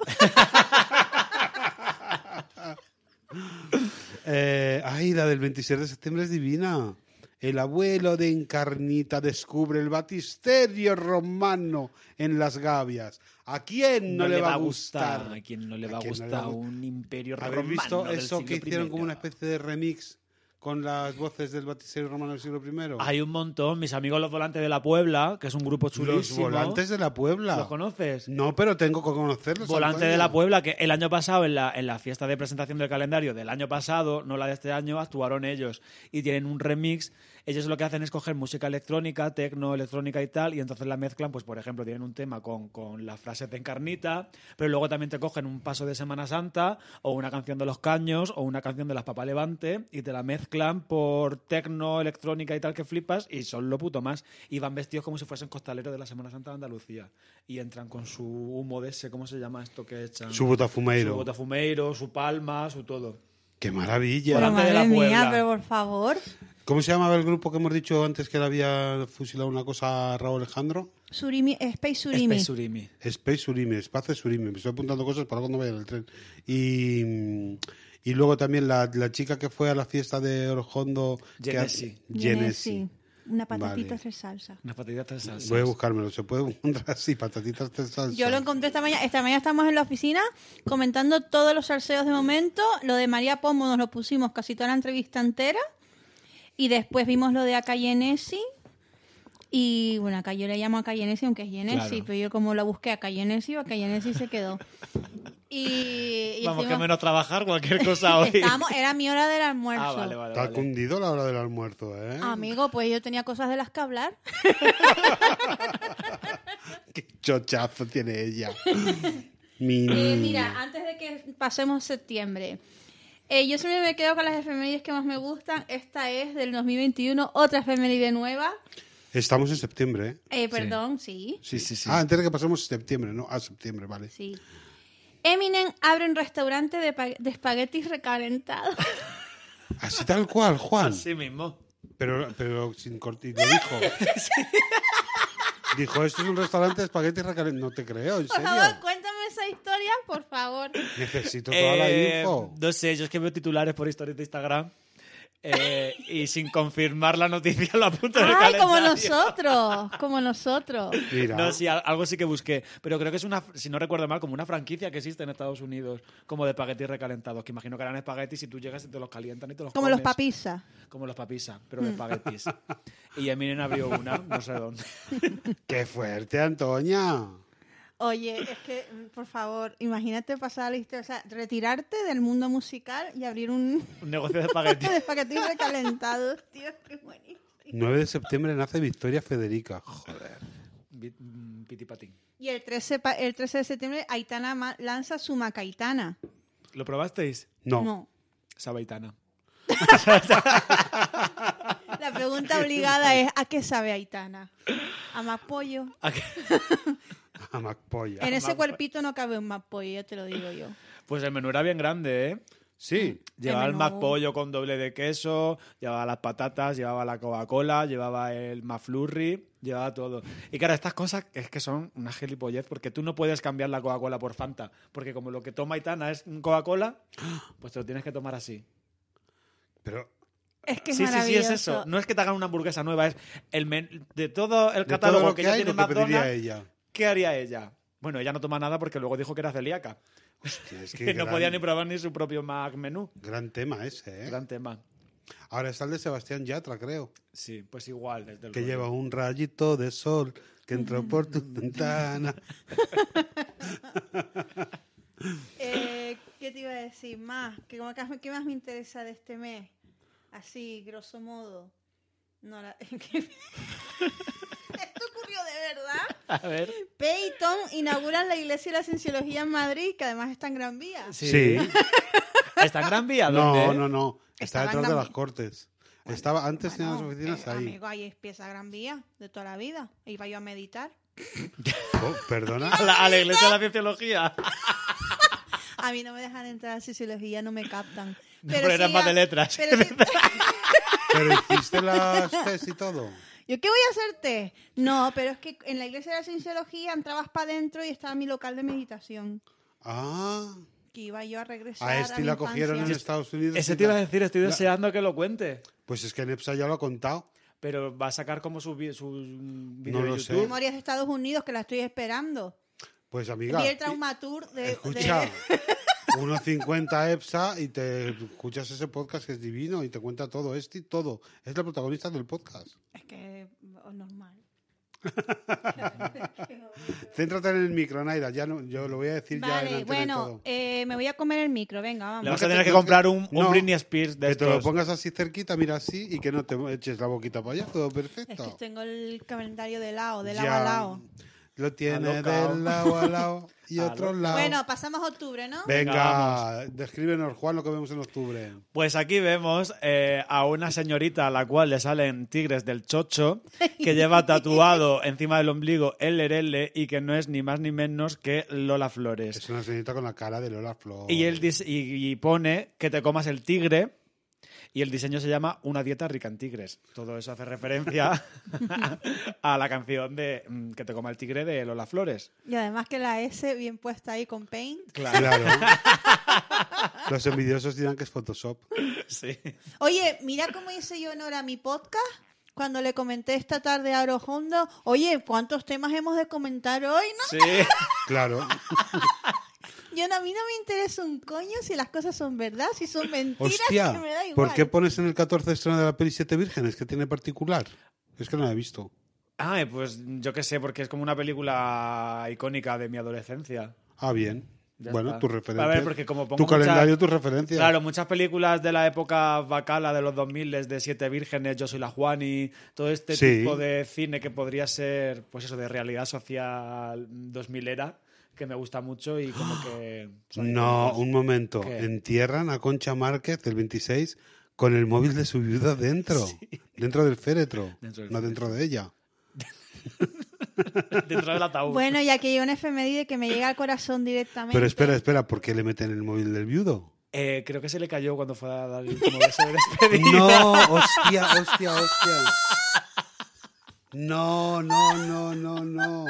Speaker 1: Eh, ay, la del 26 de septiembre es divina. El abuelo de Encarnita descubre el batisterio romano en las gavias. ¿A quién no, le va a gustar?
Speaker 3: A quien no le
Speaker 1: ¿A
Speaker 3: va a
Speaker 1: quién no
Speaker 3: gustar
Speaker 1: le va a gustar?
Speaker 3: un imperio romano.
Speaker 1: ¿Habéis visto
Speaker 3: del
Speaker 1: eso
Speaker 3: siglo
Speaker 1: que hicieron como
Speaker 3: I?
Speaker 1: una especie de remix con las voces del batisterio romano del siglo I?
Speaker 3: Hay un montón. Mis amigos Los Volantes de la Puebla, que es un grupo
Speaker 1: Los
Speaker 3: chulísimo.
Speaker 1: volantes de la Puebla.
Speaker 3: ¿Los conoces?
Speaker 1: Pues No, pero tengo que conocerlos.
Speaker 3: Volante
Speaker 1: Antonio.
Speaker 3: de la Puebla, que el año pasado, en la, en la fiesta de presentación del calendario del año pasado, no la de este año, actuaron ellos y tienen un remix. Ellos lo que hacen es coger música electrónica, tecno, electrónica y tal, y entonces la mezclan, pues por ejemplo, tienen un tema con, con las frases de Encarnita, pero luego también te cogen un paso de Semana Santa, o una canción de Los Caños, o una canción de Las Papas Levante, y te la mezclan por tecno, electrónica y tal, que flipas, y son lo puto más. Y van vestidos como si fuesen costaleros de la Semana Santa de Andalucía, y entran con su humo de ese, ¿cómo se llama esto que echan?
Speaker 1: Su botafumeiro.
Speaker 3: Su botafumeiro, su palma, su todo.
Speaker 1: ¡Qué maravilla!
Speaker 2: Pero
Speaker 3: Volante de la
Speaker 2: madre mía,
Speaker 3: Puebla.
Speaker 2: pero por favor,
Speaker 1: ¿Cómo se llamaba el grupo que hemos dicho antes que le había fusilado una cosa a Raúl Alejandro?
Speaker 2: Surimi, Space Surimi.
Speaker 3: Space Surimi.
Speaker 1: Space Surime, Espace Surime. Me estoy apuntando cosas para cuando vaya en el tren. Y, y luego también la, la chica que fue a la fiesta de Orjondo. que-
Speaker 3: Genesi.
Speaker 1: Genesi.
Speaker 2: Una patatita
Speaker 1: Vale.
Speaker 2: de salsa.
Speaker 3: Unas patatitas de salsa.
Speaker 1: Voy a buscármelo. Se puede encontrar así, patatitas de salsa.
Speaker 2: Yo lo encontré esta mañana. Esta mañana estamos en la oficina comentando todos los salseos de momento. Lo de María Pombo nos lo pusimos casi toda la entrevista entera. Y después vimos lo de Acayenesi. Y bueno, acá yo le llamo Acayenesi, aunque es Yenesi,
Speaker 3: Claro.
Speaker 2: pero yo como la busqué Acayenesi, Acayenesi se quedó. Y, y
Speaker 3: Vamos, que
Speaker 2: estuvimos-
Speaker 3: menos trabajar cualquier cosa hoy.
Speaker 2: estábamos- era mi hora del almuerzo.
Speaker 3: Ah, vale, vale.
Speaker 1: Está
Speaker 3: vale.
Speaker 1: cundido la hora del almuerzo, ¿eh?
Speaker 2: Amigo, pues yo tenía cosas de las que hablar.
Speaker 1: ¡Qué chochazo tiene ella! Mi-
Speaker 2: Eh, mira, antes de que pasemos septiembre, eh, yo siempre me quedo con las efemérides que más me gustan. Esta es del 2021, otra efeméride nueva.
Speaker 1: Estamos en septiembre, ¿eh?
Speaker 2: Eh, perdón, sí.
Speaker 3: Sí, sí, sí.
Speaker 1: Ah, antes de que pasemos septiembre, ¿no? A septiembre, vale.
Speaker 2: sí. Eminem abre un restaurante de, pa- de espaguetis recalentados.
Speaker 1: Así tal cual, Juan.
Speaker 3: Sí mismo.
Speaker 1: Pero, pero sin cortito, dijo. Dijo, esto es un restaurante de espaguetis recalentados. No te creo, en
Speaker 2: Por
Speaker 1: serio.
Speaker 2: favor, cuéntame esa historia, por favor.
Speaker 1: Necesito toda la
Speaker 3: Eh,
Speaker 1: info.
Speaker 3: No sé, yo es que veo titulares por historias de Instagram eh, y sin confirmar la noticia la punta del
Speaker 2: Ay, como
Speaker 3: calendario.
Speaker 2: nosotros, como nosotros.
Speaker 1: Mira,
Speaker 3: No, sí, al- algo sí que busqué. Pero creo que es una, si no recuerdo mal, como una franquicia que existe en Estados Unidos, como de espaguetis recalentados. Que imagino que eran espaguetis y tú llegas y te los calientan y te los
Speaker 2: Como los
Speaker 3: comes.
Speaker 2: papisa.
Speaker 3: Como los papisa, pero de espaguetis. y Eminem abrió una, no sé dónde.
Speaker 1: qué fuerte, Antonia.
Speaker 2: Oye, es que, mm, por favor, imagínate pasar la historia, o sea, retirarte del mundo musical y abrir un,
Speaker 3: Un negocio de espaguetis.
Speaker 2: de espaguetis recalentados, tío, qué buenísimo.
Speaker 1: 9 de septiembre nace Victoria Federica. Joder.
Speaker 3: Bit- mm, Pitipatín.
Speaker 2: Y el 13, pa- el 13 de septiembre, Aitana ma- lanza su Macaitana.
Speaker 3: ¿Lo probasteis?
Speaker 1: No.
Speaker 3: Sabaitana.
Speaker 2: La pregunta
Speaker 3: Este
Speaker 2: obligada es, ¿a qué sabe Aitana? A más pollo.
Speaker 3: ¿A qué?
Speaker 1: A Macpolla.
Speaker 2: En ese cuerpito no cabe un más pollo, ya te lo digo yo.
Speaker 3: Pues el menú era bien grande, ¿eh?
Speaker 1: Sí.
Speaker 3: Llevaba el
Speaker 2: menú.
Speaker 3: McPollo con doble de queso, llevaba las patatas, llevaba la Coca-Cola, llevaba el McFlurry, llevaba todo. Y claro, estas cosas es que son una gilipollez porque tú no puedes cambiar la Coca-Cola por Fanta. Porque como lo que toma Itana es un Coca-Cola, pues te lo tienes que tomar así.
Speaker 1: Pero
Speaker 2: Es que es
Speaker 3: sí, sí, sí,
Speaker 2: maravilloso.
Speaker 3: es eso. No es que te hagan una hamburguesa nueva, es el men- de todo el
Speaker 1: de
Speaker 3: catálogo
Speaker 1: todo lo
Speaker 3: que,
Speaker 1: que,
Speaker 3: ya
Speaker 1: hay,
Speaker 3: tiene
Speaker 1: lo que pediría
Speaker 3: McDonald's,
Speaker 1: ella.
Speaker 3: ¿qué haría ella? Bueno, ella no toma nada porque luego dijo que era celíaca.
Speaker 1: Hostia, es
Speaker 3: Que
Speaker 1: que
Speaker 3: no
Speaker 1: gran-
Speaker 3: podía ni probar ni su propio Mac menú.
Speaker 1: Gran tema ese, ¿eh?
Speaker 3: Gran tema.
Speaker 1: Ahora está el de Sebastián Yatra, creo.
Speaker 3: Sí, pues igual. Desde el
Speaker 1: Que
Speaker 3: rollo.
Speaker 1: lleva un rayito de sol que entró por tu ventana.
Speaker 2: Eh, ¿Qué te iba a decir más? ¿Qué, como que- qué más me interesa de este mes? Así, grosso modo. No, la... ¿qué? Esto ocurrió de verdad.
Speaker 3: A ver.
Speaker 2: Peyton inauguran la iglesia de la cienciología en Madrid, que además está en Gran Vía.
Speaker 1: Sí.
Speaker 3: ¿Está en Gran Vía?
Speaker 1: No,
Speaker 3: ¿Dónde?
Speaker 1: no, no. Está
Speaker 2: Estaba en
Speaker 1: detrás de
Speaker 2: Gran
Speaker 1: las
Speaker 2: Vía.
Speaker 1: cortes. Estaba antes en las
Speaker 2: Bueno,
Speaker 1: oficinas
Speaker 2: eh,
Speaker 1: ahí.
Speaker 2: Amigo, ahí es pieza Gran Vía de toda la vida. Iba yo a meditar.
Speaker 1: Oh, perdona.
Speaker 3: A la, a la iglesia de la cienciología.
Speaker 2: A mí no me dejan entrar a cienciología, no me captan.
Speaker 3: No, pero eras
Speaker 2: sí
Speaker 3: más
Speaker 2: a-
Speaker 3: de letras.
Speaker 2: pero sí-
Speaker 1: Pero hiciste las test y todo.
Speaker 2: ¿Yo qué voy a hacerte? No, pero es que en la iglesia de la cienciología entrabas para adentro y estaba mi local de meditación.
Speaker 1: Ah.
Speaker 2: Que iba yo a regresar.
Speaker 1: A este
Speaker 2: mi
Speaker 1: la cogieron en
Speaker 2: infancia.
Speaker 1: Estados Unidos.
Speaker 3: Ese
Speaker 1: y
Speaker 3: te iba a
Speaker 1: la-
Speaker 3: decir, estoy
Speaker 1: la-
Speaker 3: deseando que lo cuente.
Speaker 1: Pues es que Nepsa ya lo ha contado.
Speaker 3: Pero va a sacar como su, vi- su video
Speaker 1: No
Speaker 3: de
Speaker 1: lo sé.
Speaker 3: YouTube.
Speaker 2: Memorias de Estados Unidos que la estoy esperando.
Speaker 1: Pues amiga.
Speaker 2: Vi el Traumatour de. de-
Speaker 1: Escucha, 1.50 EPSA y te escuchas ese podcast que es divino y te cuenta todo esto y todo. Es la protagonista del podcast.
Speaker 2: Es que. oh, normal.
Speaker 1: Céntrate en el micro, Naira. Ya no, yo lo voy a decir ya en
Speaker 2: Vale,
Speaker 1: antena y
Speaker 2: bueno,
Speaker 1: todo.
Speaker 2: eh, me voy a comer el micro, venga, vamos.
Speaker 3: Le vas
Speaker 1: No,
Speaker 3: a
Speaker 1: que te-
Speaker 3: tener que
Speaker 1: no,
Speaker 3: comprar
Speaker 1: que-
Speaker 3: un, un
Speaker 1: no,
Speaker 3: Britney Spears de
Speaker 1: que te lo
Speaker 3: estos.
Speaker 1: pongas así cerquita, mira así y que no te eches la boquita para allá. Todo perfecto.
Speaker 2: Es que tengo el calendario de lado, de
Speaker 1: Ya.
Speaker 2: lado a lado.
Speaker 1: Lo tiene
Speaker 3: Alocao.
Speaker 1: del lado a lado y otro lado.
Speaker 2: Bueno, pasamos a octubre, ¿no?
Speaker 1: Venga,
Speaker 3: Venga, vamos.
Speaker 1: descríbenos, Juan, lo que vemos en octubre.
Speaker 3: Pues aquí vemos eh, a una señorita a la cual le salen tigres del chocho, que lleva tatuado encima del ombligo LRL y que no es ni más ni menos que Lola Flores.
Speaker 1: Es una señorita con la cara de Lola Flor.
Speaker 3: Y, él dis- y, y pone que te comas el tigre. Y el diseño se llama Una dieta rica en tigres. Todo eso hace referencia a la canción de mm, Que te coma el tigre de Lola Flores.
Speaker 2: Y además que la S bien puesta ahí con paint.
Speaker 1: Claro. Los envidiosos dirán que es Photoshop.
Speaker 3: Sí.
Speaker 2: Oye, mira cómo hice yo honor a mi podcast cuando le comenté esta tarde a Aro Hondo. Oye, ¿cuántos temas hemos de comentar hoy?
Speaker 3: Sí.
Speaker 1: Claro.
Speaker 2: No, yo no- a mí no me interesa un coño si las cosas son verdad, si son mentiras, que
Speaker 1: Hostia.
Speaker 2: me da igual.
Speaker 1: ¿Por qué pones en el 14 estreno de la peli Siete Vírgenes? ¿Qué tiene particular? Es que no la he visto.
Speaker 3: Ay, pues yo qué sé, porque es como una película icónica de mi adolescencia.
Speaker 1: Ah, bien.
Speaker 3: Ya
Speaker 1: bueno,
Speaker 3: está.
Speaker 1: tus referencias.
Speaker 3: A ver, porque como pongo
Speaker 1: Tu
Speaker 3: muchas-
Speaker 1: calendario, tus referencias.
Speaker 3: Claro, muchas películas de la época bacala de los 2000, de Siete Vírgenes, Yo soy la Juani, todo este
Speaker 1: Sí.
Speaker 3: tipo de cine que podría ser, pues eso, de realidad social 2000 era, que me gusta mucho y como que... pues son
Speaker 1: No,
Speaker 3: icónicas.
Speaker 1: un momento.
Speaker 3: ¿Qué?
Speaker 1: Entierran a Concha Márquez el 26 con el móvil de su viuda dentro. Dentro del féretro.
Speaker 3: Dentro del
Speaker 1: no dentro
Speaker 3: féretro.
Speaker 1: de ella.
Speaker 3: Dentro del ataúd.
Speaker 2: Bueno, y aquí hay una efeméride que me llega al corazón directamente.
Speaker 1: Pero espera, espera, ¿por qué le meten el móvil del viudo?
Speaker 3: Eh, creo que se le cayó cuando fue a dar el último beso de despedida.
Speaker 1: No, hostia, hostia, hostia. No, no, no, no, no.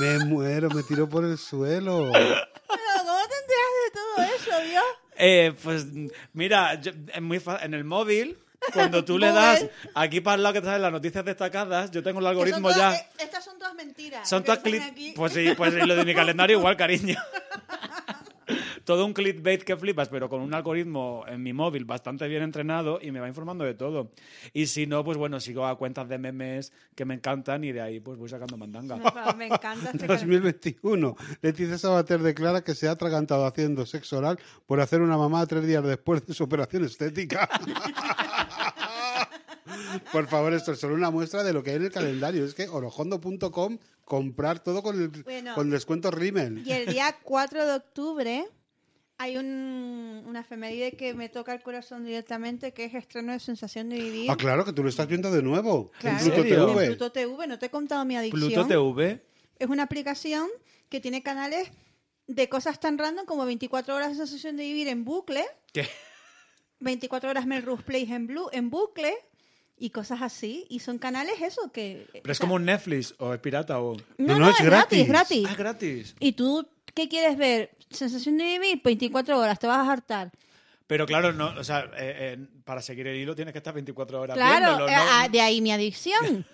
Speaker 1: Me muero, me tiro por el suelo.
Speaker 2: Pero, ¿Cómo te enteras de todo eso, Dios?
Speaker 3: Eh, pues mm, mira, yo- es muy fa- en el móvil, cuando tú le das aquí para el lado que te salen las noticias destacadas, yo tengo el
Speaker 2: Que son
Speaker 3: algoritmo
Speaker 2: todas-
Speaker 3: ya...
Speaker 2: eh, Estas son todas mentiras.
Speaker 3: Son
Speaker 2: Lo que
Speaker 3: todas
Speaker 2: sale
Speaker 3: cli-
Speaker 2: aquí-
Speaker 3: Pues sí, pues lo de mi calendario igual, cariño. Todo un clickbait que flipas, pero con un algoritmo en mi móvil bastante bien entrenado y me va informando de todo. Y si no, pues bueno, sigo a cuentas de memes que me encantan y de ahí pues voy sacando mandanga.
Speaker 2: Rafa, Me encanta este cara-
Speaker 1: 2021. Leticia Sabater declara que se ha atragantado haciendo sexo oral por hacer una mamá tres días después de su operación estética. Por favor, esto es solo una muestra de lo que hay en el calendario. Es que orojondo.com comprar todo con, el-
Speaker 2: Bueno.
Speaker 1: con descuento Rimmel.
Speaker 2: Y el día 4 de octubre hay un, una efeméride que me toca el corazón directamente, que es estreno de Sensación de Vivir.
Speaker 1: Ah, claro, que tú lo estás viendo de nuevo
Speaker 2: Claro,
Speaker 1: en Pluto
Speaker 3: ¿En serio?
Speaker 1: TV.
Speaker 2: en Pluto TV, no te he contado mi adicción.
Speaker 3: Pluto TV.
Speaker 2: Es una aplicación que tiene canales de cosas tan random como 24 horas de sensación de vivir en bucle,
Speaker 9: ¿Qué?
Speaker 2: 24 horas Melrose Place en, blue, en bucle y cosas así. Y son canales eso que...
Speaker 9: Pero es como un Netflix o es pirata o.
Speaker 1: No, no, es gratis.
Speaker 2: es gratis.
Speaker 9: Ah, es gratis.
Speaker 2: ¿Y tú qué quieres ver? Sensación de vivir, 24 horas, te vas a hartar.
Speaker 9: Pero claro, no, o sea, eh, eh, para seguir el hilo tienes que estar 24 horas
Speaker 2: Claro,
Speaker 9: viéndolo,
Speaker 2: eh,
Speaker 9: ¿no?
Speaker 2: ah, de ahí mi adicción.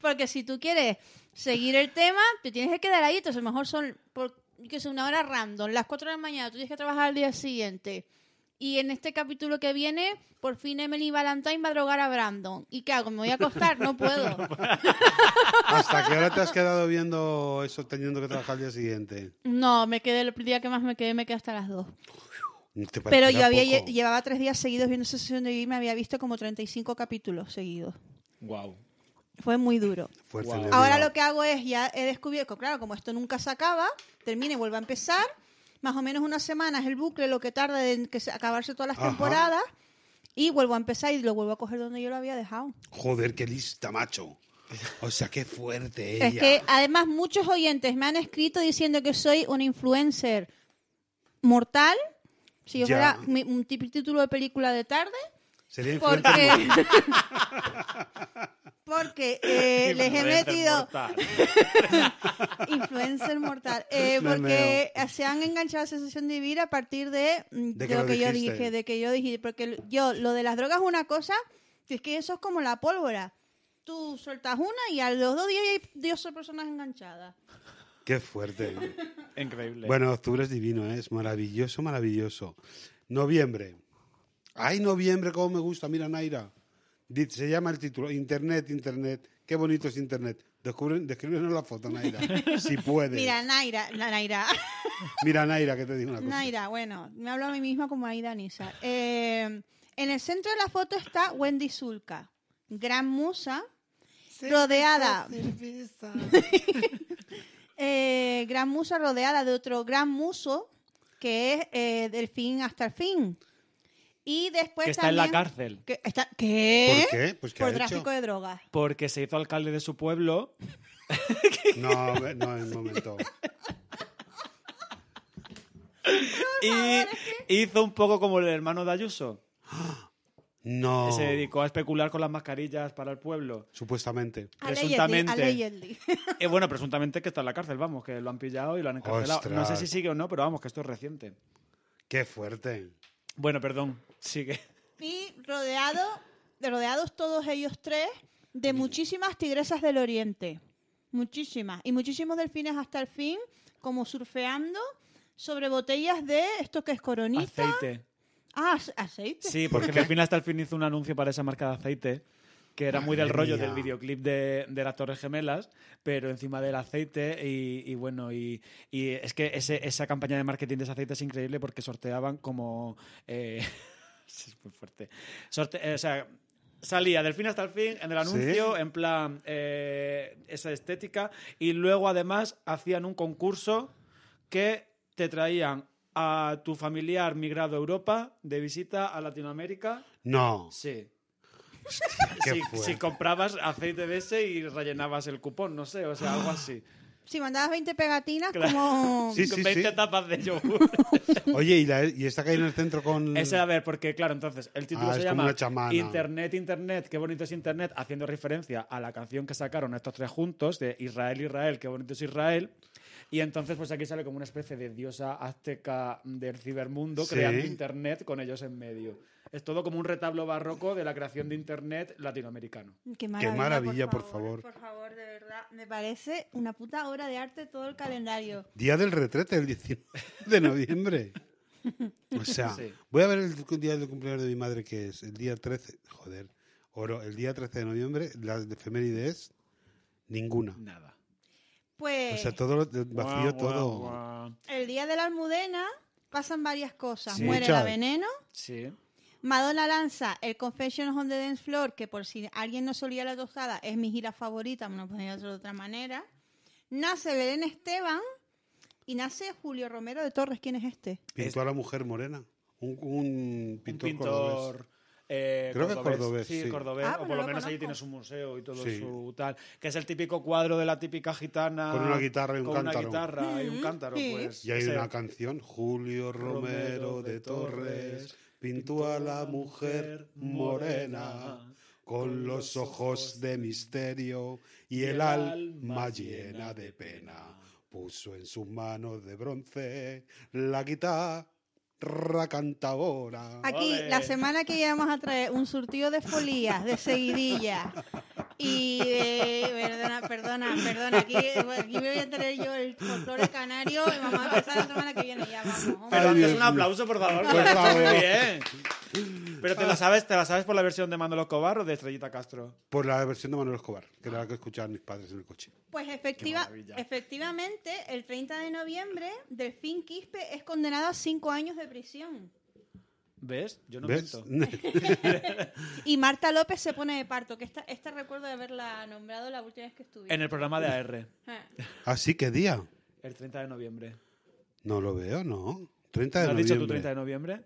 Speaker 2: Porque si tú quieres seguir el tema, te tienes que quedar ahí. Entonces, mejor son, por, que sé, una hora random, las 4 de la mañana, tú tienes que trabajar al día siguiente. Y en este capítulo que viene, por fin Emily Valentine va a drogar a Brandon. ¿Y qué hago? ¿Me voy a acostar? No puedo.
Speaker 1: ¿Hasta qué hora te has quedado viendo eso teniendo que trabajar al día siguiente?
Speaker 2: No, me quedé el día que más me quedé, me quedé hasta las 2.
Speaker 1: ¿Te
Speaker 2: Pero
Speaker 1: parecerá
Speaker 2: yo había lle-
Speaker 1: poco?
Speaker 2: llevaba tres días seguidos viendo Sesión de Vivir, me había visto como 35 capítulos seguidos.
Speaker 9: Guau.
Speaker 2: Fue muy duro.
Speaker 1: Fuerte,
Speaker 9: Wow.
Speaker 1: le
Speaker 2: Ahora
Speaker 1: digo.
Speaker 2: lo que hago es, ya he descubierto, claro, como esto nunca se acaba, termina y vuelve a empezar, más o menos una semana es el bucle lo que tarda en que se- acabarse todas las
Speaker 1: Ajá.
Speaker 2: temporadas, y vuelvo a empezar y lo vuelvo a coger donde yo lo había dejado.
Speaker 1: Joder, qué lista, macho. O sea, qué fuerte ella.
Speaker 2: Es que además muchos oyentes me han escrito diciendo que soy una influencer mortal, si yo
Speaker 1: Ya.
Speaker 2: fuera mi- un tip- título de película de tarde,
Speaker 1: Sería influencer
Speaker 2: porque... Porque eh, les he
Speaker 9: Influencer
Speaker 2: metido
Speaker 9: mortal.
Speaker 2: Influencer mortal. Eh,
Speaker 1: Me
Speaker 2: porque se han enganchado a Sensación de Vivir a partir de, mm,
Speaker 1: De
Speaker 2: de
Speaker 1: que
Speaker 2: lo,
Speaker 1: lo
Speaker 2: que yo
Speaker 1: dijiste.
Speaker 2: dije, de que yo dije, porque l- yo, lo de las drogas es una cosa, que es que eso es como la pólvora. Tú sueltas una y a los dos días ya hay 12 personas enganchadas.
Speaker 1: Qué fuerte.
Speaker 9: Increíble.
Speaker 1: Bueno, octubre es divino, ¿eh? es maravilloso, maravilloso. Noviembre. Ay, noviembre, cómo me gusta. Mira, Naira. Di- Se llama el título. Internet, Internet. Qué bonito es Internet. Descubre- Descríbenos la foto, Naira. si puedes.
Speaker 2: Mira,
Speaker 1: Mira,
Speaker 2: Naira, na- Naira,
Speaker 1: Naira, que te digo una cosa.
Speaker 2: Naira, bueno, me hablo a mí misma como Aida Nisa. Eh, en el centro de la foto está Wendy Zulka, gran musa, rodeada eh, gran musa rodeada de otro gran muso que es eh, del fin hasta el fin. Y después
Speaker 3: Que está en la
Speaker 2: Pues también-
Speaker 3: cárcel.
Speaker 2: Que está- ¿Qué?
Speaker 1: ¿Por qué? Pues, ¿qué
Speaker 2: ¿eh?
Speaker 1: ha
Speaker 2: Por tráfico
Speaker 1: hecho?
Speaker 2: de drogas.
Speaker 3: Porque se hizo alcalde de su pueblo.
Speaker 1: No, ve- no, en un momento.
Speaker 3: Y hizo un poco como el hermano de Ayuso,
Speaker 1: No.
Speaker 3: que
Speaker 1: Oh.
Speaker 3: se dedicó a especular con las mascarillas para el pueblo.
Speaker 1: Supuestamente.
Speaker 3: Presuntamente.
Speaker 2: Allegedly, allegedly.
Speaker 3: Eh, bueno, presuntamente que está en la cárcel, vamos, que lo han pillado y lo han encarcelado. No sé
Speaker 1: Ostras.
Speaker 3: si sigue o no, pero vamos, que esto es reciente.
Speaker 1: Qué fuerte.
Speaker 3: Bueno, perdón, sigue.
Speaker 2: Y rodeado, de rodeados todos ellos tres de muchísimas tigresas del oriente. Muchísimas. Y muchísimos delfines hasta el fin, como surfeando sobre botellas de esto que es coronita.
Speaker 3: Aceite.
Speaker 2: Ah, ace- aceite.
Speaker 3: Sí, porque Delfín hasta el fin hizo un anuncio para esa marca de aceite, que era muy del
Speaker 1: Madre
Speaker 3: rollo
Speaker 1: mía.
Speaker 3: del videoclip de, de las Torres Gemelas, pero encima del aceite y, y bueno, y, y es que ese- esa campaña de marketing de ese aceite es increíble porque sorteaban como... eh, es muy fuerte. Sorte- eh, o sea... Salía del fin hasta el fin en el
Speaker 1: Sí.
Speaker 3: anuncio, en plan eh, esa estética, y luego además hacían un concurso que te traían a tu familiar migrado a Europa de visita a Latinoamérica.
Speaker 1: No.
Speaker 3: Sí.
Speaker 1: Qué
Speaker 3: Si,
Speaker 1: fuerte.
Speaker 3: si comprabas aceite de ese y rellenabas el cupón, no sé, o sea, algo así.
Speaker 2: Si mandabas 20 pegatinas,
Speaker 3: Claro.
Speaker 2: como.
Speaker 1: Sí, sí,
Speaker 3: 20
Speaker 1: sí.
Speaker 3: tapas de yogur.
Speaker 1: Oye, ¿y, la- y esta que hay en el centro con.
Speaker 3: Ese, a ver, porque claro, entonces el título
Speaker 1: Ah,
Speaker 3: se
Speaker 1: es como
Speaker 3: llama
Speaker 1: una chamana.
Speaker 3: Internet, Internet, qué bonito es Internet, haciendo referencia a la canción que sacaron estos tres juntos de Israel, Israel, qué bonito es Israel. Y entonces, pues aquí sale como una especie de diosa azteca del cibermundo
Speaker 1: Sí.
Speaker 3: creando Internet con ellos en medio. Es todo como un retablo barroco de la creación de Internet latinoamericano.
Speaker 2: Qué
Speaker 1: Mm, maravilla, maravilla, por por favor, favor.
Speaker 2: Por favor, de verdad. Me parece una puta obra de arte todo el calendario.
Speaker 1: Día del retrete, el 19 de noviembre. O sea,
Speaker 3: Sí.
Speaker 1: voy a ver el cu- día del cumpleaños de mi madre, que es el día 13. Joder, oro, el día 13 de noviembre, las de efeméride es ninguna.
Speaker 3: Nada.
Speaker 2: Pues
Speaker 1: O sea, todo lo- vacío,
Speaker 3: Guau, guau,
Speaker 1: todo.
Speaker 3: guau.
Speaker 2: el día de la almudena pasan varias cosas.
Speaker 3: Sí.
Speaker 2: Muere
Speaker 1: Muchas.
Speaker 2: la veneno.
Speaker 3: Sí.
Speaker 2: Madonna lanza el Confessions on the Dance Floor, que por si alguien no solía la tostada, es mi gira favorita, no podía hacerlo de otra manera. Nace Belén Esteban y nace Julio Romero de Torres. ¿Quién es este?
Speaker 1: Pintó a la mujer morena. Un, un
Speaker 3: Un
Speaker 1: pintor, cordobés.
Speaker 3: pintor eh,
Speaker 1: Creo que es cordobés,
Speaker 3: Sí,
Speaker 1: sí.
Speaker 3: cordobés.
Speaker 2: Ah,
Speaker 3: o
Speaker 2: pero
Speaker 3: por lo
Speaker 2: lo
Speaker 3: menos allí
Speaker 2: conozco.
Speaker 3: tienes un museo y todo
Speaker 1: Sí.
Speaker 3: su tal. Que es el típico cuadro de la típica gitana.
Speaker 1: Con una guitarra y un
Speaker 3: con
Speaker 1: cántaro.
Speaker 3: Una guitarra y un
Speaker 2: Mm,
Speaker 3: cántaro,
Speaker 2: sí.
Speaker 3: pues.
Speaker 1: Y hay
Speaker 3: ese-
Speaker 1: una canción, Julio Romero de Torres pintó a la mujer morena con los ojos de misterio y el alma llena de pena. Puso en sus manos de bronce la guitarra cantadora.
Speaker 2: Aquí,
Speaker 3: Ole.
Speaker 2: la semana que íbamos a traer un surtido de folías, de seguidillas. Y de. Perdona, perdona, perdona. Aquí, aquí me voy a traer yo el folclore canario y vamos a empezar la semana que viene. Ya vamos. hombre.
Speaker 3: Pero
Speaker 1: Ay,
Speaker 3: antes
Speaker 1: Dios
Speaker 3: un
Speaker 1: mío.
Speaker 3: aplauso, por favor. que
Speaker 1: Por
Speaker 3: lo has hecho muy
Speaker 1: favor.
Speaker 3: bien. Pero
Speaker 1: Ah.
Speaker 3: te la sabes, te la sabes por la versión de Manolo Escobar o de Estrellita Castro.
Speaker 1: Por la versión de Manuel Escobar, que era la que escuchaban mis padres en el coche.
Speaker 2: Pues efectiva, efectivamente, el 30 de noviembre, Delfín Quispe es condenado a cinco años de prisión.
Speaker 3: ¿Ves? Yo no
Speaker 1: ¿Ves?
Speaker 3: miento.
Speaker 2: Y Marta López se pone de parto, que esta, esta recuerdo de haberla nombrado la última vez que estuve.
Speaker 3: En el programa de AR,
Speaker 2: Ah.
Speaker 1: Así que día.
Speaker 3: el 30 de noviembre.
Speaker 1: No lo veo, ¿no? 30
Speaker 3: ¿No
Speaker 1: de
Speaker 3: has dicho
Speaker 1: noviembre.
Speaker 3: tú 30 de noviembre?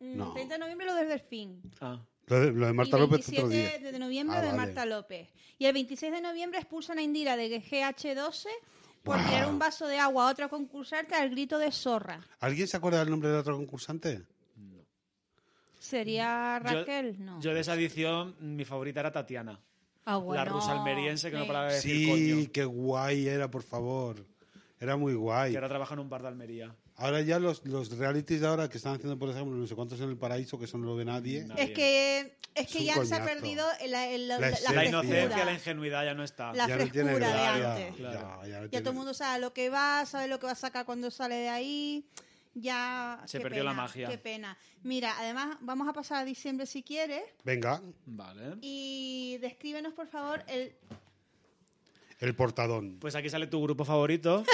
Speaker 2: Mm,
Speaker 1: No.
Speaker 2: 30 de noviembre lo del Delfín.
Speaker 3: Ah.
Speaker 1: Lo de, lo de Marta
Speaker 2: y
Speaker 1: López otro
Speaker 2: 27
Speaker 1: día.
Speaker 2: de noviembre
Speaker 1: Ah,
Speaker 2: de
Speaker 1: vale.
Speaker 2: Marta López. Y el 26 de noviembre expulsan a Indira de GH12 por
Speaker 1: Buah.
Speaker 2: tirar un vaso de agua a otra concursante al grito de zorra.
Speaker 1: ¿Alguien se acuerda del nombre de la otra concursante?
Speaker 2: ¿Sería
Speaker 3: Yo-
Speaker 2: Raquel? no.
Speaker 3: Yo de esa edición, mi favorita era Tatiana.
Speaker 2: Ah,
Speaker 3: La
Speaker 2: bueno.
Speaker 3: rusa almeriense que no
Speaker 2: Sí.
Speaker 3: paraba de decir
Speaker 1: Sí,
Speaker 3: coño.
Speaker 1: qué guay era, por favor. Era muy guay.
Speaker 3: Que ahora trabaja en un bar de Almería.
Speaker 1: Ahora ya los, los realities de ahora que están haciendo, por ejemplo, no sé cuántos en el paraíso, que eso no lo ve nadie.
Speaker 3: No.
Speaker 2: Es que, es que
Speaker 1: Es un
Speaker 2: ya se ha
Speaker 1: coñazo.
Speaker 2: perdido la, el- la-
Speaker 1: La
Speaker 2: la
Speaker 1: esencia.
Speaker 3: La
Speaker 1: Qué
Speaker 3: inocencia,
Speaker 1: frescura.
Speaker 3: la ingenuidad ya no está.
Speaker 2: La-
Speaker 1: ya no tiene
Speaker 2: frescura de
Speaker 1: gracia,
Speaker 2: antes.
Speaker 1: ya,
Speaker 3: Claro.
Speaker 1: ya no
Speaker 2: Ya
Speaker 1: tiene-
Speaker 2: todo el mundo sabe lo que va, sabe lo que va a sacar cuando sale de ahí. Ya.
Speaker 3: Se
Speaker 2: qué
Speaker 3: perdió la
Speaker 2: pena,
Speaker 3: magia.
Speaker 2: Qué pena. Mira, además, vamos a pasar a diciembre si quieres.
Speaker 1: Venga,
Speaker 3: Vale.
Speaker 2: Y descríbenos, por favor, el.
Speaker 1: el portadón.
Speaker 3: Pues aquí sale tu grupo favorito.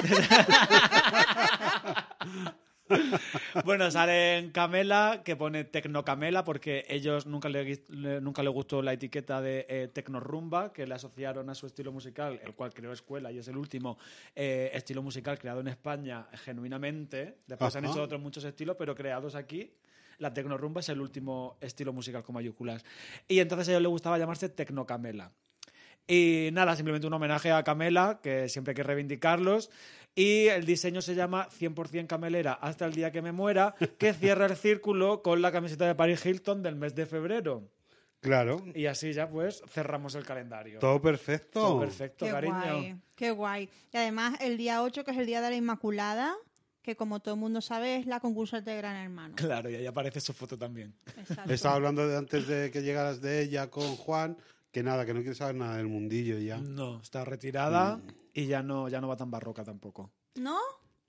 Speaker 3: bueno, salen Camela, que pone Tecno Camela, porque ellos nunca le, guis- le- nunca le gustó la etiqueta de eh, Tecno Rumba, que le asociaron a su estilo musical, el cual creó Escuela y es el último eh, estilo musical creado en España genuinamente. Después han
Speaker 1: Ajá.
Speaker 3: hecho otros muchos estilos, pero creados aquí. La tecnorumba es el último estilo musical con mayúsculas. Y entonces a ellos les gustaba llamarse Tecno Camela. Y nada, simplemente un homenaje a Camela, que siempre hay que reivindicarlos. Y el diseño se llama 100% Camelera hasta el día que me muera, que cierra el círculo con la camiseta de Paris Hilton del mes de febrero.
Speaker 1: Claro,
Speaker 3: Y así ya pues cerramos el calendario.
Speaker 1: todo perfecto.
Speaker 3: Todo perfecto,
Speaker 2: Qué
Speaker 3: cariño.
Speaker 2: guay. Qué guay. Y además, el día 8, que es el día de la Inmaculada, que como todo el mundo sabe, es la concursante de Gran Hermano.
Speaker 3: Claro, y ahí aparece su foto también.
Speaker 2: Exacto.
Speaker 1: Estaba hablando de antes de que llegaras de ella con Juan, que nada, que no quiere saber nada del mundillo ya. Mm.
Speaker 3: No, está retirada y ya no, ya no va tan barroca tampoco.
Speaker 2: ¿No?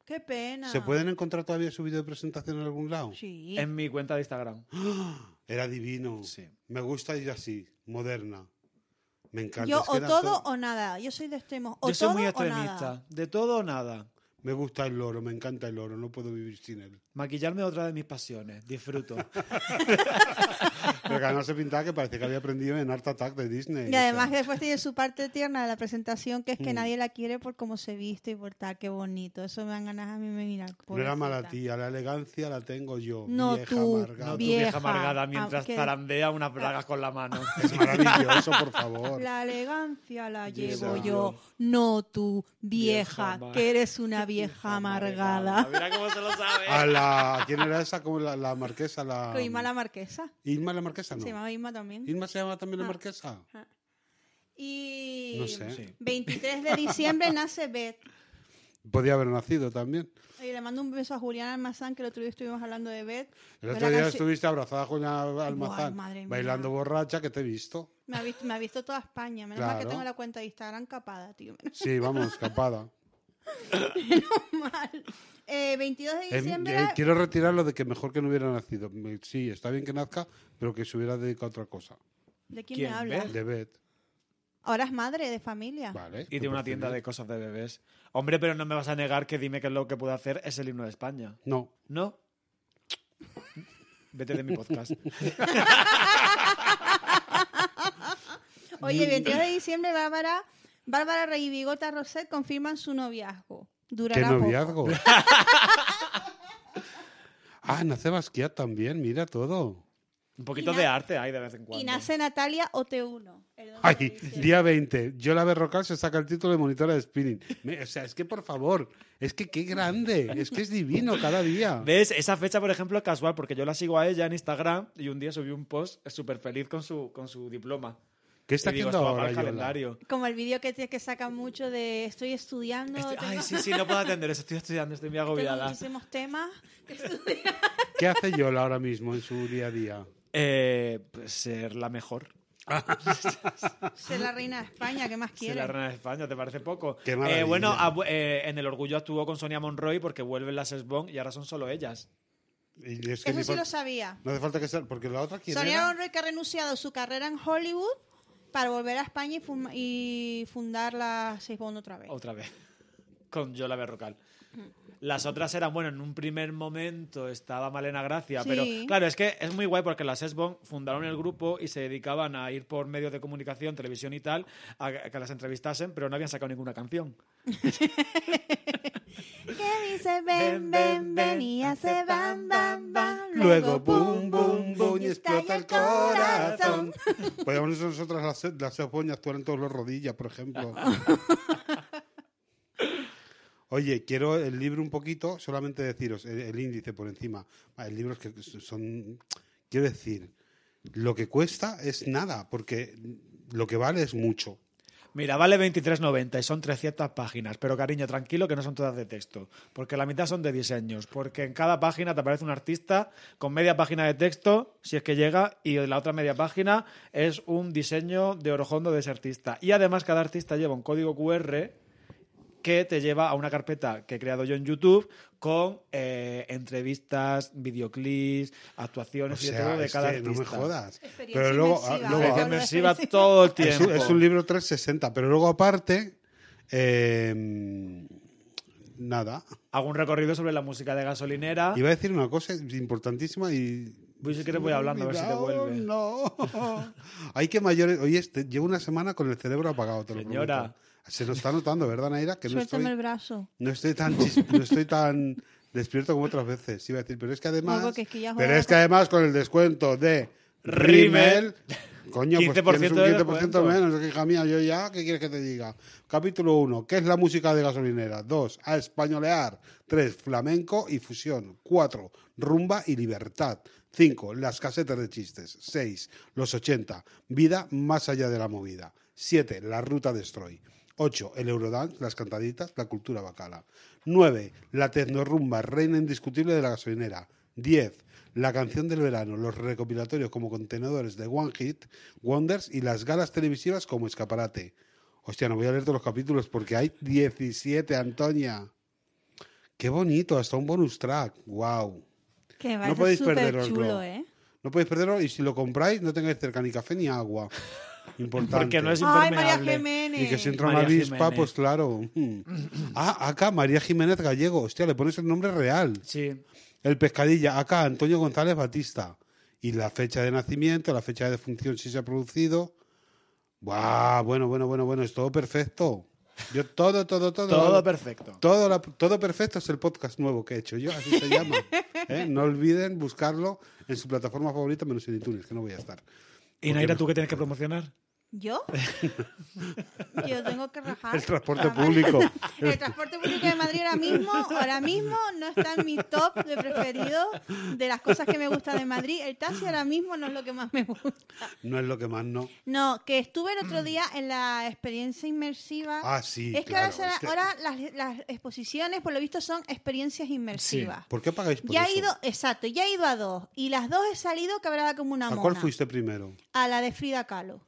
Speaker 2: Qué pena.
Speaker 1: ¿Se pueden encontrar todavía su vídeo de presentación en algún lado?
Speaker 2: Sí.
Speaker 3: En mi cuenta de Instagram.
Speaker 1: Era divino.
Speaker 3: Sí.
Speaker 1: Me gusta ir así, moderna. Me encanta.
Speaker 2: Yo
Speaker 1: Es que
Speaker 2: o
Speaker 1: era
Speaker 2: todo
Speaker 1: to-
Speaker 2: o nada. Yo soy de extremos. O
Speaker 3: Yo soy
Speaker 2: todo
Speaker 3: muy
Speaker 2: o nada.
Speaker 3: extremista. De todo o nada.
Speaker 1: Me gusta el loro, me encanta el loro, no puedo vivir sin él.
Speaker 3: Maquillarme es otra de mis pasiones. Disfruto.
Speaker 1: Pero que además se pintaba que parece que había aprendido en Art Attack de Disney.
Speaker 2: Y además que después tiene su parte tierna de la presentación, que es
Speaker 1: Mm.
Speaker 2: que nadie la quiere por cómo se viste y por tal, qué bonito. Eso me dan ganas a mí de mirar.
Speaker 1: no era mala
Speaker 2: pobrecita.
Speaker 1: tía, la elegancia la tengo yo.
Speaker 2: No,
Speaker 1: vieja
Speaker 2: tú.
Speaker 1: amargada.
Speaker 3: No, tu
Speaker 2: Bien.
Speaker 3: vieja
Speaker 2: Vieja,
Speaker 3: amargada mientras
Speaker 2: ah, que-
Speaker 3: zarandea unas bragas con la mano.
Speaker 1: Es maravilloso, por favor.
Speaker 2: La elegancia la
Speaker 1: Llevo
Speaker 2: llevo yo, no tú,
Speaker 3: Vieja
Speaker 2: vieja,
Speaker 3: amar-
Speaker 2: que eres una vieja amargada.
Speaker 3: Mira cómo se lo sabe.
Speaker 1: A la. ¿Quién era esa? Como la, la marquesa, la.
Speaker 2: Con Isma la marquesa.
Speaker 1: Isma la marquesa, Ah, no.
Speaker 2: Se llamaba Ah. Isma también.
Speaker 1: Isma se llama también la marquesa.
Speaker 2: Y
Speaker 1: No sé.
Speaker 2: 23 de diciembre nace Beth.
Speaker 1: Podía haber nacido también.
Speaker 2: Y le mando un beso a Juliana Almazán, que el otro día estuvimos hablando de Beth.
Speaker 1: El
Speaker 2: Fue
Speaker 1: otro
Speaker 2: la
Speaker 1: día
Speaker 2: canción-
Speaker 1: estuviste abrazada con una almazán,
Speaker 2: madre mía.
Speaker 1: bailando borracha, que te he visto.
Speaker 2: Me ha visto, me ha visto toda España. Menos mal que
Speaker 1: Claro.
Speaker 2: tengo la cuenta de Instagram capada, tío.
Speaker 1: Sí, vamos, escapada.
Speaker 2: Mal. Eh, 22 de
Speaker 1: Eh,
Speaker 2: diciembre.
Speaker 1: eh, quiero retirar lo de que mejor que no hubiera nacido. Me- Sí, está bien que nazca, pero que se hubiera dedicado a otra cosa.
Speaker 2: ¿De quién,
Speaker 3: ¿Quién,
Speaker 2: me habla?
Speaker 3: Beth?
Speaker 1: De Beth,
Speaker 2: Ahora es madre de familia.
Speaker 1: ¿vale?
Speaker 3: Y de una tienda de cosas de bebés. Hombre, pero no me vas a negar que dime que lo que puedo hacer es el himno de España.
Speaker 1: No.
Speaker 3: ¿No? Vete de mi podcast.
Speaker 2: Oye, 22 de diciembre, Bárbara, Bárbara Rey y Bigota Roset confirman su noviazgo.
Speaker 1: ¡Qué
Speaker 2: Durará poco.
Speaker 1: noviazgo! ah, nace Basquiat también, mira todo.
Speaker 3: Un poquito
Speaker 2: Y
Speaker 3: de
Speaker 2: na-
Speaker 3: arte hay de vez en cuando.
Speaker 2: Y nace Natalia OT1. el 12 de
Speaker 1: Ay,
Speaker 2: diciembre.
Speaker 1: día 20. Yola Berrocal se saca el título de monitora de spinning. Me- o sea, es que por favor, es que qué grande, es que es divino cada día.
Speaker 3: ¿Ves? Esa fecha, por ejemplo, es casual, porque yo la sigo a ella en Instagram y un día subí un post súper feliz con su, con su diploma.
Speaker 1: ¿Qué está
Speaker 3: Y digo,
Speaker 1: haciendo
Speaker 3: esto va
Speaker 1: ahora
Speaker 3: para el
Speaker 1: Yola?
Speaker 3: calendario.
Speaker 2: Como el vídeo que, te- que sacan mucho de estoy estudiando,
Speaker 3: Estoy-
Speaker 2: tengo,
Speaker 3: Este, ay, sí, sí, no puedo atender eso. Estoy estudiando, estoy muy
Speaker 2: tengo
Speaker 3: agobiada.
Speaker 2: muchísimos temas.
Speaker 1: ¿Qué hace Yola ahora mismo en su día a día?
Speaker 3: Eh, pues, ser la mejor.
Speaker 2: Ser la reina de España, ¿qué más
Speaker 3: Ser
Speaker 2: quieres?
Speaker 3: la reina de España, ¿te parece poco?
Speaker 1: Qué
Speaker 3: Eh,
Speaker 1: maravilla.
Speaker 3: bueno, ah, bu- eh, en El Orgullo actuó con Sonia Monroy porque vuelven las Esbon y ahora son solo ellas.
Speaker 1: Y es que
Speaker 2: Eso
Speaker 1: ni
Speaker 2: sí
Speaker 1: por-
Speaker 2: lo sabía.
Speaker 1: No hace falta que sea, porque la otra quién
Speaker 2: Sonia
Speaker 1: era?
Speaker 2: Monroy que ha renunciado a su carrera en Hollywood para volver a España y, fuma- y fundar la Seisbond otra vez.
Speaker 3: Otra vez. Con Yola Berrocal. Las otras eran, bueno, en un primer momento estaba Malena Gracia,
Speaker 2: Sí.
Speaker 3: pero claro, es que es muy guay porque las Esbon fundaron el grupo y se dedicaban a ir por medios de comunicación, televisión y tal, a que las entrevistasen, pero no habían sacado ninguna canción.
Speaker 2: Que dice ven,
Speaker 3: Ven,
Speaker 2: ven,
Speaker 3: ven, ven,
Speaker 2: ven y hace bam, bam, bam.
Speaker 1: Luego, boom, boom, boom, y explota
Speaker 2: estalla
Speaker 1: el corazón. Podríamos nosotras las, las Seisboñas actuar en todos los rodillas, por ejemplo. Oye, quiero el libro un poquito, solamente deciros, el, el índice por encima. Ah, El libro es que son. Quiero decir, lo que cuesta es nada, porque lo que vale es mucho.
Speaker 3: Mira, vale 23.90 y son 300 páginas, pero cariño, tranquilo que no son todas de texto, porque la mitad son de diseños, porque en cada página te aparece un artista con media página de texto, si es que llega, y la otra media página es un diseño de orojondo de ese artista. Y además cada artista lleva un código QR que te lleva a una carpeta que he creado yo en YouTube con eh, entrevistas, videoclips,
Speaker 1: O
Speaker 3: actuaciones y de
Speaker 1: sea,
Speaker 3: todo de
Speaker 1: es
Speaker 3: cada
Speaker 1: que no me
Speaker 3: artista.
Speaker 1: jodas.
Speaker 2: Experiencia
Speaker 1: Pero luego, ah,
Speaker 2: inmersiva,
Speaker 1: luego
Speaker 3: Es
Speaker 2: Ahora,
Speaker 3: inmersiva
Speaker 2: sí.
Speaker 3: todo el
Speaker 1: Es
Speaker 3: tiempo.
Speaker 1: un, es un libro 360, pero luego aparte, eh, nada.
Speaker 3: Hago un recorrido sobre la música de gasolinera.
Speaker 1: Iba a decir una cosa importantísima y...
Speaker 3: Voy, si quieres voy hablando a ver si te
Speaker 1: No,
Speaker 3: vuelve.
Speaker 1: No. Hay que mayores... Oye, este, llevo una semana con el cerebro apagado, te lo
Speaker 3: Señora.
Speaker 1: prometo. Se nos está notando, ¿verdad, Naira? Que no
Speaker 2: Suéltame el
Speaker 1: estoy,
Speaker 2: brazo.
Speaker 1: no estoy tan chis- no estoy tan despierto como otras veces. Iba a decir, pero es que además...
Speaker 2: No, porque es que ya
Speaker 1: pero
Speaker 2: joder.
Speaker 1: es que además con el descuento de... Rimmel...
Speaker 3: Rimmel,
Speaker 1: Coño, pues
Speaker 3: 15%
Speaker 1: tienes un
Speaker 3: de
Speaker 1: 15%
Speaker 3: descuento.
Speaker 1: menos, hija mía, yo ya, ¿qué quieres que te diga? Capítulo 1, ¿qué es la música de gasolinera? 2, a españolear. 3, flamenco y fusión. 4, rumba y libertad. 5, las casetas de chistes. 6, los 80, vida más allá de la movida. 7, la ruta destroy. 8. El Eurodance, las cantaditas, la cultura bacala. 9. La tecnorumba, reina indiscutible de la gasolinera. 10. La canción del verano, los recopilatorios como contenedores de One Hit, Wonders y las galas televisivas como escaparate. Hostia, no voy a leer todos los capítulos porque hay 17, Antonia. Qué bonito, hasta un bonus track. Wow.
Speaker 2: Que
Speaker 1: No
Speaker 2: vaya
Speaker 1: podéis
Speaker 2: súper
Speaker 1: perderoslo.
Speaker 2: chulo, ¿eh?
Speaker 1: No podéis perderlo y si lo compráis no tengáis cerca ni café ni agua. Importante.
Speaker 3: Porque no es
Speaker 2: Ay, María
Speaker 3: impermeable.
Speaker 2: Jiménez.
Speaker 1: Y que si entra
Speaker 3: María
Speaker 1: una avispa,
Speaker 3: Jiménez.
Speaker 1: pues claro. Ah, acá María Jiménez Gallego. Hostia, le pones el nombre real.
Speaker 3: Sí.
Speaker 1: El Pescadilla, acá Antonio González Batista. Y la fecha de nacimiento, la fecha de defunción si se ha producido. Buah, bueno, bueno, bueno, bueno, es todo perfecto. Yo todo, todo, todo.
Speaker 3: Todo perfecto.
Speaker 1: Todo, la- todo perfecto es el podcast nuevo que he hecho yo, así se llama. ¿Eh? No olviden buscarlo en su plataforma favorita, menos en iTunes, que no voy a estar.
Speaker 3: Y Naira, ¿tú qué tienes que promocionar?
Speaker 2: ¿Yo? Yo tengo que rajar.
Speaker 1: El transporte
Speaker 2: Además,
Speaker 1: público.
Speaker 2: El transporte público de Madrid ahora mismo, ahora mismo no está en mi top de preferido de las cosas que me gustan de Madrid. El taxi ahora mismo no es lo que más me gusta.
Speaker 1: No es lo que más no.
Speaker 2: No, que estuve el otro día en la experiencia inmersiva.
Speaker 1: Mm. Ah, sí,
Speaker 2: Es que
Speaker 1: claro,
Speaker 2: ahora, se-
Speaker 1: es que-
Speaker 2: ahora las, las exposiciones, por lo visto, son experiencias inmersivas.
Speaker 1: ¿Por qué pagáis por
Speaker 2: Ya he
Speaker 1: eso?
Speaker 2: ido, exacto, ya he ido a dos. Y las dos he salido quebrada como una
Speaker 1: ¿A
Speaker 2: mona.
Speaker 1: cuál fuiste primero?
Speaker 2: A la de Frida Kahlo.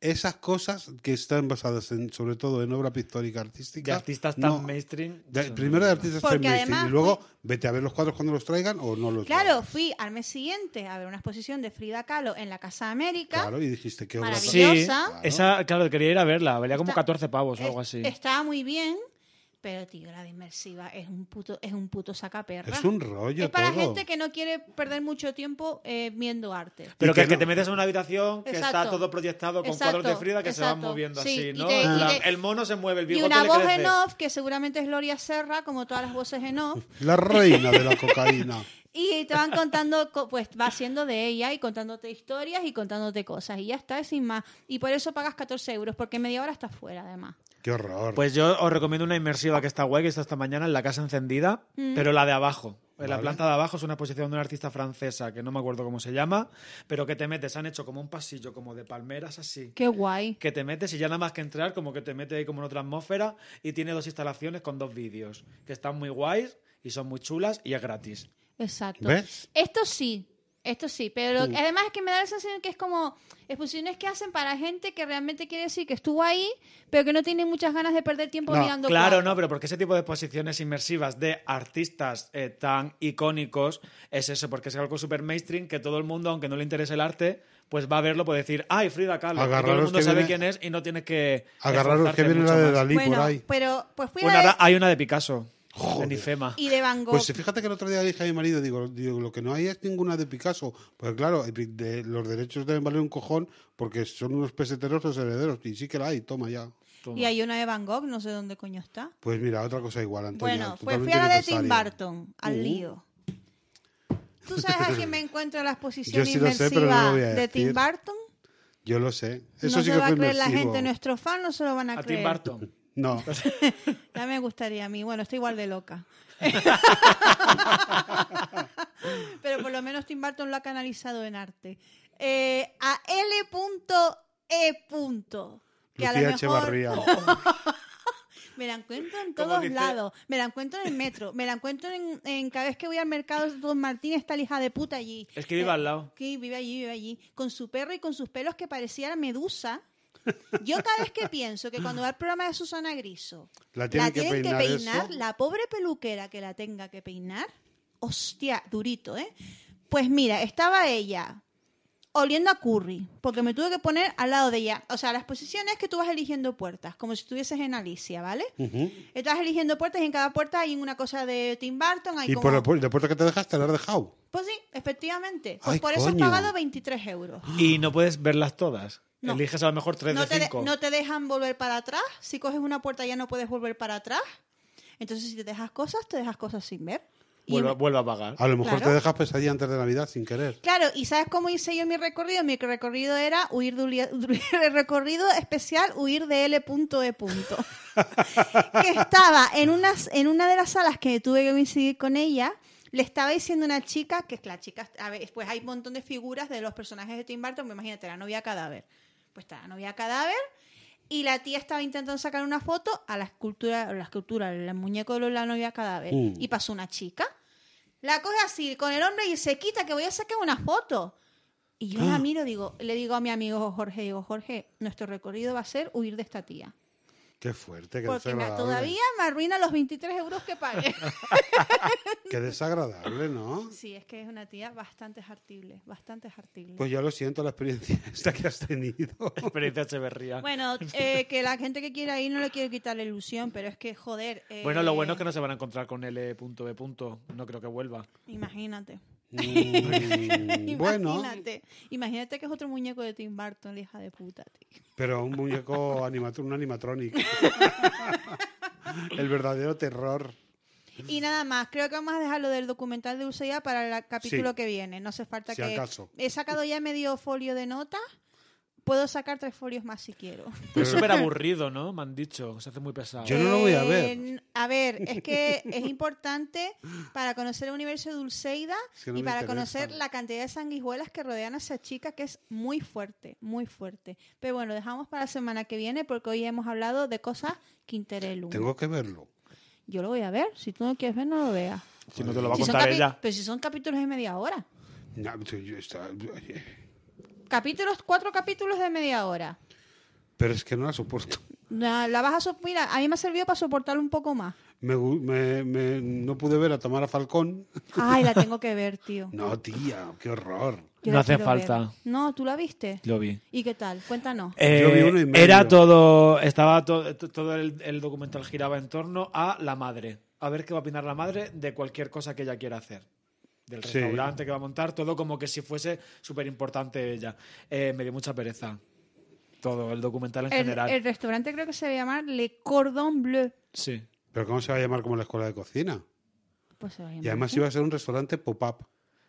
Speaker 1: Esas cosas que están basadas en, sobre todo en obra pictórica artística.
Speaker 3: De artistas tan
Speaker 1: no-
Speaker 3: mainstream.
Speaker 1: de-
Speaker 3: Eso no
Speaker 1: primero de
Speaker 3: lo-
Speaker 1: artistas
Speaker 2: Porque
Speaker 1: tan mainstream,
Speaker 2: además
Speaker 1: y luego
Speaker 2: fui-
Speaker 1: vete a ver los cuadros cuando los traigan o no los
Speaker 2: Claro,
Speaker 1: traigan.
Speaker 2: fui al mes siguiente a ver una exposición de Frida Kahlo en la Casa de América.
Speaker 1: Claro, y dijiste qué obra
Speaker 2: Maravilloso.
Speaker 1: tan-
Speaker 3: Sí,
Speaker 2: Maravillosa.
Speaker 3: esa, claro, quería ir a verla. Valía como
Speaker 2: Está-
Speaker 3: 14 pavos o algo
Speaker 2: Es-
Speaker 3: así.
Speaker 2: Estaba muy bien,
Speaker 10: Pero, tío, la de inmersiva es un puto, es un puto sacaperra.
Speaker 1: Es un rollo
Speaker 10: Es para
Speaker 1: todo.
Speaker 10: gente que no quiere perder mucho tiempo eh, viendo arte.
Speaker 3: Pero
Speaker 1: Y
Speaker 3: que,
Speaker 1: que
Speaker 3: que
Speaker 1: no-
Speaker 3: te metes en una habitación que está
Speaker 10: Exacto.
Speaker 3: todo proyectado con
Speaker 10: Exacto,
Speaker 3: cuadros de Frida que se van
Speaker 10: exacto.
Speaker 3: moviendo
Speaker 10: Sí,
Speaker 3: así,
Speaker 10: y
Speaker 3: ¿no?
Speaker 10: te-
Speaker 3: En
Speaker 10: y
Speaker 3: plan,
Speaker 10: te-
Speaker 3: el mono se mueve, el
Speaker 10: Y
Speaker 3: bigote
Speaker 10: una
Speaker 3: le
Speaker 10: voz
Speaker 3: crece.
Speaker 10: en off, que seguramente es Gloria Serra, como todas las voces en off.
Speaker 1: La reina de la cocaína.
Speaker 10: Y te van contando, co- pues va siendo de ella y contándote historias y contándote cosas. Y ya está, es sin más. Y por eso pagas 14 euros, porque media hora estás fuera, además.
Speaker 1: Qué horror.
Speaker 3: Pues yo os recomiendo una inmersiva que está guay, que está esta mañana en la casa encendida, pero la de abajo. En la
Speaker 1: Vale.
Speaker 3: planta de abajo es una exposición de una artista francesa que no me acuerdo cómo se llama, pero que te metes, han hecho como un pasillo, como de palmeras así.
Speaker 10: Qué guay.
Speaker 3: que te metes y ya nada más que entrar, como que te mete ahí como en otra atmósfera y tiene dos instalaciones con dos vídeos que están muy guays y son muy chulas y es gratis.
Speaker 10: Exacto.
Speaker 1: ¿Ves?
Speaker 10: Esto sí, esto sí, pero además es que me da la sensación que es como exposiciones que hacen para gente que realmente quiere decir que estuvo ahí, pero que no tiene muchas ganas de perder tiempo
Speaker 1: No,
Speaker 10: mirando.
Speaker 3: Claro,
Speaker 10: cuadros.
Speaker 3: no, pero porque ese tipo de exposiciones inmersivas de artistas eh, tan icónicos es eso, porque es algo súper mainstream que todo el mundo, aunque no le interese el arte, pues va a verlo, puede decir, ¡ay, Frida Kahlo! y Todo el
Speaker 1: Agarraros
Speaker 3: mundo
Speaker 1: que
Speaker 3: sabe
Speaker 1: viene-
Speaker 3: quién es y no tienes que.
Speaker 1: Agarraros que
Speaker 3: esforzarte
Speaker 1: viene
Speaker 3: mucho
Speaker 1: la de
Speaker 3: más.
Speaker 1: Dalí por
Speaker 2: Bueno,
Speaker 1: ahí.
Speaker 2: pero pues fui a
Speaker 3: Una
Speaker 2: la
Speaker 3: ra- hay una de Picasso, en Ifema.
Speaker 2: y de Van Gogh.
Speaker 1: Pues fíjate que el otro día le dije a mi marido, digo, digo, lo que no hay es ninguna de Picasso. Pues claro, de- los derechos deben valer un cojón porque son unos peseteros los herederos. Y sí que la hay, toma ya.
Speaker 2: y hay una de Van Gogh, no sé dónde coño está.
Speaker 1: Pues mira, otra cosa igual, Antonio.
Speaker 2: Bueno, pues fui a la de Tim Burton, al
Speaker 1: Uh.
Speaker 2: lío. ¿Tú sabes a quién me encuentro en la
Speaker 1: Yo
Speaker 2: exposición
Speaker 1: sí lo
Speaker 2: inmersiva
Speaker 1: sé, pero no lo voy a
Speaker 2: de Tim
Speaker 1: decir.
Speaker 2: Burton?
Speaker 1: Yo lo sé. Eso
Speaker 2: no
Speaker 1: sí
Speaker 2: se
Speaker 1: que
Speaker 2: va
Speaker 1: fue
Speaker 2: a creer la
Speaker 1: inmersivo.
Speaker 2: gente, nuestros fans no se lo van a,
Speaker 3: A
Speaker 2: creer.
Speaker 3: Tim Burton.
Speaker 1: No,
Speaker 2: Ya me gustaría a mí. Bueno, estoy igual de loca. Pero por lo menos Tim Burton lo ha canalizado en arte. Eh, a L.E. punto, Que a lo
Speaker 1: Lucía
Speaker 2: mejor
Speaker 1: Echevarría.
Speaker 2: me la encuentro en
Speaker 3: Como
Speaker 2: todos
Speaker 3: dice-
Speaker 2: lados. Me la encuentro en el metro. Me la encuentro en, en cada vez que voy al mercado Don Martín, está la hija de puta allí.
Speaker 3: Es que vive al lado.
Speaker 2: Que vive allí, vive allí. Con su perro y con sus pelos que parecía la medusa. Yo cada vez que pienso que cuando va el programa de Susana Griso,
Speaker 1: La tienen que peinar eso.
Speaker 2: la pobre peluquera que la tenga que peinar, hostia, durito, ¿eh? Pues mira, estaba ella oliendo a curry, porque me tuve que poner al lado de ella. O sea, las posiciones que tú vas eligiendo puertas, como si estuvieses en Alicia, ¿vale?
Speaker 1: Mm.
Speaker 2: Estás eligiendo puertas y en cada puerta hay una cosa de Tim Burton, hay
Speaker 1: y
Speaker 2: como...
Speaker 1: por la, pu- la puerta que te dejas te la has dejado.
Speaker 2: Pues sí, efectivamente. Pues
Speaker 1: Ay,
Speaker 2: por eso has
Speaker 1: coño.
Speaker 2: pagado 23 euros.
Speaker 3: Y no puedes verlas todas.
Speaker 2: No.
Speaker 3: Eliges a lo mejor tres
Speaker 2: no
Speaker 3: de
Speaker 2: te, de-
Speaker 3: cinco.
Speaker 2: no te dejan volver para atrás. Si coges una puerta ya no puedes volver para atrás. Entonces, si te dejas cosas, te dejas cosas sin ver. Y
Speaker 3: Vuelve-
Speaker 2: en-
Speaker 3: vuelve a pagar.
Speaker 1: A lo mejor
Speaker 2: Claro.
Speaker 1: te dejas pesadilla antes de Navidad sin querer.
Speaker 2: Claro, ¿y sabes cómo hice yo mi recorrido? Mi recorrido era huir de Uli- el recorrido especial huir de L.E. punto. que estaba en unas en una de las salas que tuve que coincidir con ella. Le estaba diciendo una chica que es la chica, a ver, pues hay un montón de figuras de los personajes de Tim Burton, pues imagínate, la novia cadáver. Pues está la novia cadáver y la tía estaba intentando sacar una foto a la escultura, a la escultura, el muñeco de la novia cadáver
Speaker 1: Mm.
Speaker 2: y pasó una chica. La coge así con el hombre y se quita que voy a sacar una foto. Y yo la miro, digo, le digo a mi amigo Jorge, digo, Jorge, nuestro recorrido va a ser huir de esta tía.
Speaker 1: Qué fuerte, qué
Speaker 2: Porque me-
Speaker 1: desagradable.
Speaker 2: todavía me arruina los 23 euros que pagué.
Speaker 1: Qué desagradable, ¿no?
Speaker 2: sí, es que es una tía bastante hartible, bastante hartible.
Speaker 1: Pues ya lo siento la experiencia esta que has tenido.
Speaker 3: Experiencia Echeverría.
Speaker 2: bueno, eh, que la gente que quiera ir no le quiero quitar la ilusión, pero es que, joder. eh,
Speaker 3: Bueno, lo bueno es que no se van a encontrar con L.B. No creo que vuelva.
Speaker 2: Imagínate.
Speaker 1: Mm, bueno,
Speaker 2: Imagínate. Imagínate que es otro muñeco de Tim Burton, la hija de puta, tío.
Speaker 1: pero un muñeco animatro, un animatronic. El verdadero terror.
Speaker 2: Y nada más, creo que vamos a dejar lo del documental de UCIA para el capítulo
Speaker 1: Sí.
Speaker 2: que viene. No hace falta
Speaker 1: Si
Speaker 2: que.
Speaker 1: acaso.
Speaker 2: He sacado ya medio folio de notas. Puedo sacar tres folios más si quiero.
Speaker 3: Es súper aburrido, ¿no? Me han dicho. Se hace muy pesado.
Speaker 1: Yo no lo voy a
Speaker 2: Eh,
Speaker 1: ver.
Speaker 2: n- a ver, es que es importante para conocer el universo de Dulceida
Speaker 1: Es que no
Speaker 2: y
Speaker 1: me
Speaker 2: para
Speaker 1: interesa.
Speaker 2: conocer la cantidad de sanguijuelas que rodean a esa chica, que es muy fuerte, muy fuerte. Pero bueno, dejamos para la semana que viene porque hoy hemos hablado de cosas Quinterelum.
Speaker 1: Tengo que verlo.
Speaker 2: Yo lo voy a ver. Si tú no quieres ver, no lo veas.
Speaker 3: Si no te lo va a
Speaker 2: Si son
Speaker 3: contar
Speaker 2: capi-
Speaker 3: ella.
Speaker 2: Pero si son capítulos de media hora.
Speaker 1: No, yo- yo- está-
Speaker 2: Capítulos, cuatro capítulos de media hora.
Speaker 1: Pero es que no la soporto.
Speaker 2: La, la vas a so- Mira, a mí me ha servido para soportar un poco más.
Speaker 1: Me, gu- me- me- no pude ver a Tamara Falcón.
Speaker 2: Ay, la tengo que ver, tío.
Speaker 1: No, tía, qué horror.
Speaker 2: Yo
Speaker 7: No
Speaker 2: la
Speaker 7: hace
Speaker 2: quiero ver.
Speaker 7: falta.
Speaker 2: No, ¿tú la viste?
Speaker 7: Lo vi.
Speaker 2: ¿Y qué tal? Cuéntanos.
Speaker 1: Yo vi uno y medio.
Speaker 7: Eh, Era todo, estaba todo, todo el, el documental giraba en torno a la madre. A ver qué va a opinar la madre de cualquier cosa que ella quiera hacer. Del
Speaker 1: Sí.
Speaker 7: restaurante que va a montar, todo como que si fuese súper importante ella. Eh, me dio mucha pereza. Todo el documental en
Speaker 2: El,
Speaker 7: general.
Speaker 2: el restaurante creo que se va a llamar Le Cordon Bleu.
Speaker 7: Sí.
Speaker 1: Pero ¿cómo se va a llamar como la escuela de cocina?
Speaker 2: Pues se va a llamar.
Speaker 1: Y además iba a ser un restaurante pop-up.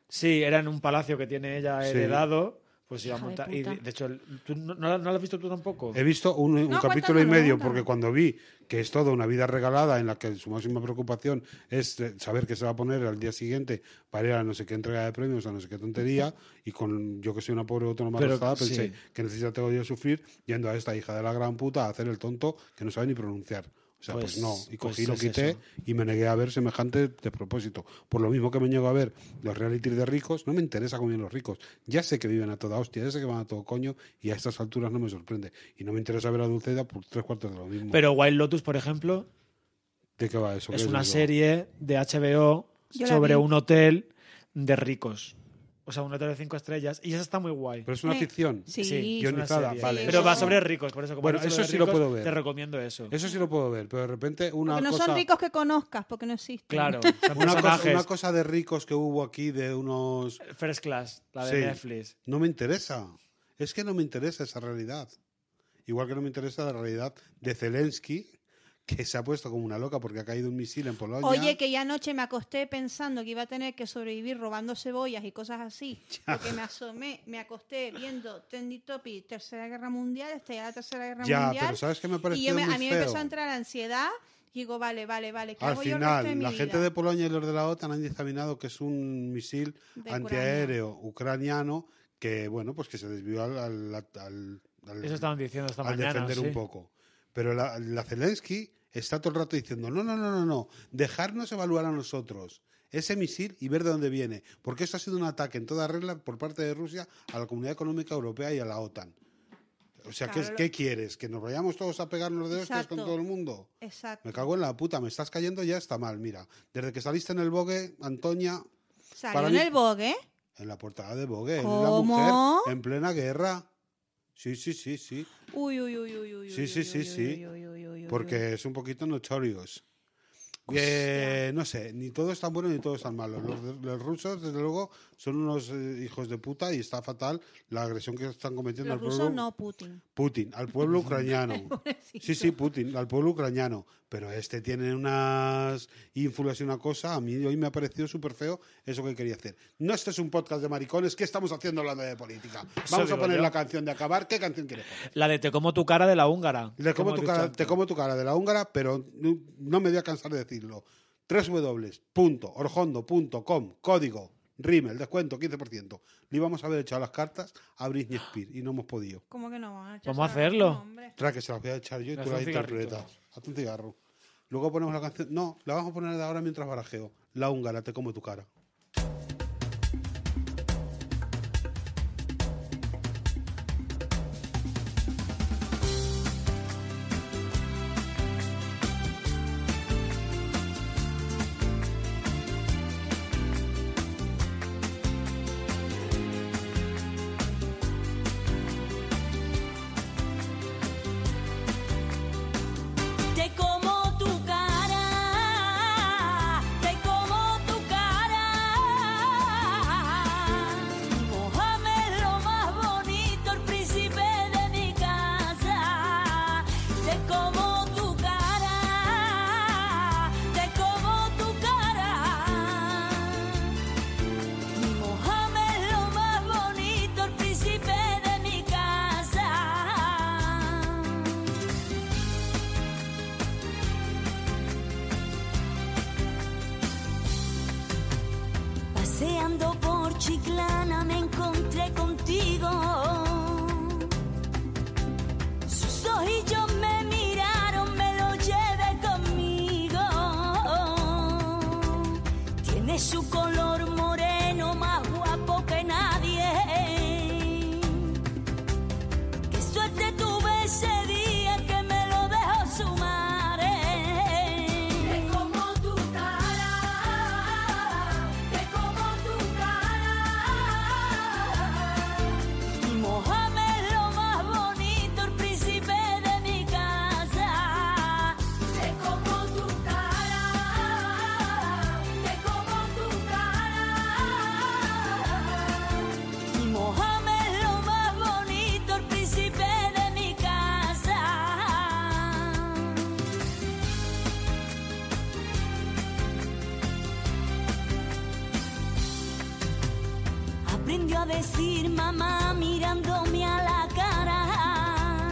Speaker 7: Sí, era en un palacio que tiene ella
Speaker 1: Sí.
Speaker 7: heredado. Pues iba a
Speaker 2: Hija de
Speaker 7: montar. Y de,
Speaker 2: puta.
Speaker 7: de hecho, el- ¿tú no, no la- no la has visto tú tampoco?
Speaker 1: He visto un, un
Speaker 2: No,
Speaker 1: capítulo
Speaker 2: cuéntamelo,
Speaker 1: y medio
Speaker 2: cuéntamelo.
Speaker 1: porque cuando vi que es toda una vida regalada en la que su máxima preocupación es eh, saber qué se va a poner al día siguiente para ir a no sé qué entrega de premios, a no sé qué tontería, y con yo que soy una pobre autónoma
Speaker 7: Pero,
Speaker 1: arrastrada,
Speaker 7: sí.
Speaker 1: pensé que necesita tengo yo sufrir yendo a esta hija de la gran puta a hacer el tonto que no sabe ni pronunciar. O sea, pues,
Speaker 7: Pues-
Speaker 1: no, y cogí,
Speaker 7: pues
Speaker 1: lo
Speaker 7: es
Speaker 1: quité
Speaker 7: eso.
Speaker 1: y me negué a ver semejante despropósito. Por lo mismo que me niego a ver los reality de ricos, no me interesa cómo viven los ricos. Ya sé que viven a toda hostia, ya sé que van a todo coño y a estas alturas no me sorprende. Y no me interesa ver a Dulceida por tres cuartos de lo mismo.
Speaker 7: Pero Wild Lotus, por ejemplo,
Speaker 1: ¿De qué va eso? ¿Qué
Speaker 7: es una
Speaker 1: eso?
Speaker 7: serie de HBO
Speaker 2: Yo la
Speaker 7: sobre
Speaker 2: vi.
Speaker 7: un hotel de ricos. O sea, un hotel de cinco estrellas. Y eso está muy guay.
Speaker 1: Pero es una
Speaker 2: Eh,
Speaker 1: ficción.
Speaker 2: Sí.
Speaker 7: es una
Speaker 1: Guionizada,
Speaker 7: serie.
Speaker 1: vale.
Speaker 7: Pero va
Speaker 2: Eso-
Speaker 7: sobre ricos, por eso. Como
Speaker 1: Bueno,
Speaker 7: he dicho
Speaker 1: eso
Speaker 7: de
Speaker 1: sí lo
Speaker 7: ricos,
Speaker 1: puedo ver.
Speaker 7: Te recomiendo eso.
Speaker 1: Eso sí lo puedo ver, pero de repente una
Speaker 2: Porque no
Speaker 1: cosa...
Speaker 2: son ricos que conozcas, porque no existen.
Speaker 7: Claro, son
Speaker 1: Una cosa,
Speaker 7: personajes.
Speaker 1: una cosa de ricos que hubo aquí de unos...
Speaker 7: First Class, la de
Speaker 1: Sí.
Speaker 7: Netflix.
Speaker 1: No me interesa. Es que no me interesa esa realidad. Igual que no me interesa la realidad de Zelensky, que se ha puesto como una loca porque ha caído un misil en Polonia.
Speaker 2: Oye, que ya anoche me acosté pensando que iba a tener que sobrevivir robando cebollas y cosas así. Porque me asomé, me acosté viendo Trendy Topic, Tercera Guerra Mundial, está ya la Tercera Guerra
Speaker 1: Ya,
Speaker 2: Mundial.
Speaker 1: pero ¿sabes qué me ha
Speaker 2: y
Speaker 1: parecido
Speaker 2: yo me-
Speaker 1: muy
Speaker 2: a mí me
Speaker 1: feo?
Speaker 2: empezó a entrar ansiedad y digo, vale, vale, vale, ¿qué
Speaker 1: Al
Speaker 2: hago yo el resto
Speaker 1: final,
Speaker 2: de mi
Speaker 1: la
Speaker 2: vida?
Speaker 1: gente de Polonia y los de la OTAN han dictaminado que es un misil
Speaker 2: De
Speaker 1: antiaéreo ucraniano que, bueno, pues que se desvió al, al- al- al-
Speaker 7: Eso estaban diciendo esta
Speaker 1: al
Speaker 7: mañana.
Speaker 1: defender un
Speaker 7: sí.
Speaker 1: poco. Pero la, la Zelensky está todo el rato diciendo, no, no, no, no, no, dejarnos evaluar a nosotros ese misil y ver de dónde viene, porque esto ha sido un ataque en toda regla por parte de Rusia a la Comunidad Económica Europea y a la OTAN. O sea, ¿qué,
Speaker 2: Claro.
Speaker 1: qué quieres? ¿Que nos vayamos todos a pegarnos de hostias con
Speaker 2: Exacto.
Speaker 1: todo el mundo?
Speaker 2: Exacto.
Speaker 1: Me cago en la puta, me estás cayendo ya está mal, mira. Desde que saliste en el Vogue, Antonia,
Speaker 2: Salió
Speaker 1: para
Speaker 2: en
Speaker 1: mí-
Speaker 2: el Vogue, ¿eh?
Speaker 1: en la portada de Vogue, es una
Speaker 2: ¿Cómo?
Speaker 1: mujer en plena guerra. Sí, sí, sí, sí.
Speaker 2: Uy, uy, uy, uy, uy.
Speaker 1: Sí,
Speaker 2: uy,
Speaker 1: sí,
Speaker 2: uy,
Speaker 1: sí,
Speaker 2: uy,
Speaker 1: sí.
Speaker 2: uy, uy, uy, uy, uy, uy.
Speaker 1: porque es un poquito notorious. Eh, no sé, ni todo es tan bueno ni todo es tan malo. Los, los rusos, desde luego, son unos eh, hijos de puta y está fatal la agresión que están cometiendo
Speaker 2: Los
Speaker 1: al
Speaker 2: rusos
Speaker 1: pueblo,
Speaker 2: no, Putin.
Speaker 1: Putin, al pueblo ucraniano. Sí, sí, Putin, al pueblo ucraniano. Pero este tiene unas ínfulas y una cosa. A mí hoy me ha parecido súper feo eso que quería hacer. No, esto es un podcast de maricones. ¿Qué estamos haciendo hablando de política? Vamos a
Speaker 7: digo
Speaker 1: poner
Speaker 7: yo.
Speaker 1: la canción de acabar. ¿Qué canción quieres poner?
Speaker 7: La de Te como tu cara de la húngara.
Speaker 1: Le
Speaker 7: como he
Speaker 1: como tu
Speaker 7: dicho
Speaker 1: cara,
Speaker 7: antes.
Speaker 1: te como tu cara de la húngara, pero no, no me voy a cansar de decirlo. www.orjondo.com, código, Rimmel, descuento, 15%. Le íbamos a haber echado las cartas a Britney Spears y no hemos podido.
Speaker 2: ¿Cómo que no? Van a
Speaker 7: Vamos a
Speaker 2: echarse la-
Speaker 7: hacerlo.
Speaker 2: no, hombre.
Speaker 1: Tra, que se las voy a echar yo y
Speaker 7: Haz
Speaker 1: tú las
Speaker 7: un cigarrito.
Speaker 1: interpretas. Hazte un cigarro. Luego ponemos la canción. No, la vamos a poner de ahora mientras barajeo. La húngara, te como tu cara.
Speaker 11: Te como tu cara, te como tu cara. Mojame lo más bonito, el príncipe de mi casa. Te como tu cara, te como tu cara. Mojame lo más bonito, el príncipe de mi casa. Paseando por Chiclana me encontré contigo. Sus ojillos me miraron, me lo llevé conmigo. Tiene su color moreno más guapo que nadie. Qué suerte tuve ese volvió a decir mamá mirándome a la cara.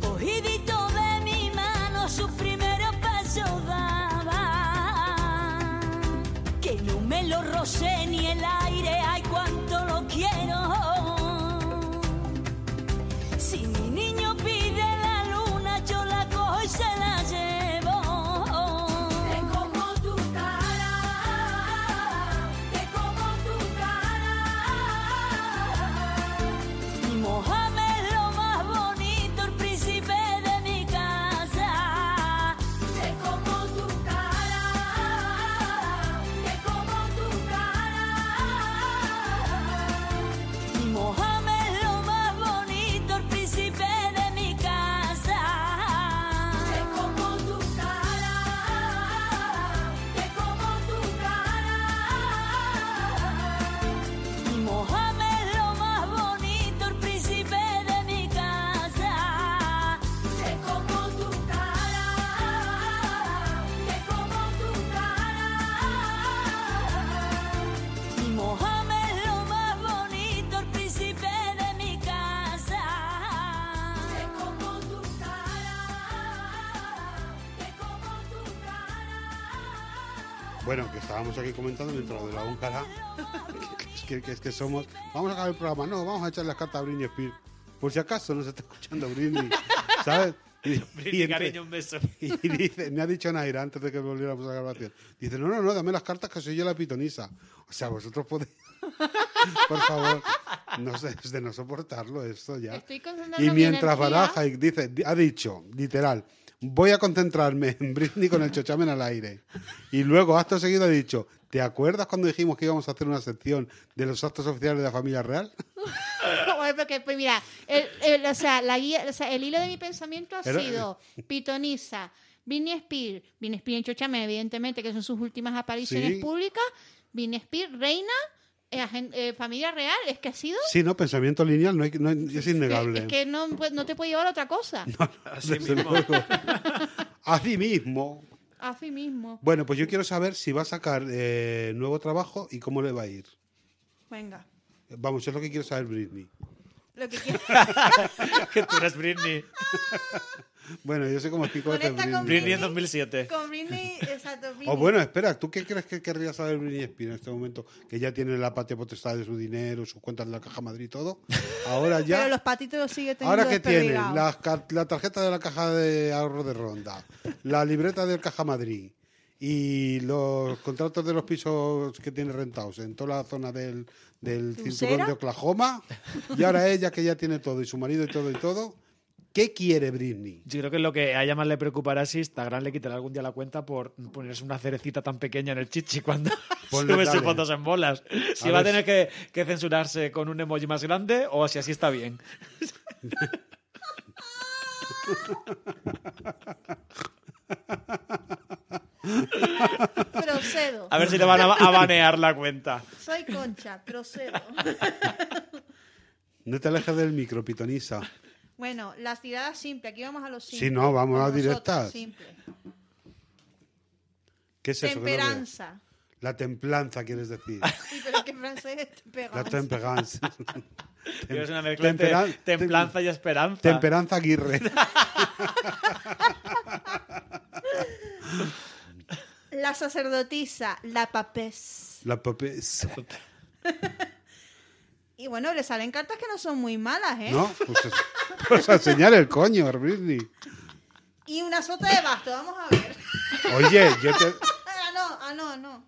Speaker 11: Cogidito de mi mano sus primeros pasos daba. Que no me lo roce ni el aire, ay cuánto lo quiero. Si mi niño pide la luna, yo la cojo y se la llevo. Te como tu cara, te como tu cara. Y Mohamed es lo más bonito, el príncipe de mi casa. Te como tu cara, te como tu cara. Y Mohamed es lo más bonito, el príncipe de mi casa. Te como tu cara, te como tu cara. Y Mohamed es lo más bonito, el príncipe de mi casa. Te como tu cara, te como tu cara. Y Mohamed es lo más bonito, el príncipe de mi casa. Te como tu cara, te como tu cara.
Speaker 1: Bueno, que estábamos aquí comentando mientras lo de la búncara. Es que, que es que somos. Vamos a acabar el programa. No, vamos a echar las cartas a Britney Spears. Por si acaso nos está escuchando Britney. ¿Sabes? Y,
Speaker 12: Britney,
Speaker 1: entre-
Speaker 12: cariño, un beso.
Speaker 1: y dice, me ha dicho Naira antes de que volviéramos a la grabación. Dice, no, no, no, dame las cartas que soy yo la pitonisa. O sea, vosotros podéis. Por favor, no sé, es de no soportarlo esto ya.
Speaker 4: Estoy concentrando
Speaker 1: y
Speaker 4: mi
Speaker 1: mientras
Speaker 4: energía.
Speaker 1: baraja y dice, di- ha dicho, literal, voy a concentrarme en Britney con el chochamen al aire. Y luego, acto seguido, ha dicho, ¿te acuerdas cuando dijimos que íbamos a hacer una sección de los actos oficiales de la familia real?
Speaker 4: Bueno, porque, pues, mira, el, el- o sea, la guía, o sea, el hilo de mi pensamiento ha
Speaker 1: Era-
Speaker 4: sido
Speaker 7: eh,
Speaker 4: Pitonisa, Britney Spears, Britney Spears en Chochame, evidentemente, que son sus últimas apariciones
Speaker 1: Sí.
Speaker 4: públicas, Britney Spears, Reina, eh, agen- eh, Familia Real, es que ha sido...
Speaker 1: Sí, no, pensamiento lineal no hay- no hay- es
Speaker 4: que-
Speaker 1: innegable.
Speaker 4: es que no, pues, no te puede llevar a otra cosa.
Speaker 12: Así
Speaker 1: Desde
Speaker 12: mismo.
Speaker 1: luego. Así mismo.
Speaker 4: A sí mismo.
Speaker 1: Bueno, pues yo quiero saber si va a sacar eh, nuevo trabajo y cómo le va a ir.
Speaker 2: Venga.
Speaker 1: Vamos, es lo que quiero saber, Britney.
Speaker 2: Lo que quiero.
Speaker 12: que tú eres Britney.
Speaker 1: Bueno, yo sé cómo cinco veces
Speaker 2: Conecta con
Speaker 1: Britney.
Speaker 12: Britney en 2007.
Speaker 2: Con Britney, exacto. Britney.
Speaker 1: O Oh, bueno, espera, ¿tú qué crees que querría saber Britney Spears en este momento? Que ya tiene la patria potestad de su dinero, sus cuentas de la Caja Madrid y todo. Ahora
Speaker 2: Pero los
Speaker 1: ya...
Speaker 2: patitos los sigue teniendo
Speaker 1: Ahora que tiene
Speaker 2: desperdigados.
Speaker 1: la, ca- la tarjeta de la Caja de Ahorro de Ronda, la libreta del Caja Madrid y los contratos de los pisos que tiene rentados en toda la zona del, del cinturón
Speaker 2: ¿Lucera?
Speaker 1: de Oklahoma. Y ahora ella que ya tiene todo, y su marido y todo y todo. ¿Qué quiere Britney?
Speaker 7: Yo creo que lo que a ella más le preocupará es si Instagram le quitará algún día la cuenta por ponerse una cerecita tan pequeña en el chichi cuando
Speaker 1: Ponle,
Speaker 7: sube
Speaker 1: dale.
Speaker 7: sus fotos en bolas. Si
Speaker 1: A
Speaker 7: va
Speaker 1: ver
Speaker 7: a tener que, que censurarse con un emoji más grande o si así está bien.
Speaker 2: Procedo.
Speaker 7: A ver si le van a, ba- a banear la cuenta.
Speaker 2: Soy concha, procedo.
Speaker 1: No te alejes del micro, pitonisa.
Speaker 2: Bueno, las tiradas simples. Aquí vamos a los simples.
Speaker 1: Sí, no, vamos
Speaker 2: Como
Speaker 1: a
Speaker 2: nosotros,
Speaker 1: directas.
Speaker 2: simple.
Speaker 1: ¿Qué es eso? que no veo?
Speaker 2: Temperanza.
Speaker 1: la templanza, quieres decir.
Speaker 2: Sí, pero que en francés es
Speaker 1: La
Speaker 2: temperanza.
Speaker 1: temperanza.
Speaker 7: Pero es una mezcla entre
Speaker 1: Temperan-
Speaker 7: templanza y esperanza.
Speaker 1: Temperanza Aguirre.
Speaker 2: La sacerdotisa, la papés.
Speaker 1: La papés.
Speaker 2: Y bueno, le salen cartas que no son muy malas, ¿eh?
Speaker 1: ¿No? Pues, es- pues a enseñar el coño, Britney.
Speaker 2: Y una sota de basto, vamos a ver.
Speaker 1: Oye, yo te...
Speaker 2: Ah, no, ah, no, no.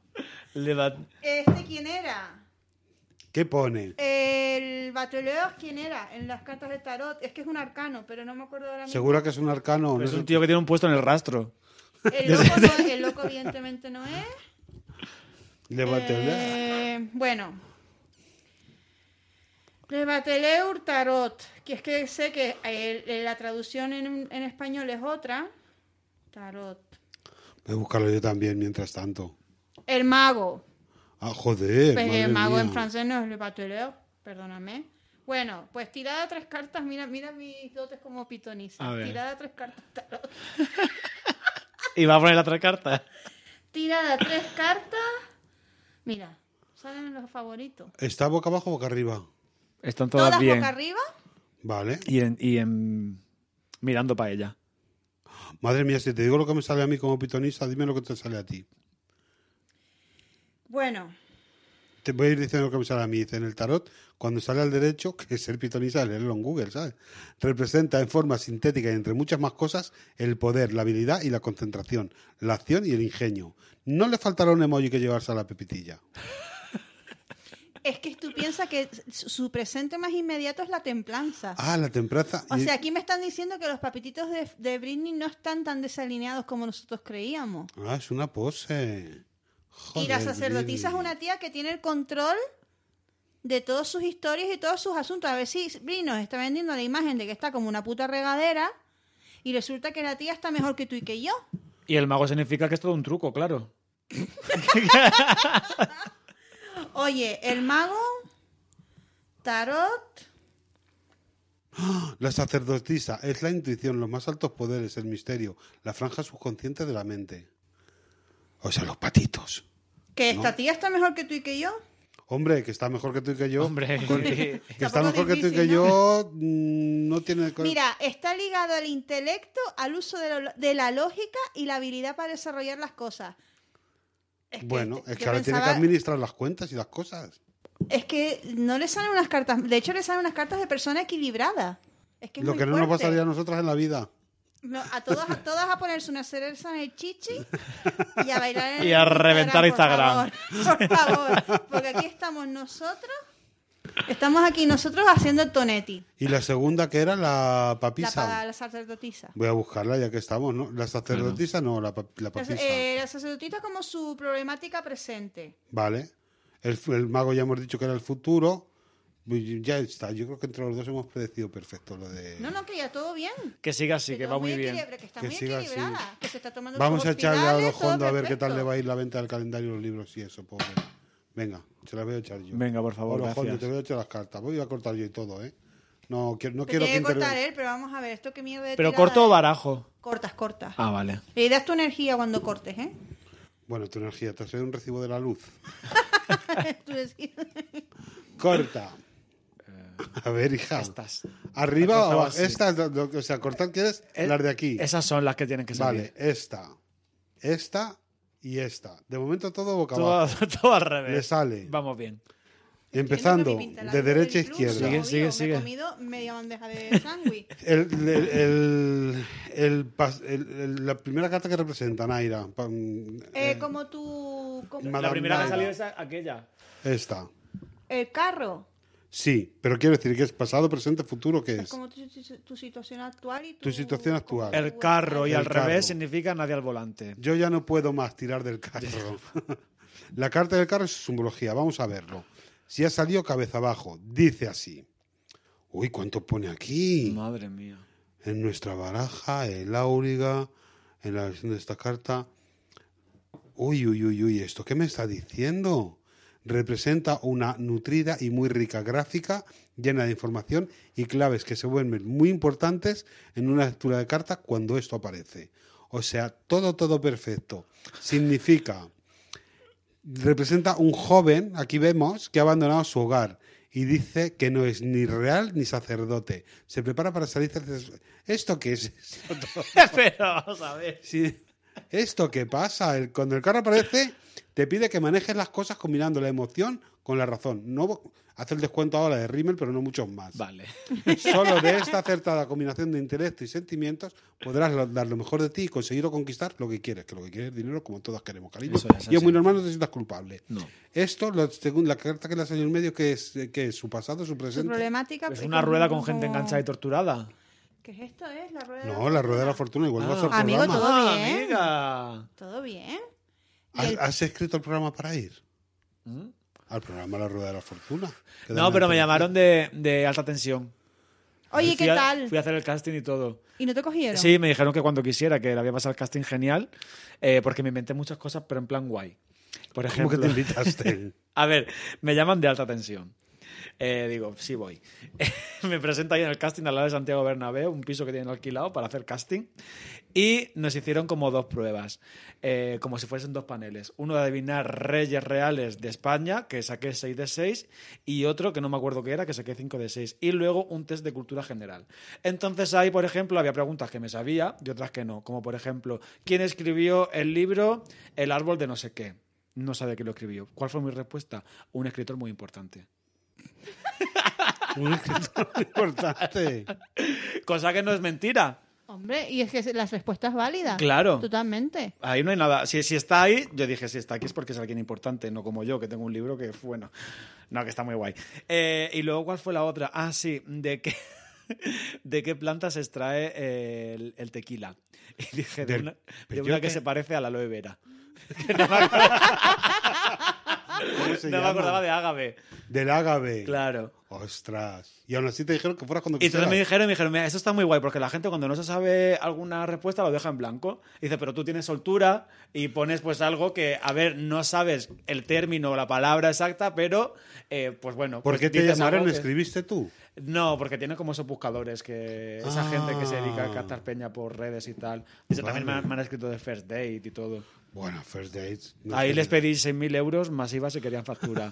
Speaker 7: Le da-
Speaker 2: ¿Este quién era?
Speaker 1: ¿Qué pone?
Speaker 2: El Battleur, ¿quién era? En las cartas de tarot. Es que es un arcano, pero no me acuerdo ahora mismo.
Speaker 1: ¿Segura que es un arcano? No
Speaker 7: es
Speaker 1: es
Speaker 7: un tío que tiene un puesto en el rastro.
Speaker 2: El loco, no- el loco evidentemente no es.
Speaker 1: Le va a tener-
Speaker 2: Eh, bueno. Le Battleur Tarot, que es que sé que el- la traducción en, en español es otra. Tarot.
Speaker 1: Voy a buscarlo yo también, mientras tanto.
Speaker 2: El mago.
Speaker 1: Ah, joder.
Speaker 2: Pues
Speaker 1: madre
Speaker 2: el mago en
Speaker 1: mía.
Speaker 2: francés no es le batoleur, perdóname. Bueno, pues tirada tres cartas, mira, mira mis dotes como pitoniza.
Speaker 7: A ver.
Speaker 2: Tirada tres cartas tarot.
Speaker 7: Y va a poner la otra carta.
Speaker 2: Tirada tres cartas. Mira,
Speaker 4: Salen los favoritos.
Speaker 1: ¿Está boca abajo o boca arriba?
Speaker 7: Están todas,
Speaker 2: ¿Todas,
Speaker 7: bien.
Speaker 2: boca arriba?
Speaker 1: Vale.
Speaker 7: Y en, y en- mirando para ella.
Speaker 1: Madre mía, si te digo lo que me sale a mí como pitonista, dime lo que te sale a ti.
Speaker 2: Bueno,
Speaker 1: Te voy a ir diciendo lo que me sale a mí. Dice en el tarot, cuando sale al derecho, que es el pitonista, leerlo en Google, ¿sabes? Representa en forma sintética y entre muchas más cosas el poder, la habilidad y la concentración, la acción y el ingenio. No le faltará un emoji que llevarse a la pepitilla.
Speaker 2: es que tú piensas que su su presente más inmediato es la templanza.
Speaker 1: Ah, la templanza.
Speaker 2: O
Speaker 1: y-
Speaker 2: sea, aquí me están diciendo que los papititos de, de Britney no están tan desalineados como nosotros creíamos.
Speaker 1: Ah, es una pose.
Speaker 2: y la
Speaker 1: Joder,
Speaker 2: sacerdotisa es
Speaker 1: Britney.
Speaker 2: una tía que tiene el control de todas sus historias y todos sus asuntos. A ver si Britney nos está vendiendo la imagen de que está como una puta regadera y resulta que la tía está mejor que tú y que yo.
Speaker 7: Y el mago significa que es todo un truco, claro.
Speaker 2: Oye, el mago, tarot,
Speaker 1: La sacerdotisa es la intuición, los más altos poderes, el misterio, la franja subconsciente de la mente. O sea, los patitos.
Speaker 2: que esta tía está mejor que tú y que yo.
Speaker 1: Hombre, que está mejor que tú y que yo.
Speaker 7: Hombre,
Speaker 1: Con- que está
Speaker 2: Tampoco
Speaker 1: mejor que tú y que
Speaker 2: difícil,
Speaker 1: yo. mm, No tiene. co-
Speaker 2: Mira, está ligado al intelecto, al uso de, lo- de la lógica y la habilidad para desarrollar las cosas. Es que
Speaker 1: Bueno,
Speaker 2: este-
Speaker 1: es que
Speaker 2: yo
Speaker 1: ahora tiene que
Speaker 2: pensaba-
Speaker 1: administrar las cuentas y las cosas.
Speaker 2: Es que no le salen unas cartas. De hecho, le salen unas cartas de persona equilibrada. Es que es
Speaker 1: Lo
Speaker 2: muy
Speaker 1: que no nos
Speaker 2: fuerte.
Speaker 1: pasaría a nosotras en la vida.
Speaker 2: No, a todas, a todas a ponerse una cereza en el chichi y a bailar en
Speaker 12: Y
Speaker 2: el
Speaker 12: a reventar
Speaker 2: Por favor, por favor, porque aquí estamos nosotros. Estamos aquí nosotros haciendo el tonetti,
Speaker 1: Y la segunda que era la
Speaker 2: la,
Speaker 1: papisa.
Speaker 2: pa- la sacerdotisa.
Speaker 1: Voy a buscarla ya que estamos, ¿no? La sacerdotisa no, la, pa- la
Speaker 2: Las-
Speaker 1: papisa.
Speaker 2: eh, la sacerdotisa como su problemática presente.
Speaker 1: Vale. El, fu- el mago ya hemos dicho que era el futuro. Y Ya está. Yo creo que entre los dos hemos predecido perfecto lo de.
Speaker 2: No, no, que ya todo bien.
Speaker 7: que siga así, que
Speaker 2: todo
Speaker 7: va muy bien.
Speaker 2: equilibra- Que está
Speaker 1: Que
Speaker 2: muy
Speaker 1: siga así.
Speaker 2: equilibrada. Que se está tomando
Speaker 1: Vamos
Speaker 2: sus
Speaker 1: a echarle a
Speaker 2: hospitales, todo
Speaker 1: Odojondo a ver qué tal
Speaker 2: perfecto.
Speaker 1: le va a ir la venta del calendario, los libros y eso, pobre. Venga, se las voy a echar yo.
Speaker 7: Venga, por favor,
Speaker 1: Odojondo,
Speaker 7: gracias.
Speaker 1: te voy a echar las cartas. Voy a cortar yo y todo, ¿eh? No, quiero, no
Speaker 2: Te
Speaker 1: quiero que
Speaker 2: tiene que cortar
Speaker 1: interven-
Speaker 2: él, pero vamos a ver, esto qué mierda de
Speaker 7: Pero
Speaker 2: tirada
Speaker 7: corto o
Speaker 2: es.
Speaker 7: barajo.
Speaker 2: Cortas, cortas.
Speaker 7: Ah, vale.
Speaker 2: Le das tu energía cuando cortes, ¿eh?
Speaker 1: Bueno, tu energía, te has traído un recibo de la luz.
Speaker 2: Tú decís.
Speaker 1: Corta. A ver, hija.
Speaker 7: Estas.
Speaker 1: Arriba o
Speaker 7: Eh, Cortaba
Speaker 1: abajo.
Speaker 7: así.
Speaker 1: Estas, lo- lo- o sea, cortar quieres
Speaker 7: Eh,
Speaker 1: las de aquí.
Speaker 7: Esas son las que tienen que salir.
Speaker 1: Vale, esta, esta y esta. De momento todo boca
Speaker 12: Todo,
Speaker 1: abajo.
Speaker 12: todo al
Speaker 1: Le
Speaker 12: revés.
Speaker 1: sale.
Speaker 7: Vamos bien.
Speaker 1: Empezando de derecha a izquierda.
Speaker 7: Sigue, sigue, sigue.
Speaker 2: Me he comido media bandeja de sándwich.
Speaker 1: El, el, el- el pas- el- el- la primera carta que representa Naira. pa- mm,
Speaker 2: Eh,
Speaker 1: eh,
Speaker 2: como tu... como-
Speaker 1: Madame
Speaker 12: La primera que ha
Speaker 1: Naira.
Speaker 12: salido es aquella.
Speaker 1: Esta.
Speaker 2: el carro.
Speaker 1: Sí, pero quiero decir que es pasado, presente, futuro, ¿qué
Speaker 2: Es
Speaker 1: es?
Speaker 2: como tu, tu- tu situación actual y tu...
Speaker 1: Tu situación actual.
Speaker 2: como
Speaker 7: El
Speaker 2: tu-
Speaker 7: carro y
Speaker 1: El
Speaker 7: al revés
Speaker 1: carro.
Speaker 7: significa nadie al volante.
Speaker 1: Yo ya no puedo más tirar del carro. la carta del carro es su simbología, vamos a verlo. Si ha salido cabeza abajo, dice así. Uy, ¿cuánto pone aquí?
Speaker 7: Madre mía.
Speaker 1: en nuestra baraja, el áuriga, en la versión de esta carta. Uy, uy, uy, uy, ¿esto qué me está diciendo? Representa una nutrida y muy rica gráfica llena de información y claves que se vuelven muy importantes en una lectura de carta cuando esto aparece. O sea, todo, todo perfecto. Significa representa un joven, aquí vemos, que ha abandonado su hogar y dice que no es ni real ni sacerdote. Se prepara para salir. sacer- ¿Esto qué es?
Speaker 12: Pero vamos a ver.
Speaker 1: Sí. ¿Esto qué pasa? El- cuando el carro aparece, te pide que manejes las cosas combinando la emoción con la razón. No hace el descuento ahora de Rimmel, pero no muchos más.
Speaker 7: Vale.
Speaker 1: Solo de esta acertada combinación de intelecto y sentimientos podrás lo- dar lo mejor de ti y conseguir o conquistar lo que quieres, que lo que quieres es dinero como todas queremos, cariño.
Speaker 7: Eso es
Speaker 1: y es muy
Speaker 7: así.
Speaker 1: normal, no te sientas culpable.
Speaker 7: No.
Speaker 1: Esto, lo- según la carta que le ha salido en medio, que es, que es su pasado, su
Speaker 2: Su
Speaker 1: presente.
Speaker 2: problemática... pues,
Speaker 7: Es una rueda con gente enganchada y torturada.
Speaker 2: ¿Qué es esto? ¿Es la rueda?
Speaker 1: No, la rueda de la fortuna, igual va a ser
Speaker 2: Ah. Amigo,
Speaker 1: programa.
Speaker 2: Todo
Speaker 7: Ah,
Speaker 2: bien.
Speaker 7: amiga.
Speaker 2: ¿Todo bien? Y
Speaker 1: ¿Has,
Speaker 2: el-
Speaker 1: has escrito el programa para ir? Al programa La Rueda de la Fortuna. Que
Speaker 7: ¿Mm? No,
Speaker 1: dan
Speaker 7: pero me
Speaker 1: antes.
Speaker 7: llamaron de, de alta tensión.
Speaker 2: Oye,
Speaker 7: Y
Speaker 2: ¿qué
Speaker 7: fui a-
Speaker 2: tal?
Speaker 7: Fui a hacer el casting y todo.
Speaker 2: ¿Y no te cogieron?
Speaker 7: Sí, me dijeron que cuando quisiera, que le había pasado el casting genial, eh, porque me inventé muchas cosas, pero en plan guay. Por
Speaker 1: ¿Cómo
Speaker 7: ejemplo,
Speaker 1: que te invitaste?
Speaker 7: a ver, me llaman de alta tensión.
Speaker 3: Eh, digo, sí voy. me presento ahí en el casting al lado de Santiago Bernabéu, un piso que tienen alquilado para hacer casting. Y nos hicieron como dos pruebas, eh, como si fuesen dos paneles. Uno de adivinar reyes reales de España, que saqué 6 de 6, y otro que no me acuerdo qué era, que saqué 5 de 6. Y luego un test de cultura general. Entonces ahí, por ejemplo, había preguntas que me sabía y otras que no. Como por ejemplo, ¿quién escribió el libro El árbol de no sé qué? No sabía quién lo escribió. ¿Cuál fue mi respuesta? Un escritor muy importante.
Speaker 1: Un escritor importante.
Speaker 3: Cosa que no es mentira.
Speaker 13: Hombre, y es que la respuesta es válida.
Speaker 3: Claro.
Speaker 13: Totalmente.
Speaker 3: Ahí no hay nada. Si, si está ahí, yo dije, si está aquí es porque es alguien importante, no como yo, que tengo un libro que, bueno, no, que está muy guay. Eh, y luego, ¿cuál fue la otra? Ah, sí, de qué, de qué planta se extrae eh, el, el tequila. Y dije, de
Speaker 1: Del
Speaker 3: una, de
Speaker 1: peyote.
Speaker 3: una que se parece a la aloe vera. Que no me acordaba,
Speaker 1: ¿Cómo se
Speaker 3: no me
Speaker 1: llama?
Speaker 3: acordaba de ágave.
Speaker 1: Del ágave.
Speaker 3: Claro.
Speaker 1: Ostras. Y aún así te dijeron que fueras cuando
Speaker 3: Y entonces
Speaker 1: quisieras.
Speaker 3: me dijeron, me dijeron, mira, eso está muy guay, porque la gente cuando no se sabe alguna respuesta lo deja en blanco. Y dice, pero tú tienes soltura y pones pues algo que, a ver, no sabes el término o la palabra exacta, pero eh, pues bueno.
Speaker 1: ¿Por
Speaker 3: pues
Speaker 1: qué te
Speaker 3: dices
Speaker 1: llamaron?
Speaker 3: algo que-
Speaker 1: ¿Escribiste tú?
Speaker 3: No, porque tiene como esos buscadores que esa
Speaker 1: Ah.
Speaker 3: gente que se dedica a captar peña por redes y tal. Dice, también me
Speaker 1: Vale.
Speaker 3: han, me han escrito de first date y todo.
Speaker 1: Bueno, first dates. no
Speaker 3: Ahí
Speaker 1: sé.
Speaker 3: les pedí 6.000 euros masivas si querían factura.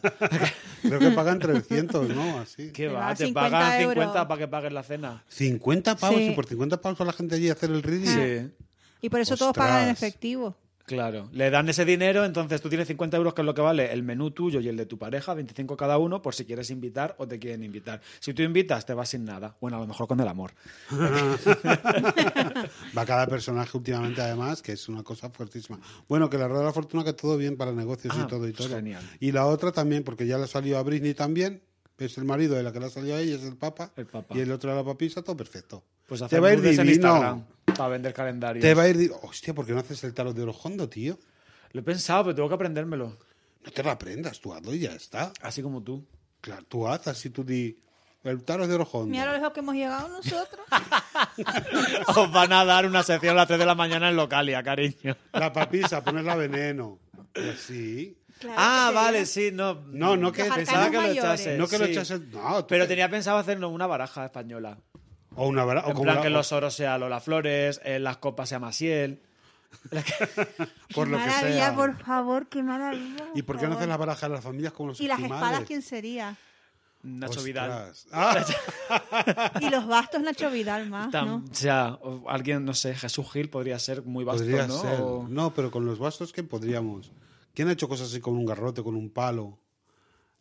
Speaker 1: Creo que pagan 300, ¿no? Así.
Speaker 3: ¿Qué
Speaker 2: Te
Speaker 3: va?
Speaker 2: va,
Speaker 3: Te
Speaker 2: 50
Speaker 3: pagan
Speaker 2: euros.
Speaker 3: 50 para que pagues la cena.
Speaker 1: 50 pavos
Speaker 2: Sí.
Speaker 1: y por 50 pavos va la gente allí a hacer el reading.
Speaker 3: Sí.
Speaker 2: Y por eso todos pagan en
Speaker 1: Ostras.
Speaker 2: efectivo.
Speaker 3: Claro, le dan ese dinero, entonces tú tienes 50 euros, que es lo que vale el menú tuyo y el de tu pareja, 25 cada uno, por si quieres invitar o te quieren invitar. Si tú invitas, te vas sin nada. Bueno, a lo mejor con el amor.
Speaker 1: Va cada personaje últimamente, además, que es una cosa fuertísima. Bueno, que la rueda de la fortuna que todo bien para negocios
Speaker 3: Ah,
Speaker 1: y todo y
Speaker 3: pues
Speaker 1: todo.
Speaker 3: genial.
Speaker 1: Y la otra también, porque ya le salió a Britney también, es el marido de la que le ha salido a ella, es el papa.
Speaker 3: El papa.
Speaker 1: Y el otro era la papisa, todo perfecto.
Speaker 3: Pues
Speaker 1: te
Speaker 3: hacer
Speaker 1: va a ir
Speaker 3: nudes en Instagram
Speaker 1: divino.
Speaker 3: para vender calendarios.
Speaker 1: Te va a ir di- Hostia, ¿por qué no haces el tarot de Orojondo, tío?
Speaker 3: Lo he pensado, pero tengo que aprendérmelo.
Speaker 1: No te lo aprendas, tú hazlo y ya está.
Speaker 3: Así como tú.
Speaker 1: Claro, tú haz así, tú di. El tarot de Orojondo.
Speaker 2: Mira lo lejos que hemos llegado nosotros.
Speaker 3: Os van a dar una sección a las 3 de la mañana en Localia, cariño.
Speaker 1: La papisa, ponerla veneno. Pues Y así.
Speaker 2: Claro
Speaker 3: ah,
Speaker 2: que te
Speaker 3: vale,
Speaker 2: digo.
Speaker 3: sí, no.
Speaker 1: No, no que- Los
Speaker 3: pensaba
Speaker 2: arcanos
Speaker 3: que lo
Speaker 2: mayores.
Speaker 3: echase.
Speaker 1: No que lo
Speaker 3: sí.
Speaker 1: echas. No, tú
Speaker 3: Pero
Speaker 1: que-
Speaker 3: tenía pensado hacernos una baraja española.
Speaker 1: O una vara- o
Speaker 3: En
Speaker 1: como
Speaker 3: plan
Speaker 1: la-
Speaker 3: que los oros sea Lola Flores, eh, las copas sea Maciel.
Speaker 1: por
Speaker 2: Qué
Speaker 1: lo que
Speaker 2: maravilla,
Speaker 1: sea.
Speaker 2: por favor, qué maravilla.
Speaker 1: ¿Y por qué no
Speaker 2: favor.
Speaker 1: haces las barajas de las familias como los
Speaker 2: ¿Y las espadas
Speaker 1: esquimales?
Speaker 2: quién sería?
Speaker 3: Nacho
Speaker 1: Ostras.
Speaker 3: Vidal.
Speaker 1: Ah,
Speaker 2: Y los bastos Nacho Vidal más,
Speaker 3: Tam-
Speaker 2: Ah, ¿no?
Speaker 3: O sea, o alguien, no sé, Jesús Gil podría ser muy vasto,
Speaker 1: podría
Speaker 3: ¿no?
Speaker 1: ser.
Speaker 3: O-
Speaker 1: No, pero con los bastos, ¿qué podríamos? ¿Quién ha hecho cosas así con un garrote, con un palo?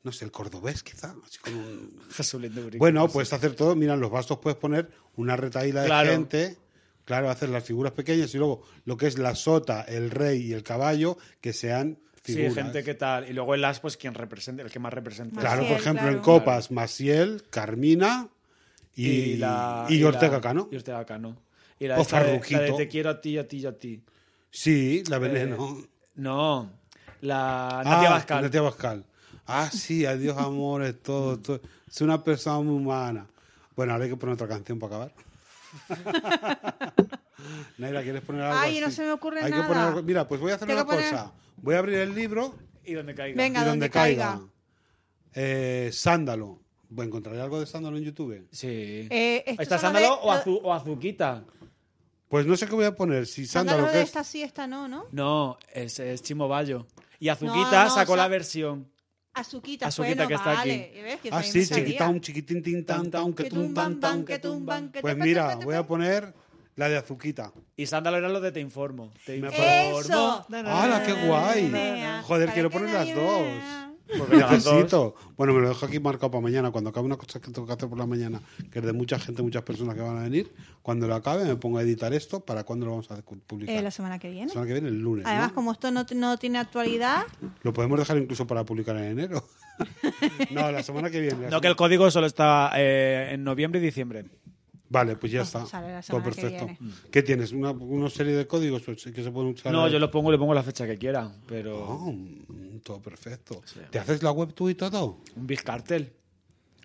Speaker 1: No sé, el cordobés quizá. Así con un-
Speaker 3: Jesús Lindubric.
Speaker 1: Bueno, pues, puedes hacer todo. Mira, en los bastos puedes poner una retaíla de
Speaker 3: Claro.
Speaker 1: gente. Claro, hacer las figuras pequeñas y luego lo que es la sota, el rey y el caballo, que sean figuras.
Speaker 3: Sí, gente que tal. Y luego el as, pues quien represente, el que más representa.
Speaker 1: Claro, por
Speaker 2: Maciel,
Speaker 1: ejemplo, en
Speaker 2: claro.
Speaker 1: copas, Maciel, Carmina y,
Speaker 3: Y, la,
Speaker 1: y
Speaker 3: la-
Speaker 1: Ortega Cano.
Speaker 3: Y Ortega Cano. Y la,
Speaker 1: O
Speaker 3: esta de,
Speaker 1: Farruquito.
Speaker 3: la de te quiero a ti, a ti, a ti.
Speaker 1: Sí, la veneno.
Speaker 3: No, la Eh, Nadia
Speaker 1: Ah,
Speaker 3: Bascal.
Speaker 1: Natia Abascal. Ah, sí, adiós amores, todo, todo. Es una persona muy humana. Bueno, ahora hay que poner otra canción para acabar. Naira, ¿quieres poner algo
Speaker 2: Ay,
Speaker 1: así?
Speaker 2: no se me ocurre
Speaker 1: Hay que
Speaker 2: nada.
Speaker 1: poner algo- Mira, pues voy a hacer
Speaker 2: Tengo
Speaker 1: una
Speaker 2: que poner-
Speaker 1: cosa. Voy a abrir el libro
Speaker 3: Y donde caiga.
Speaker 2: Venga,
Speaker 1: y donde,
Speaker 2: donde
Speaker 1: caiga.
Speaker 2: caiga.
Speaker 1: Eh, sándalo. Bueno, ¿Encontraré algo de sándalo en YouTube?
Speaker 3: Sí.
Speaker 2: Eh, estos
Speaker 3: ¿Está
Speaker 2: son los
Speaker 3: Sándalo
Speaker 2: de-
Speaker 3: o, Azu- o Azuquita?
Speaker 1: Pues no sé qué voy a poner. Si
Speaker 2: Sándalo
Speaker 1: sándalo,
Speaker 2: de
Speaker 1: que es
Speaker 2: esta sí, esta no, ¿no?
Speaker 3: No, es, es Chimo Bayo. Y Azuquita
Speaker 2: No, no,
Speaker 3: sacó
Speaker 2: Sa-
Speaker 3: la versión.
Speaker 2: Azuquita,
Speaker 3: Azuquita
Speaker 2: bueno,
Speaker 3: que está
Speaker 2: vale. ¿Ves? Que
Speaker 1: Ah,
Speaker 2: también
Speaker 1: sí,
Speaker 2: sabía.
Speaker 1: chiquita, un chiquitín, tin, tan, tan, que tum, tan, tan, que
Speaker 2: tumban, que
Speaker 1: Pues
Speaker 2: tepe,
Speaker 1: mira,
Speaker 2: tepe,
Speaker 1: voy a
Speaker 2: tepe.
Speaker 1: poner la de Azuquita.
Speaker 3: Y Sándalo era lo de Te Informo. Te
Speaker 1: Me
Speaker 3: informo.
Speaker 2: ¡Eso! Ah,
Speaker 1: ¡Hala, qué guay!
Speaker 2: Nea,
Speaker 1: Joder,
Speaker 2: para
Speaker 1: quiero
Speaker 2: que
Speaker 1: poner las
Speaker 2: nadie
Speaker 1: dos.
Speaker 2: vea.
Speaker 3: Pues venga, las dos.
Speaker 1: Necesito. Bueno, me lo dejo aquí marcado para mañana. Cuando acabe una cosa que tengo que hacer por la mañana, que es de mucha gente, muchas personas que van a venir, cuando lo acabe me pongo a editar esto. ¿Para cuándo lo vamos a publicar?
Speaker 2: Eh, la semana que
Speaker 1: La
Speaker 2: viene.
Speaker 1: semana que viene, el lunes.
Speaker 2: Además,
Speaker 1: ¿no?
Speaker 2: como esto no, no tiene actualidad,
Speaker 1: Lo podemos dejar incluso para publicar en enero. no, la semana que viene. la
Speaker 3: No, que el
Speaker 1: semana-
Speaker 3: código solo está eh, en noviembre y diciembre.
Speaker 1: Vale, pues ya
Speaker 2: Pues
Speaker 1: está.
Speaker 2: sale la
Speaker 1: Todo
Speaker 2: semana que
Speaker 1: perfecto.
Speaker 2: viene.
Speaker 1: ¿Qué tienes? ¿Una, una serie de códigos pues, que se pueden usar?
Speaker 3: Mm. No, yo lo pongo, le pongo la fecha que quiera, pero
Speaker 1: Oh, mm, todo perfecto. ¿Te haces la web tú y todo?
Speaker 3: un Big Cartel.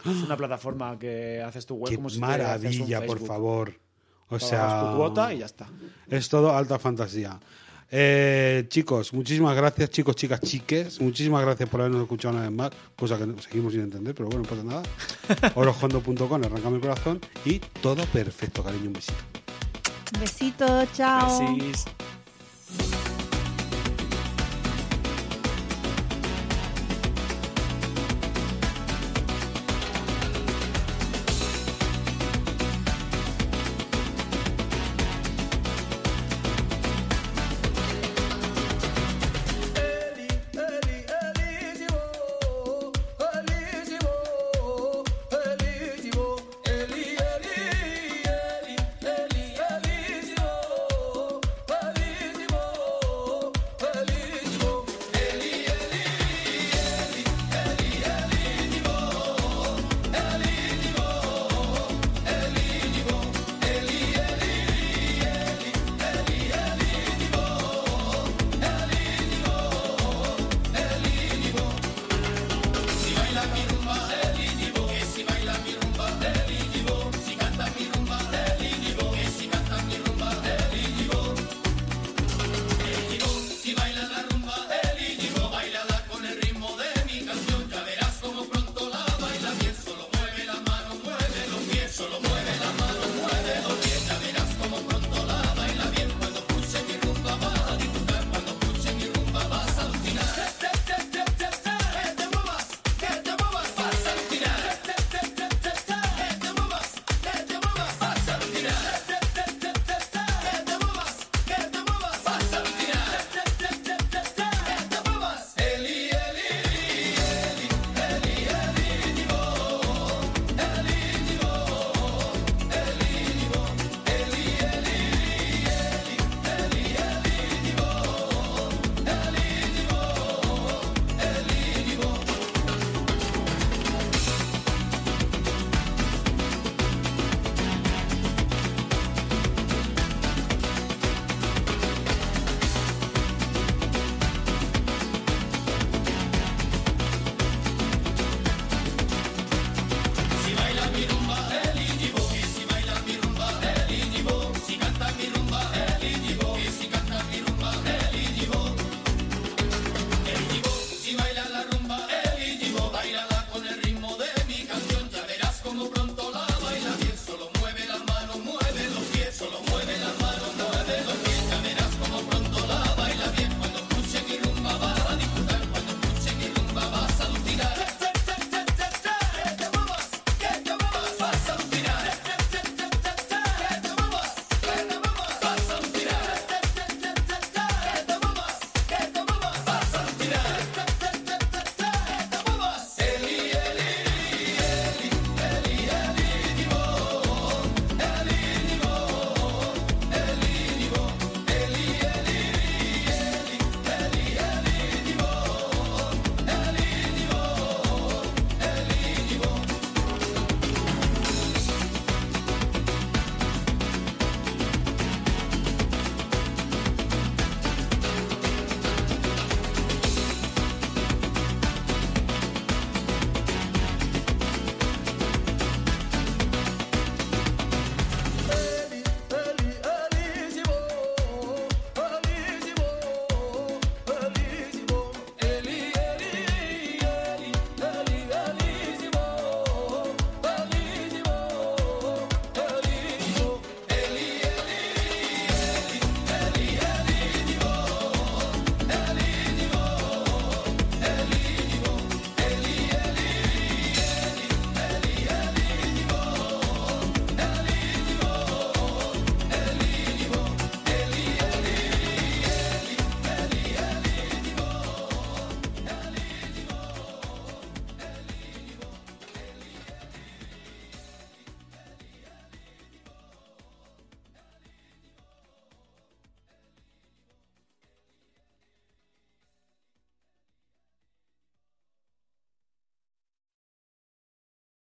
Speaker 3: Es una plataforma que haces tu web
Speaker 1: Qué
Speaker 3: como si te haces un
Speaker 1: maravilla, por
Speaker 3: Facebook.
Speaker 1: favor. O
Speaker 3: Pagas
Speaker 1: sea,
Speaker 3: tu cuota y ya está.
Speaker 1: es todo alta fantasía. Eh, chicos, muchísimas gracias, chicos, chicas, chiques. Muchísimas gracias por habernos escuchado una vez más, cosa que no- seguimos sin entender, pero bueno, no pasa nada. Orojondo.com, arrancame el corazón y todo perfecto, cariño, un besito.
Speaker 2: Besito, chao.
Speaker 7: Así es.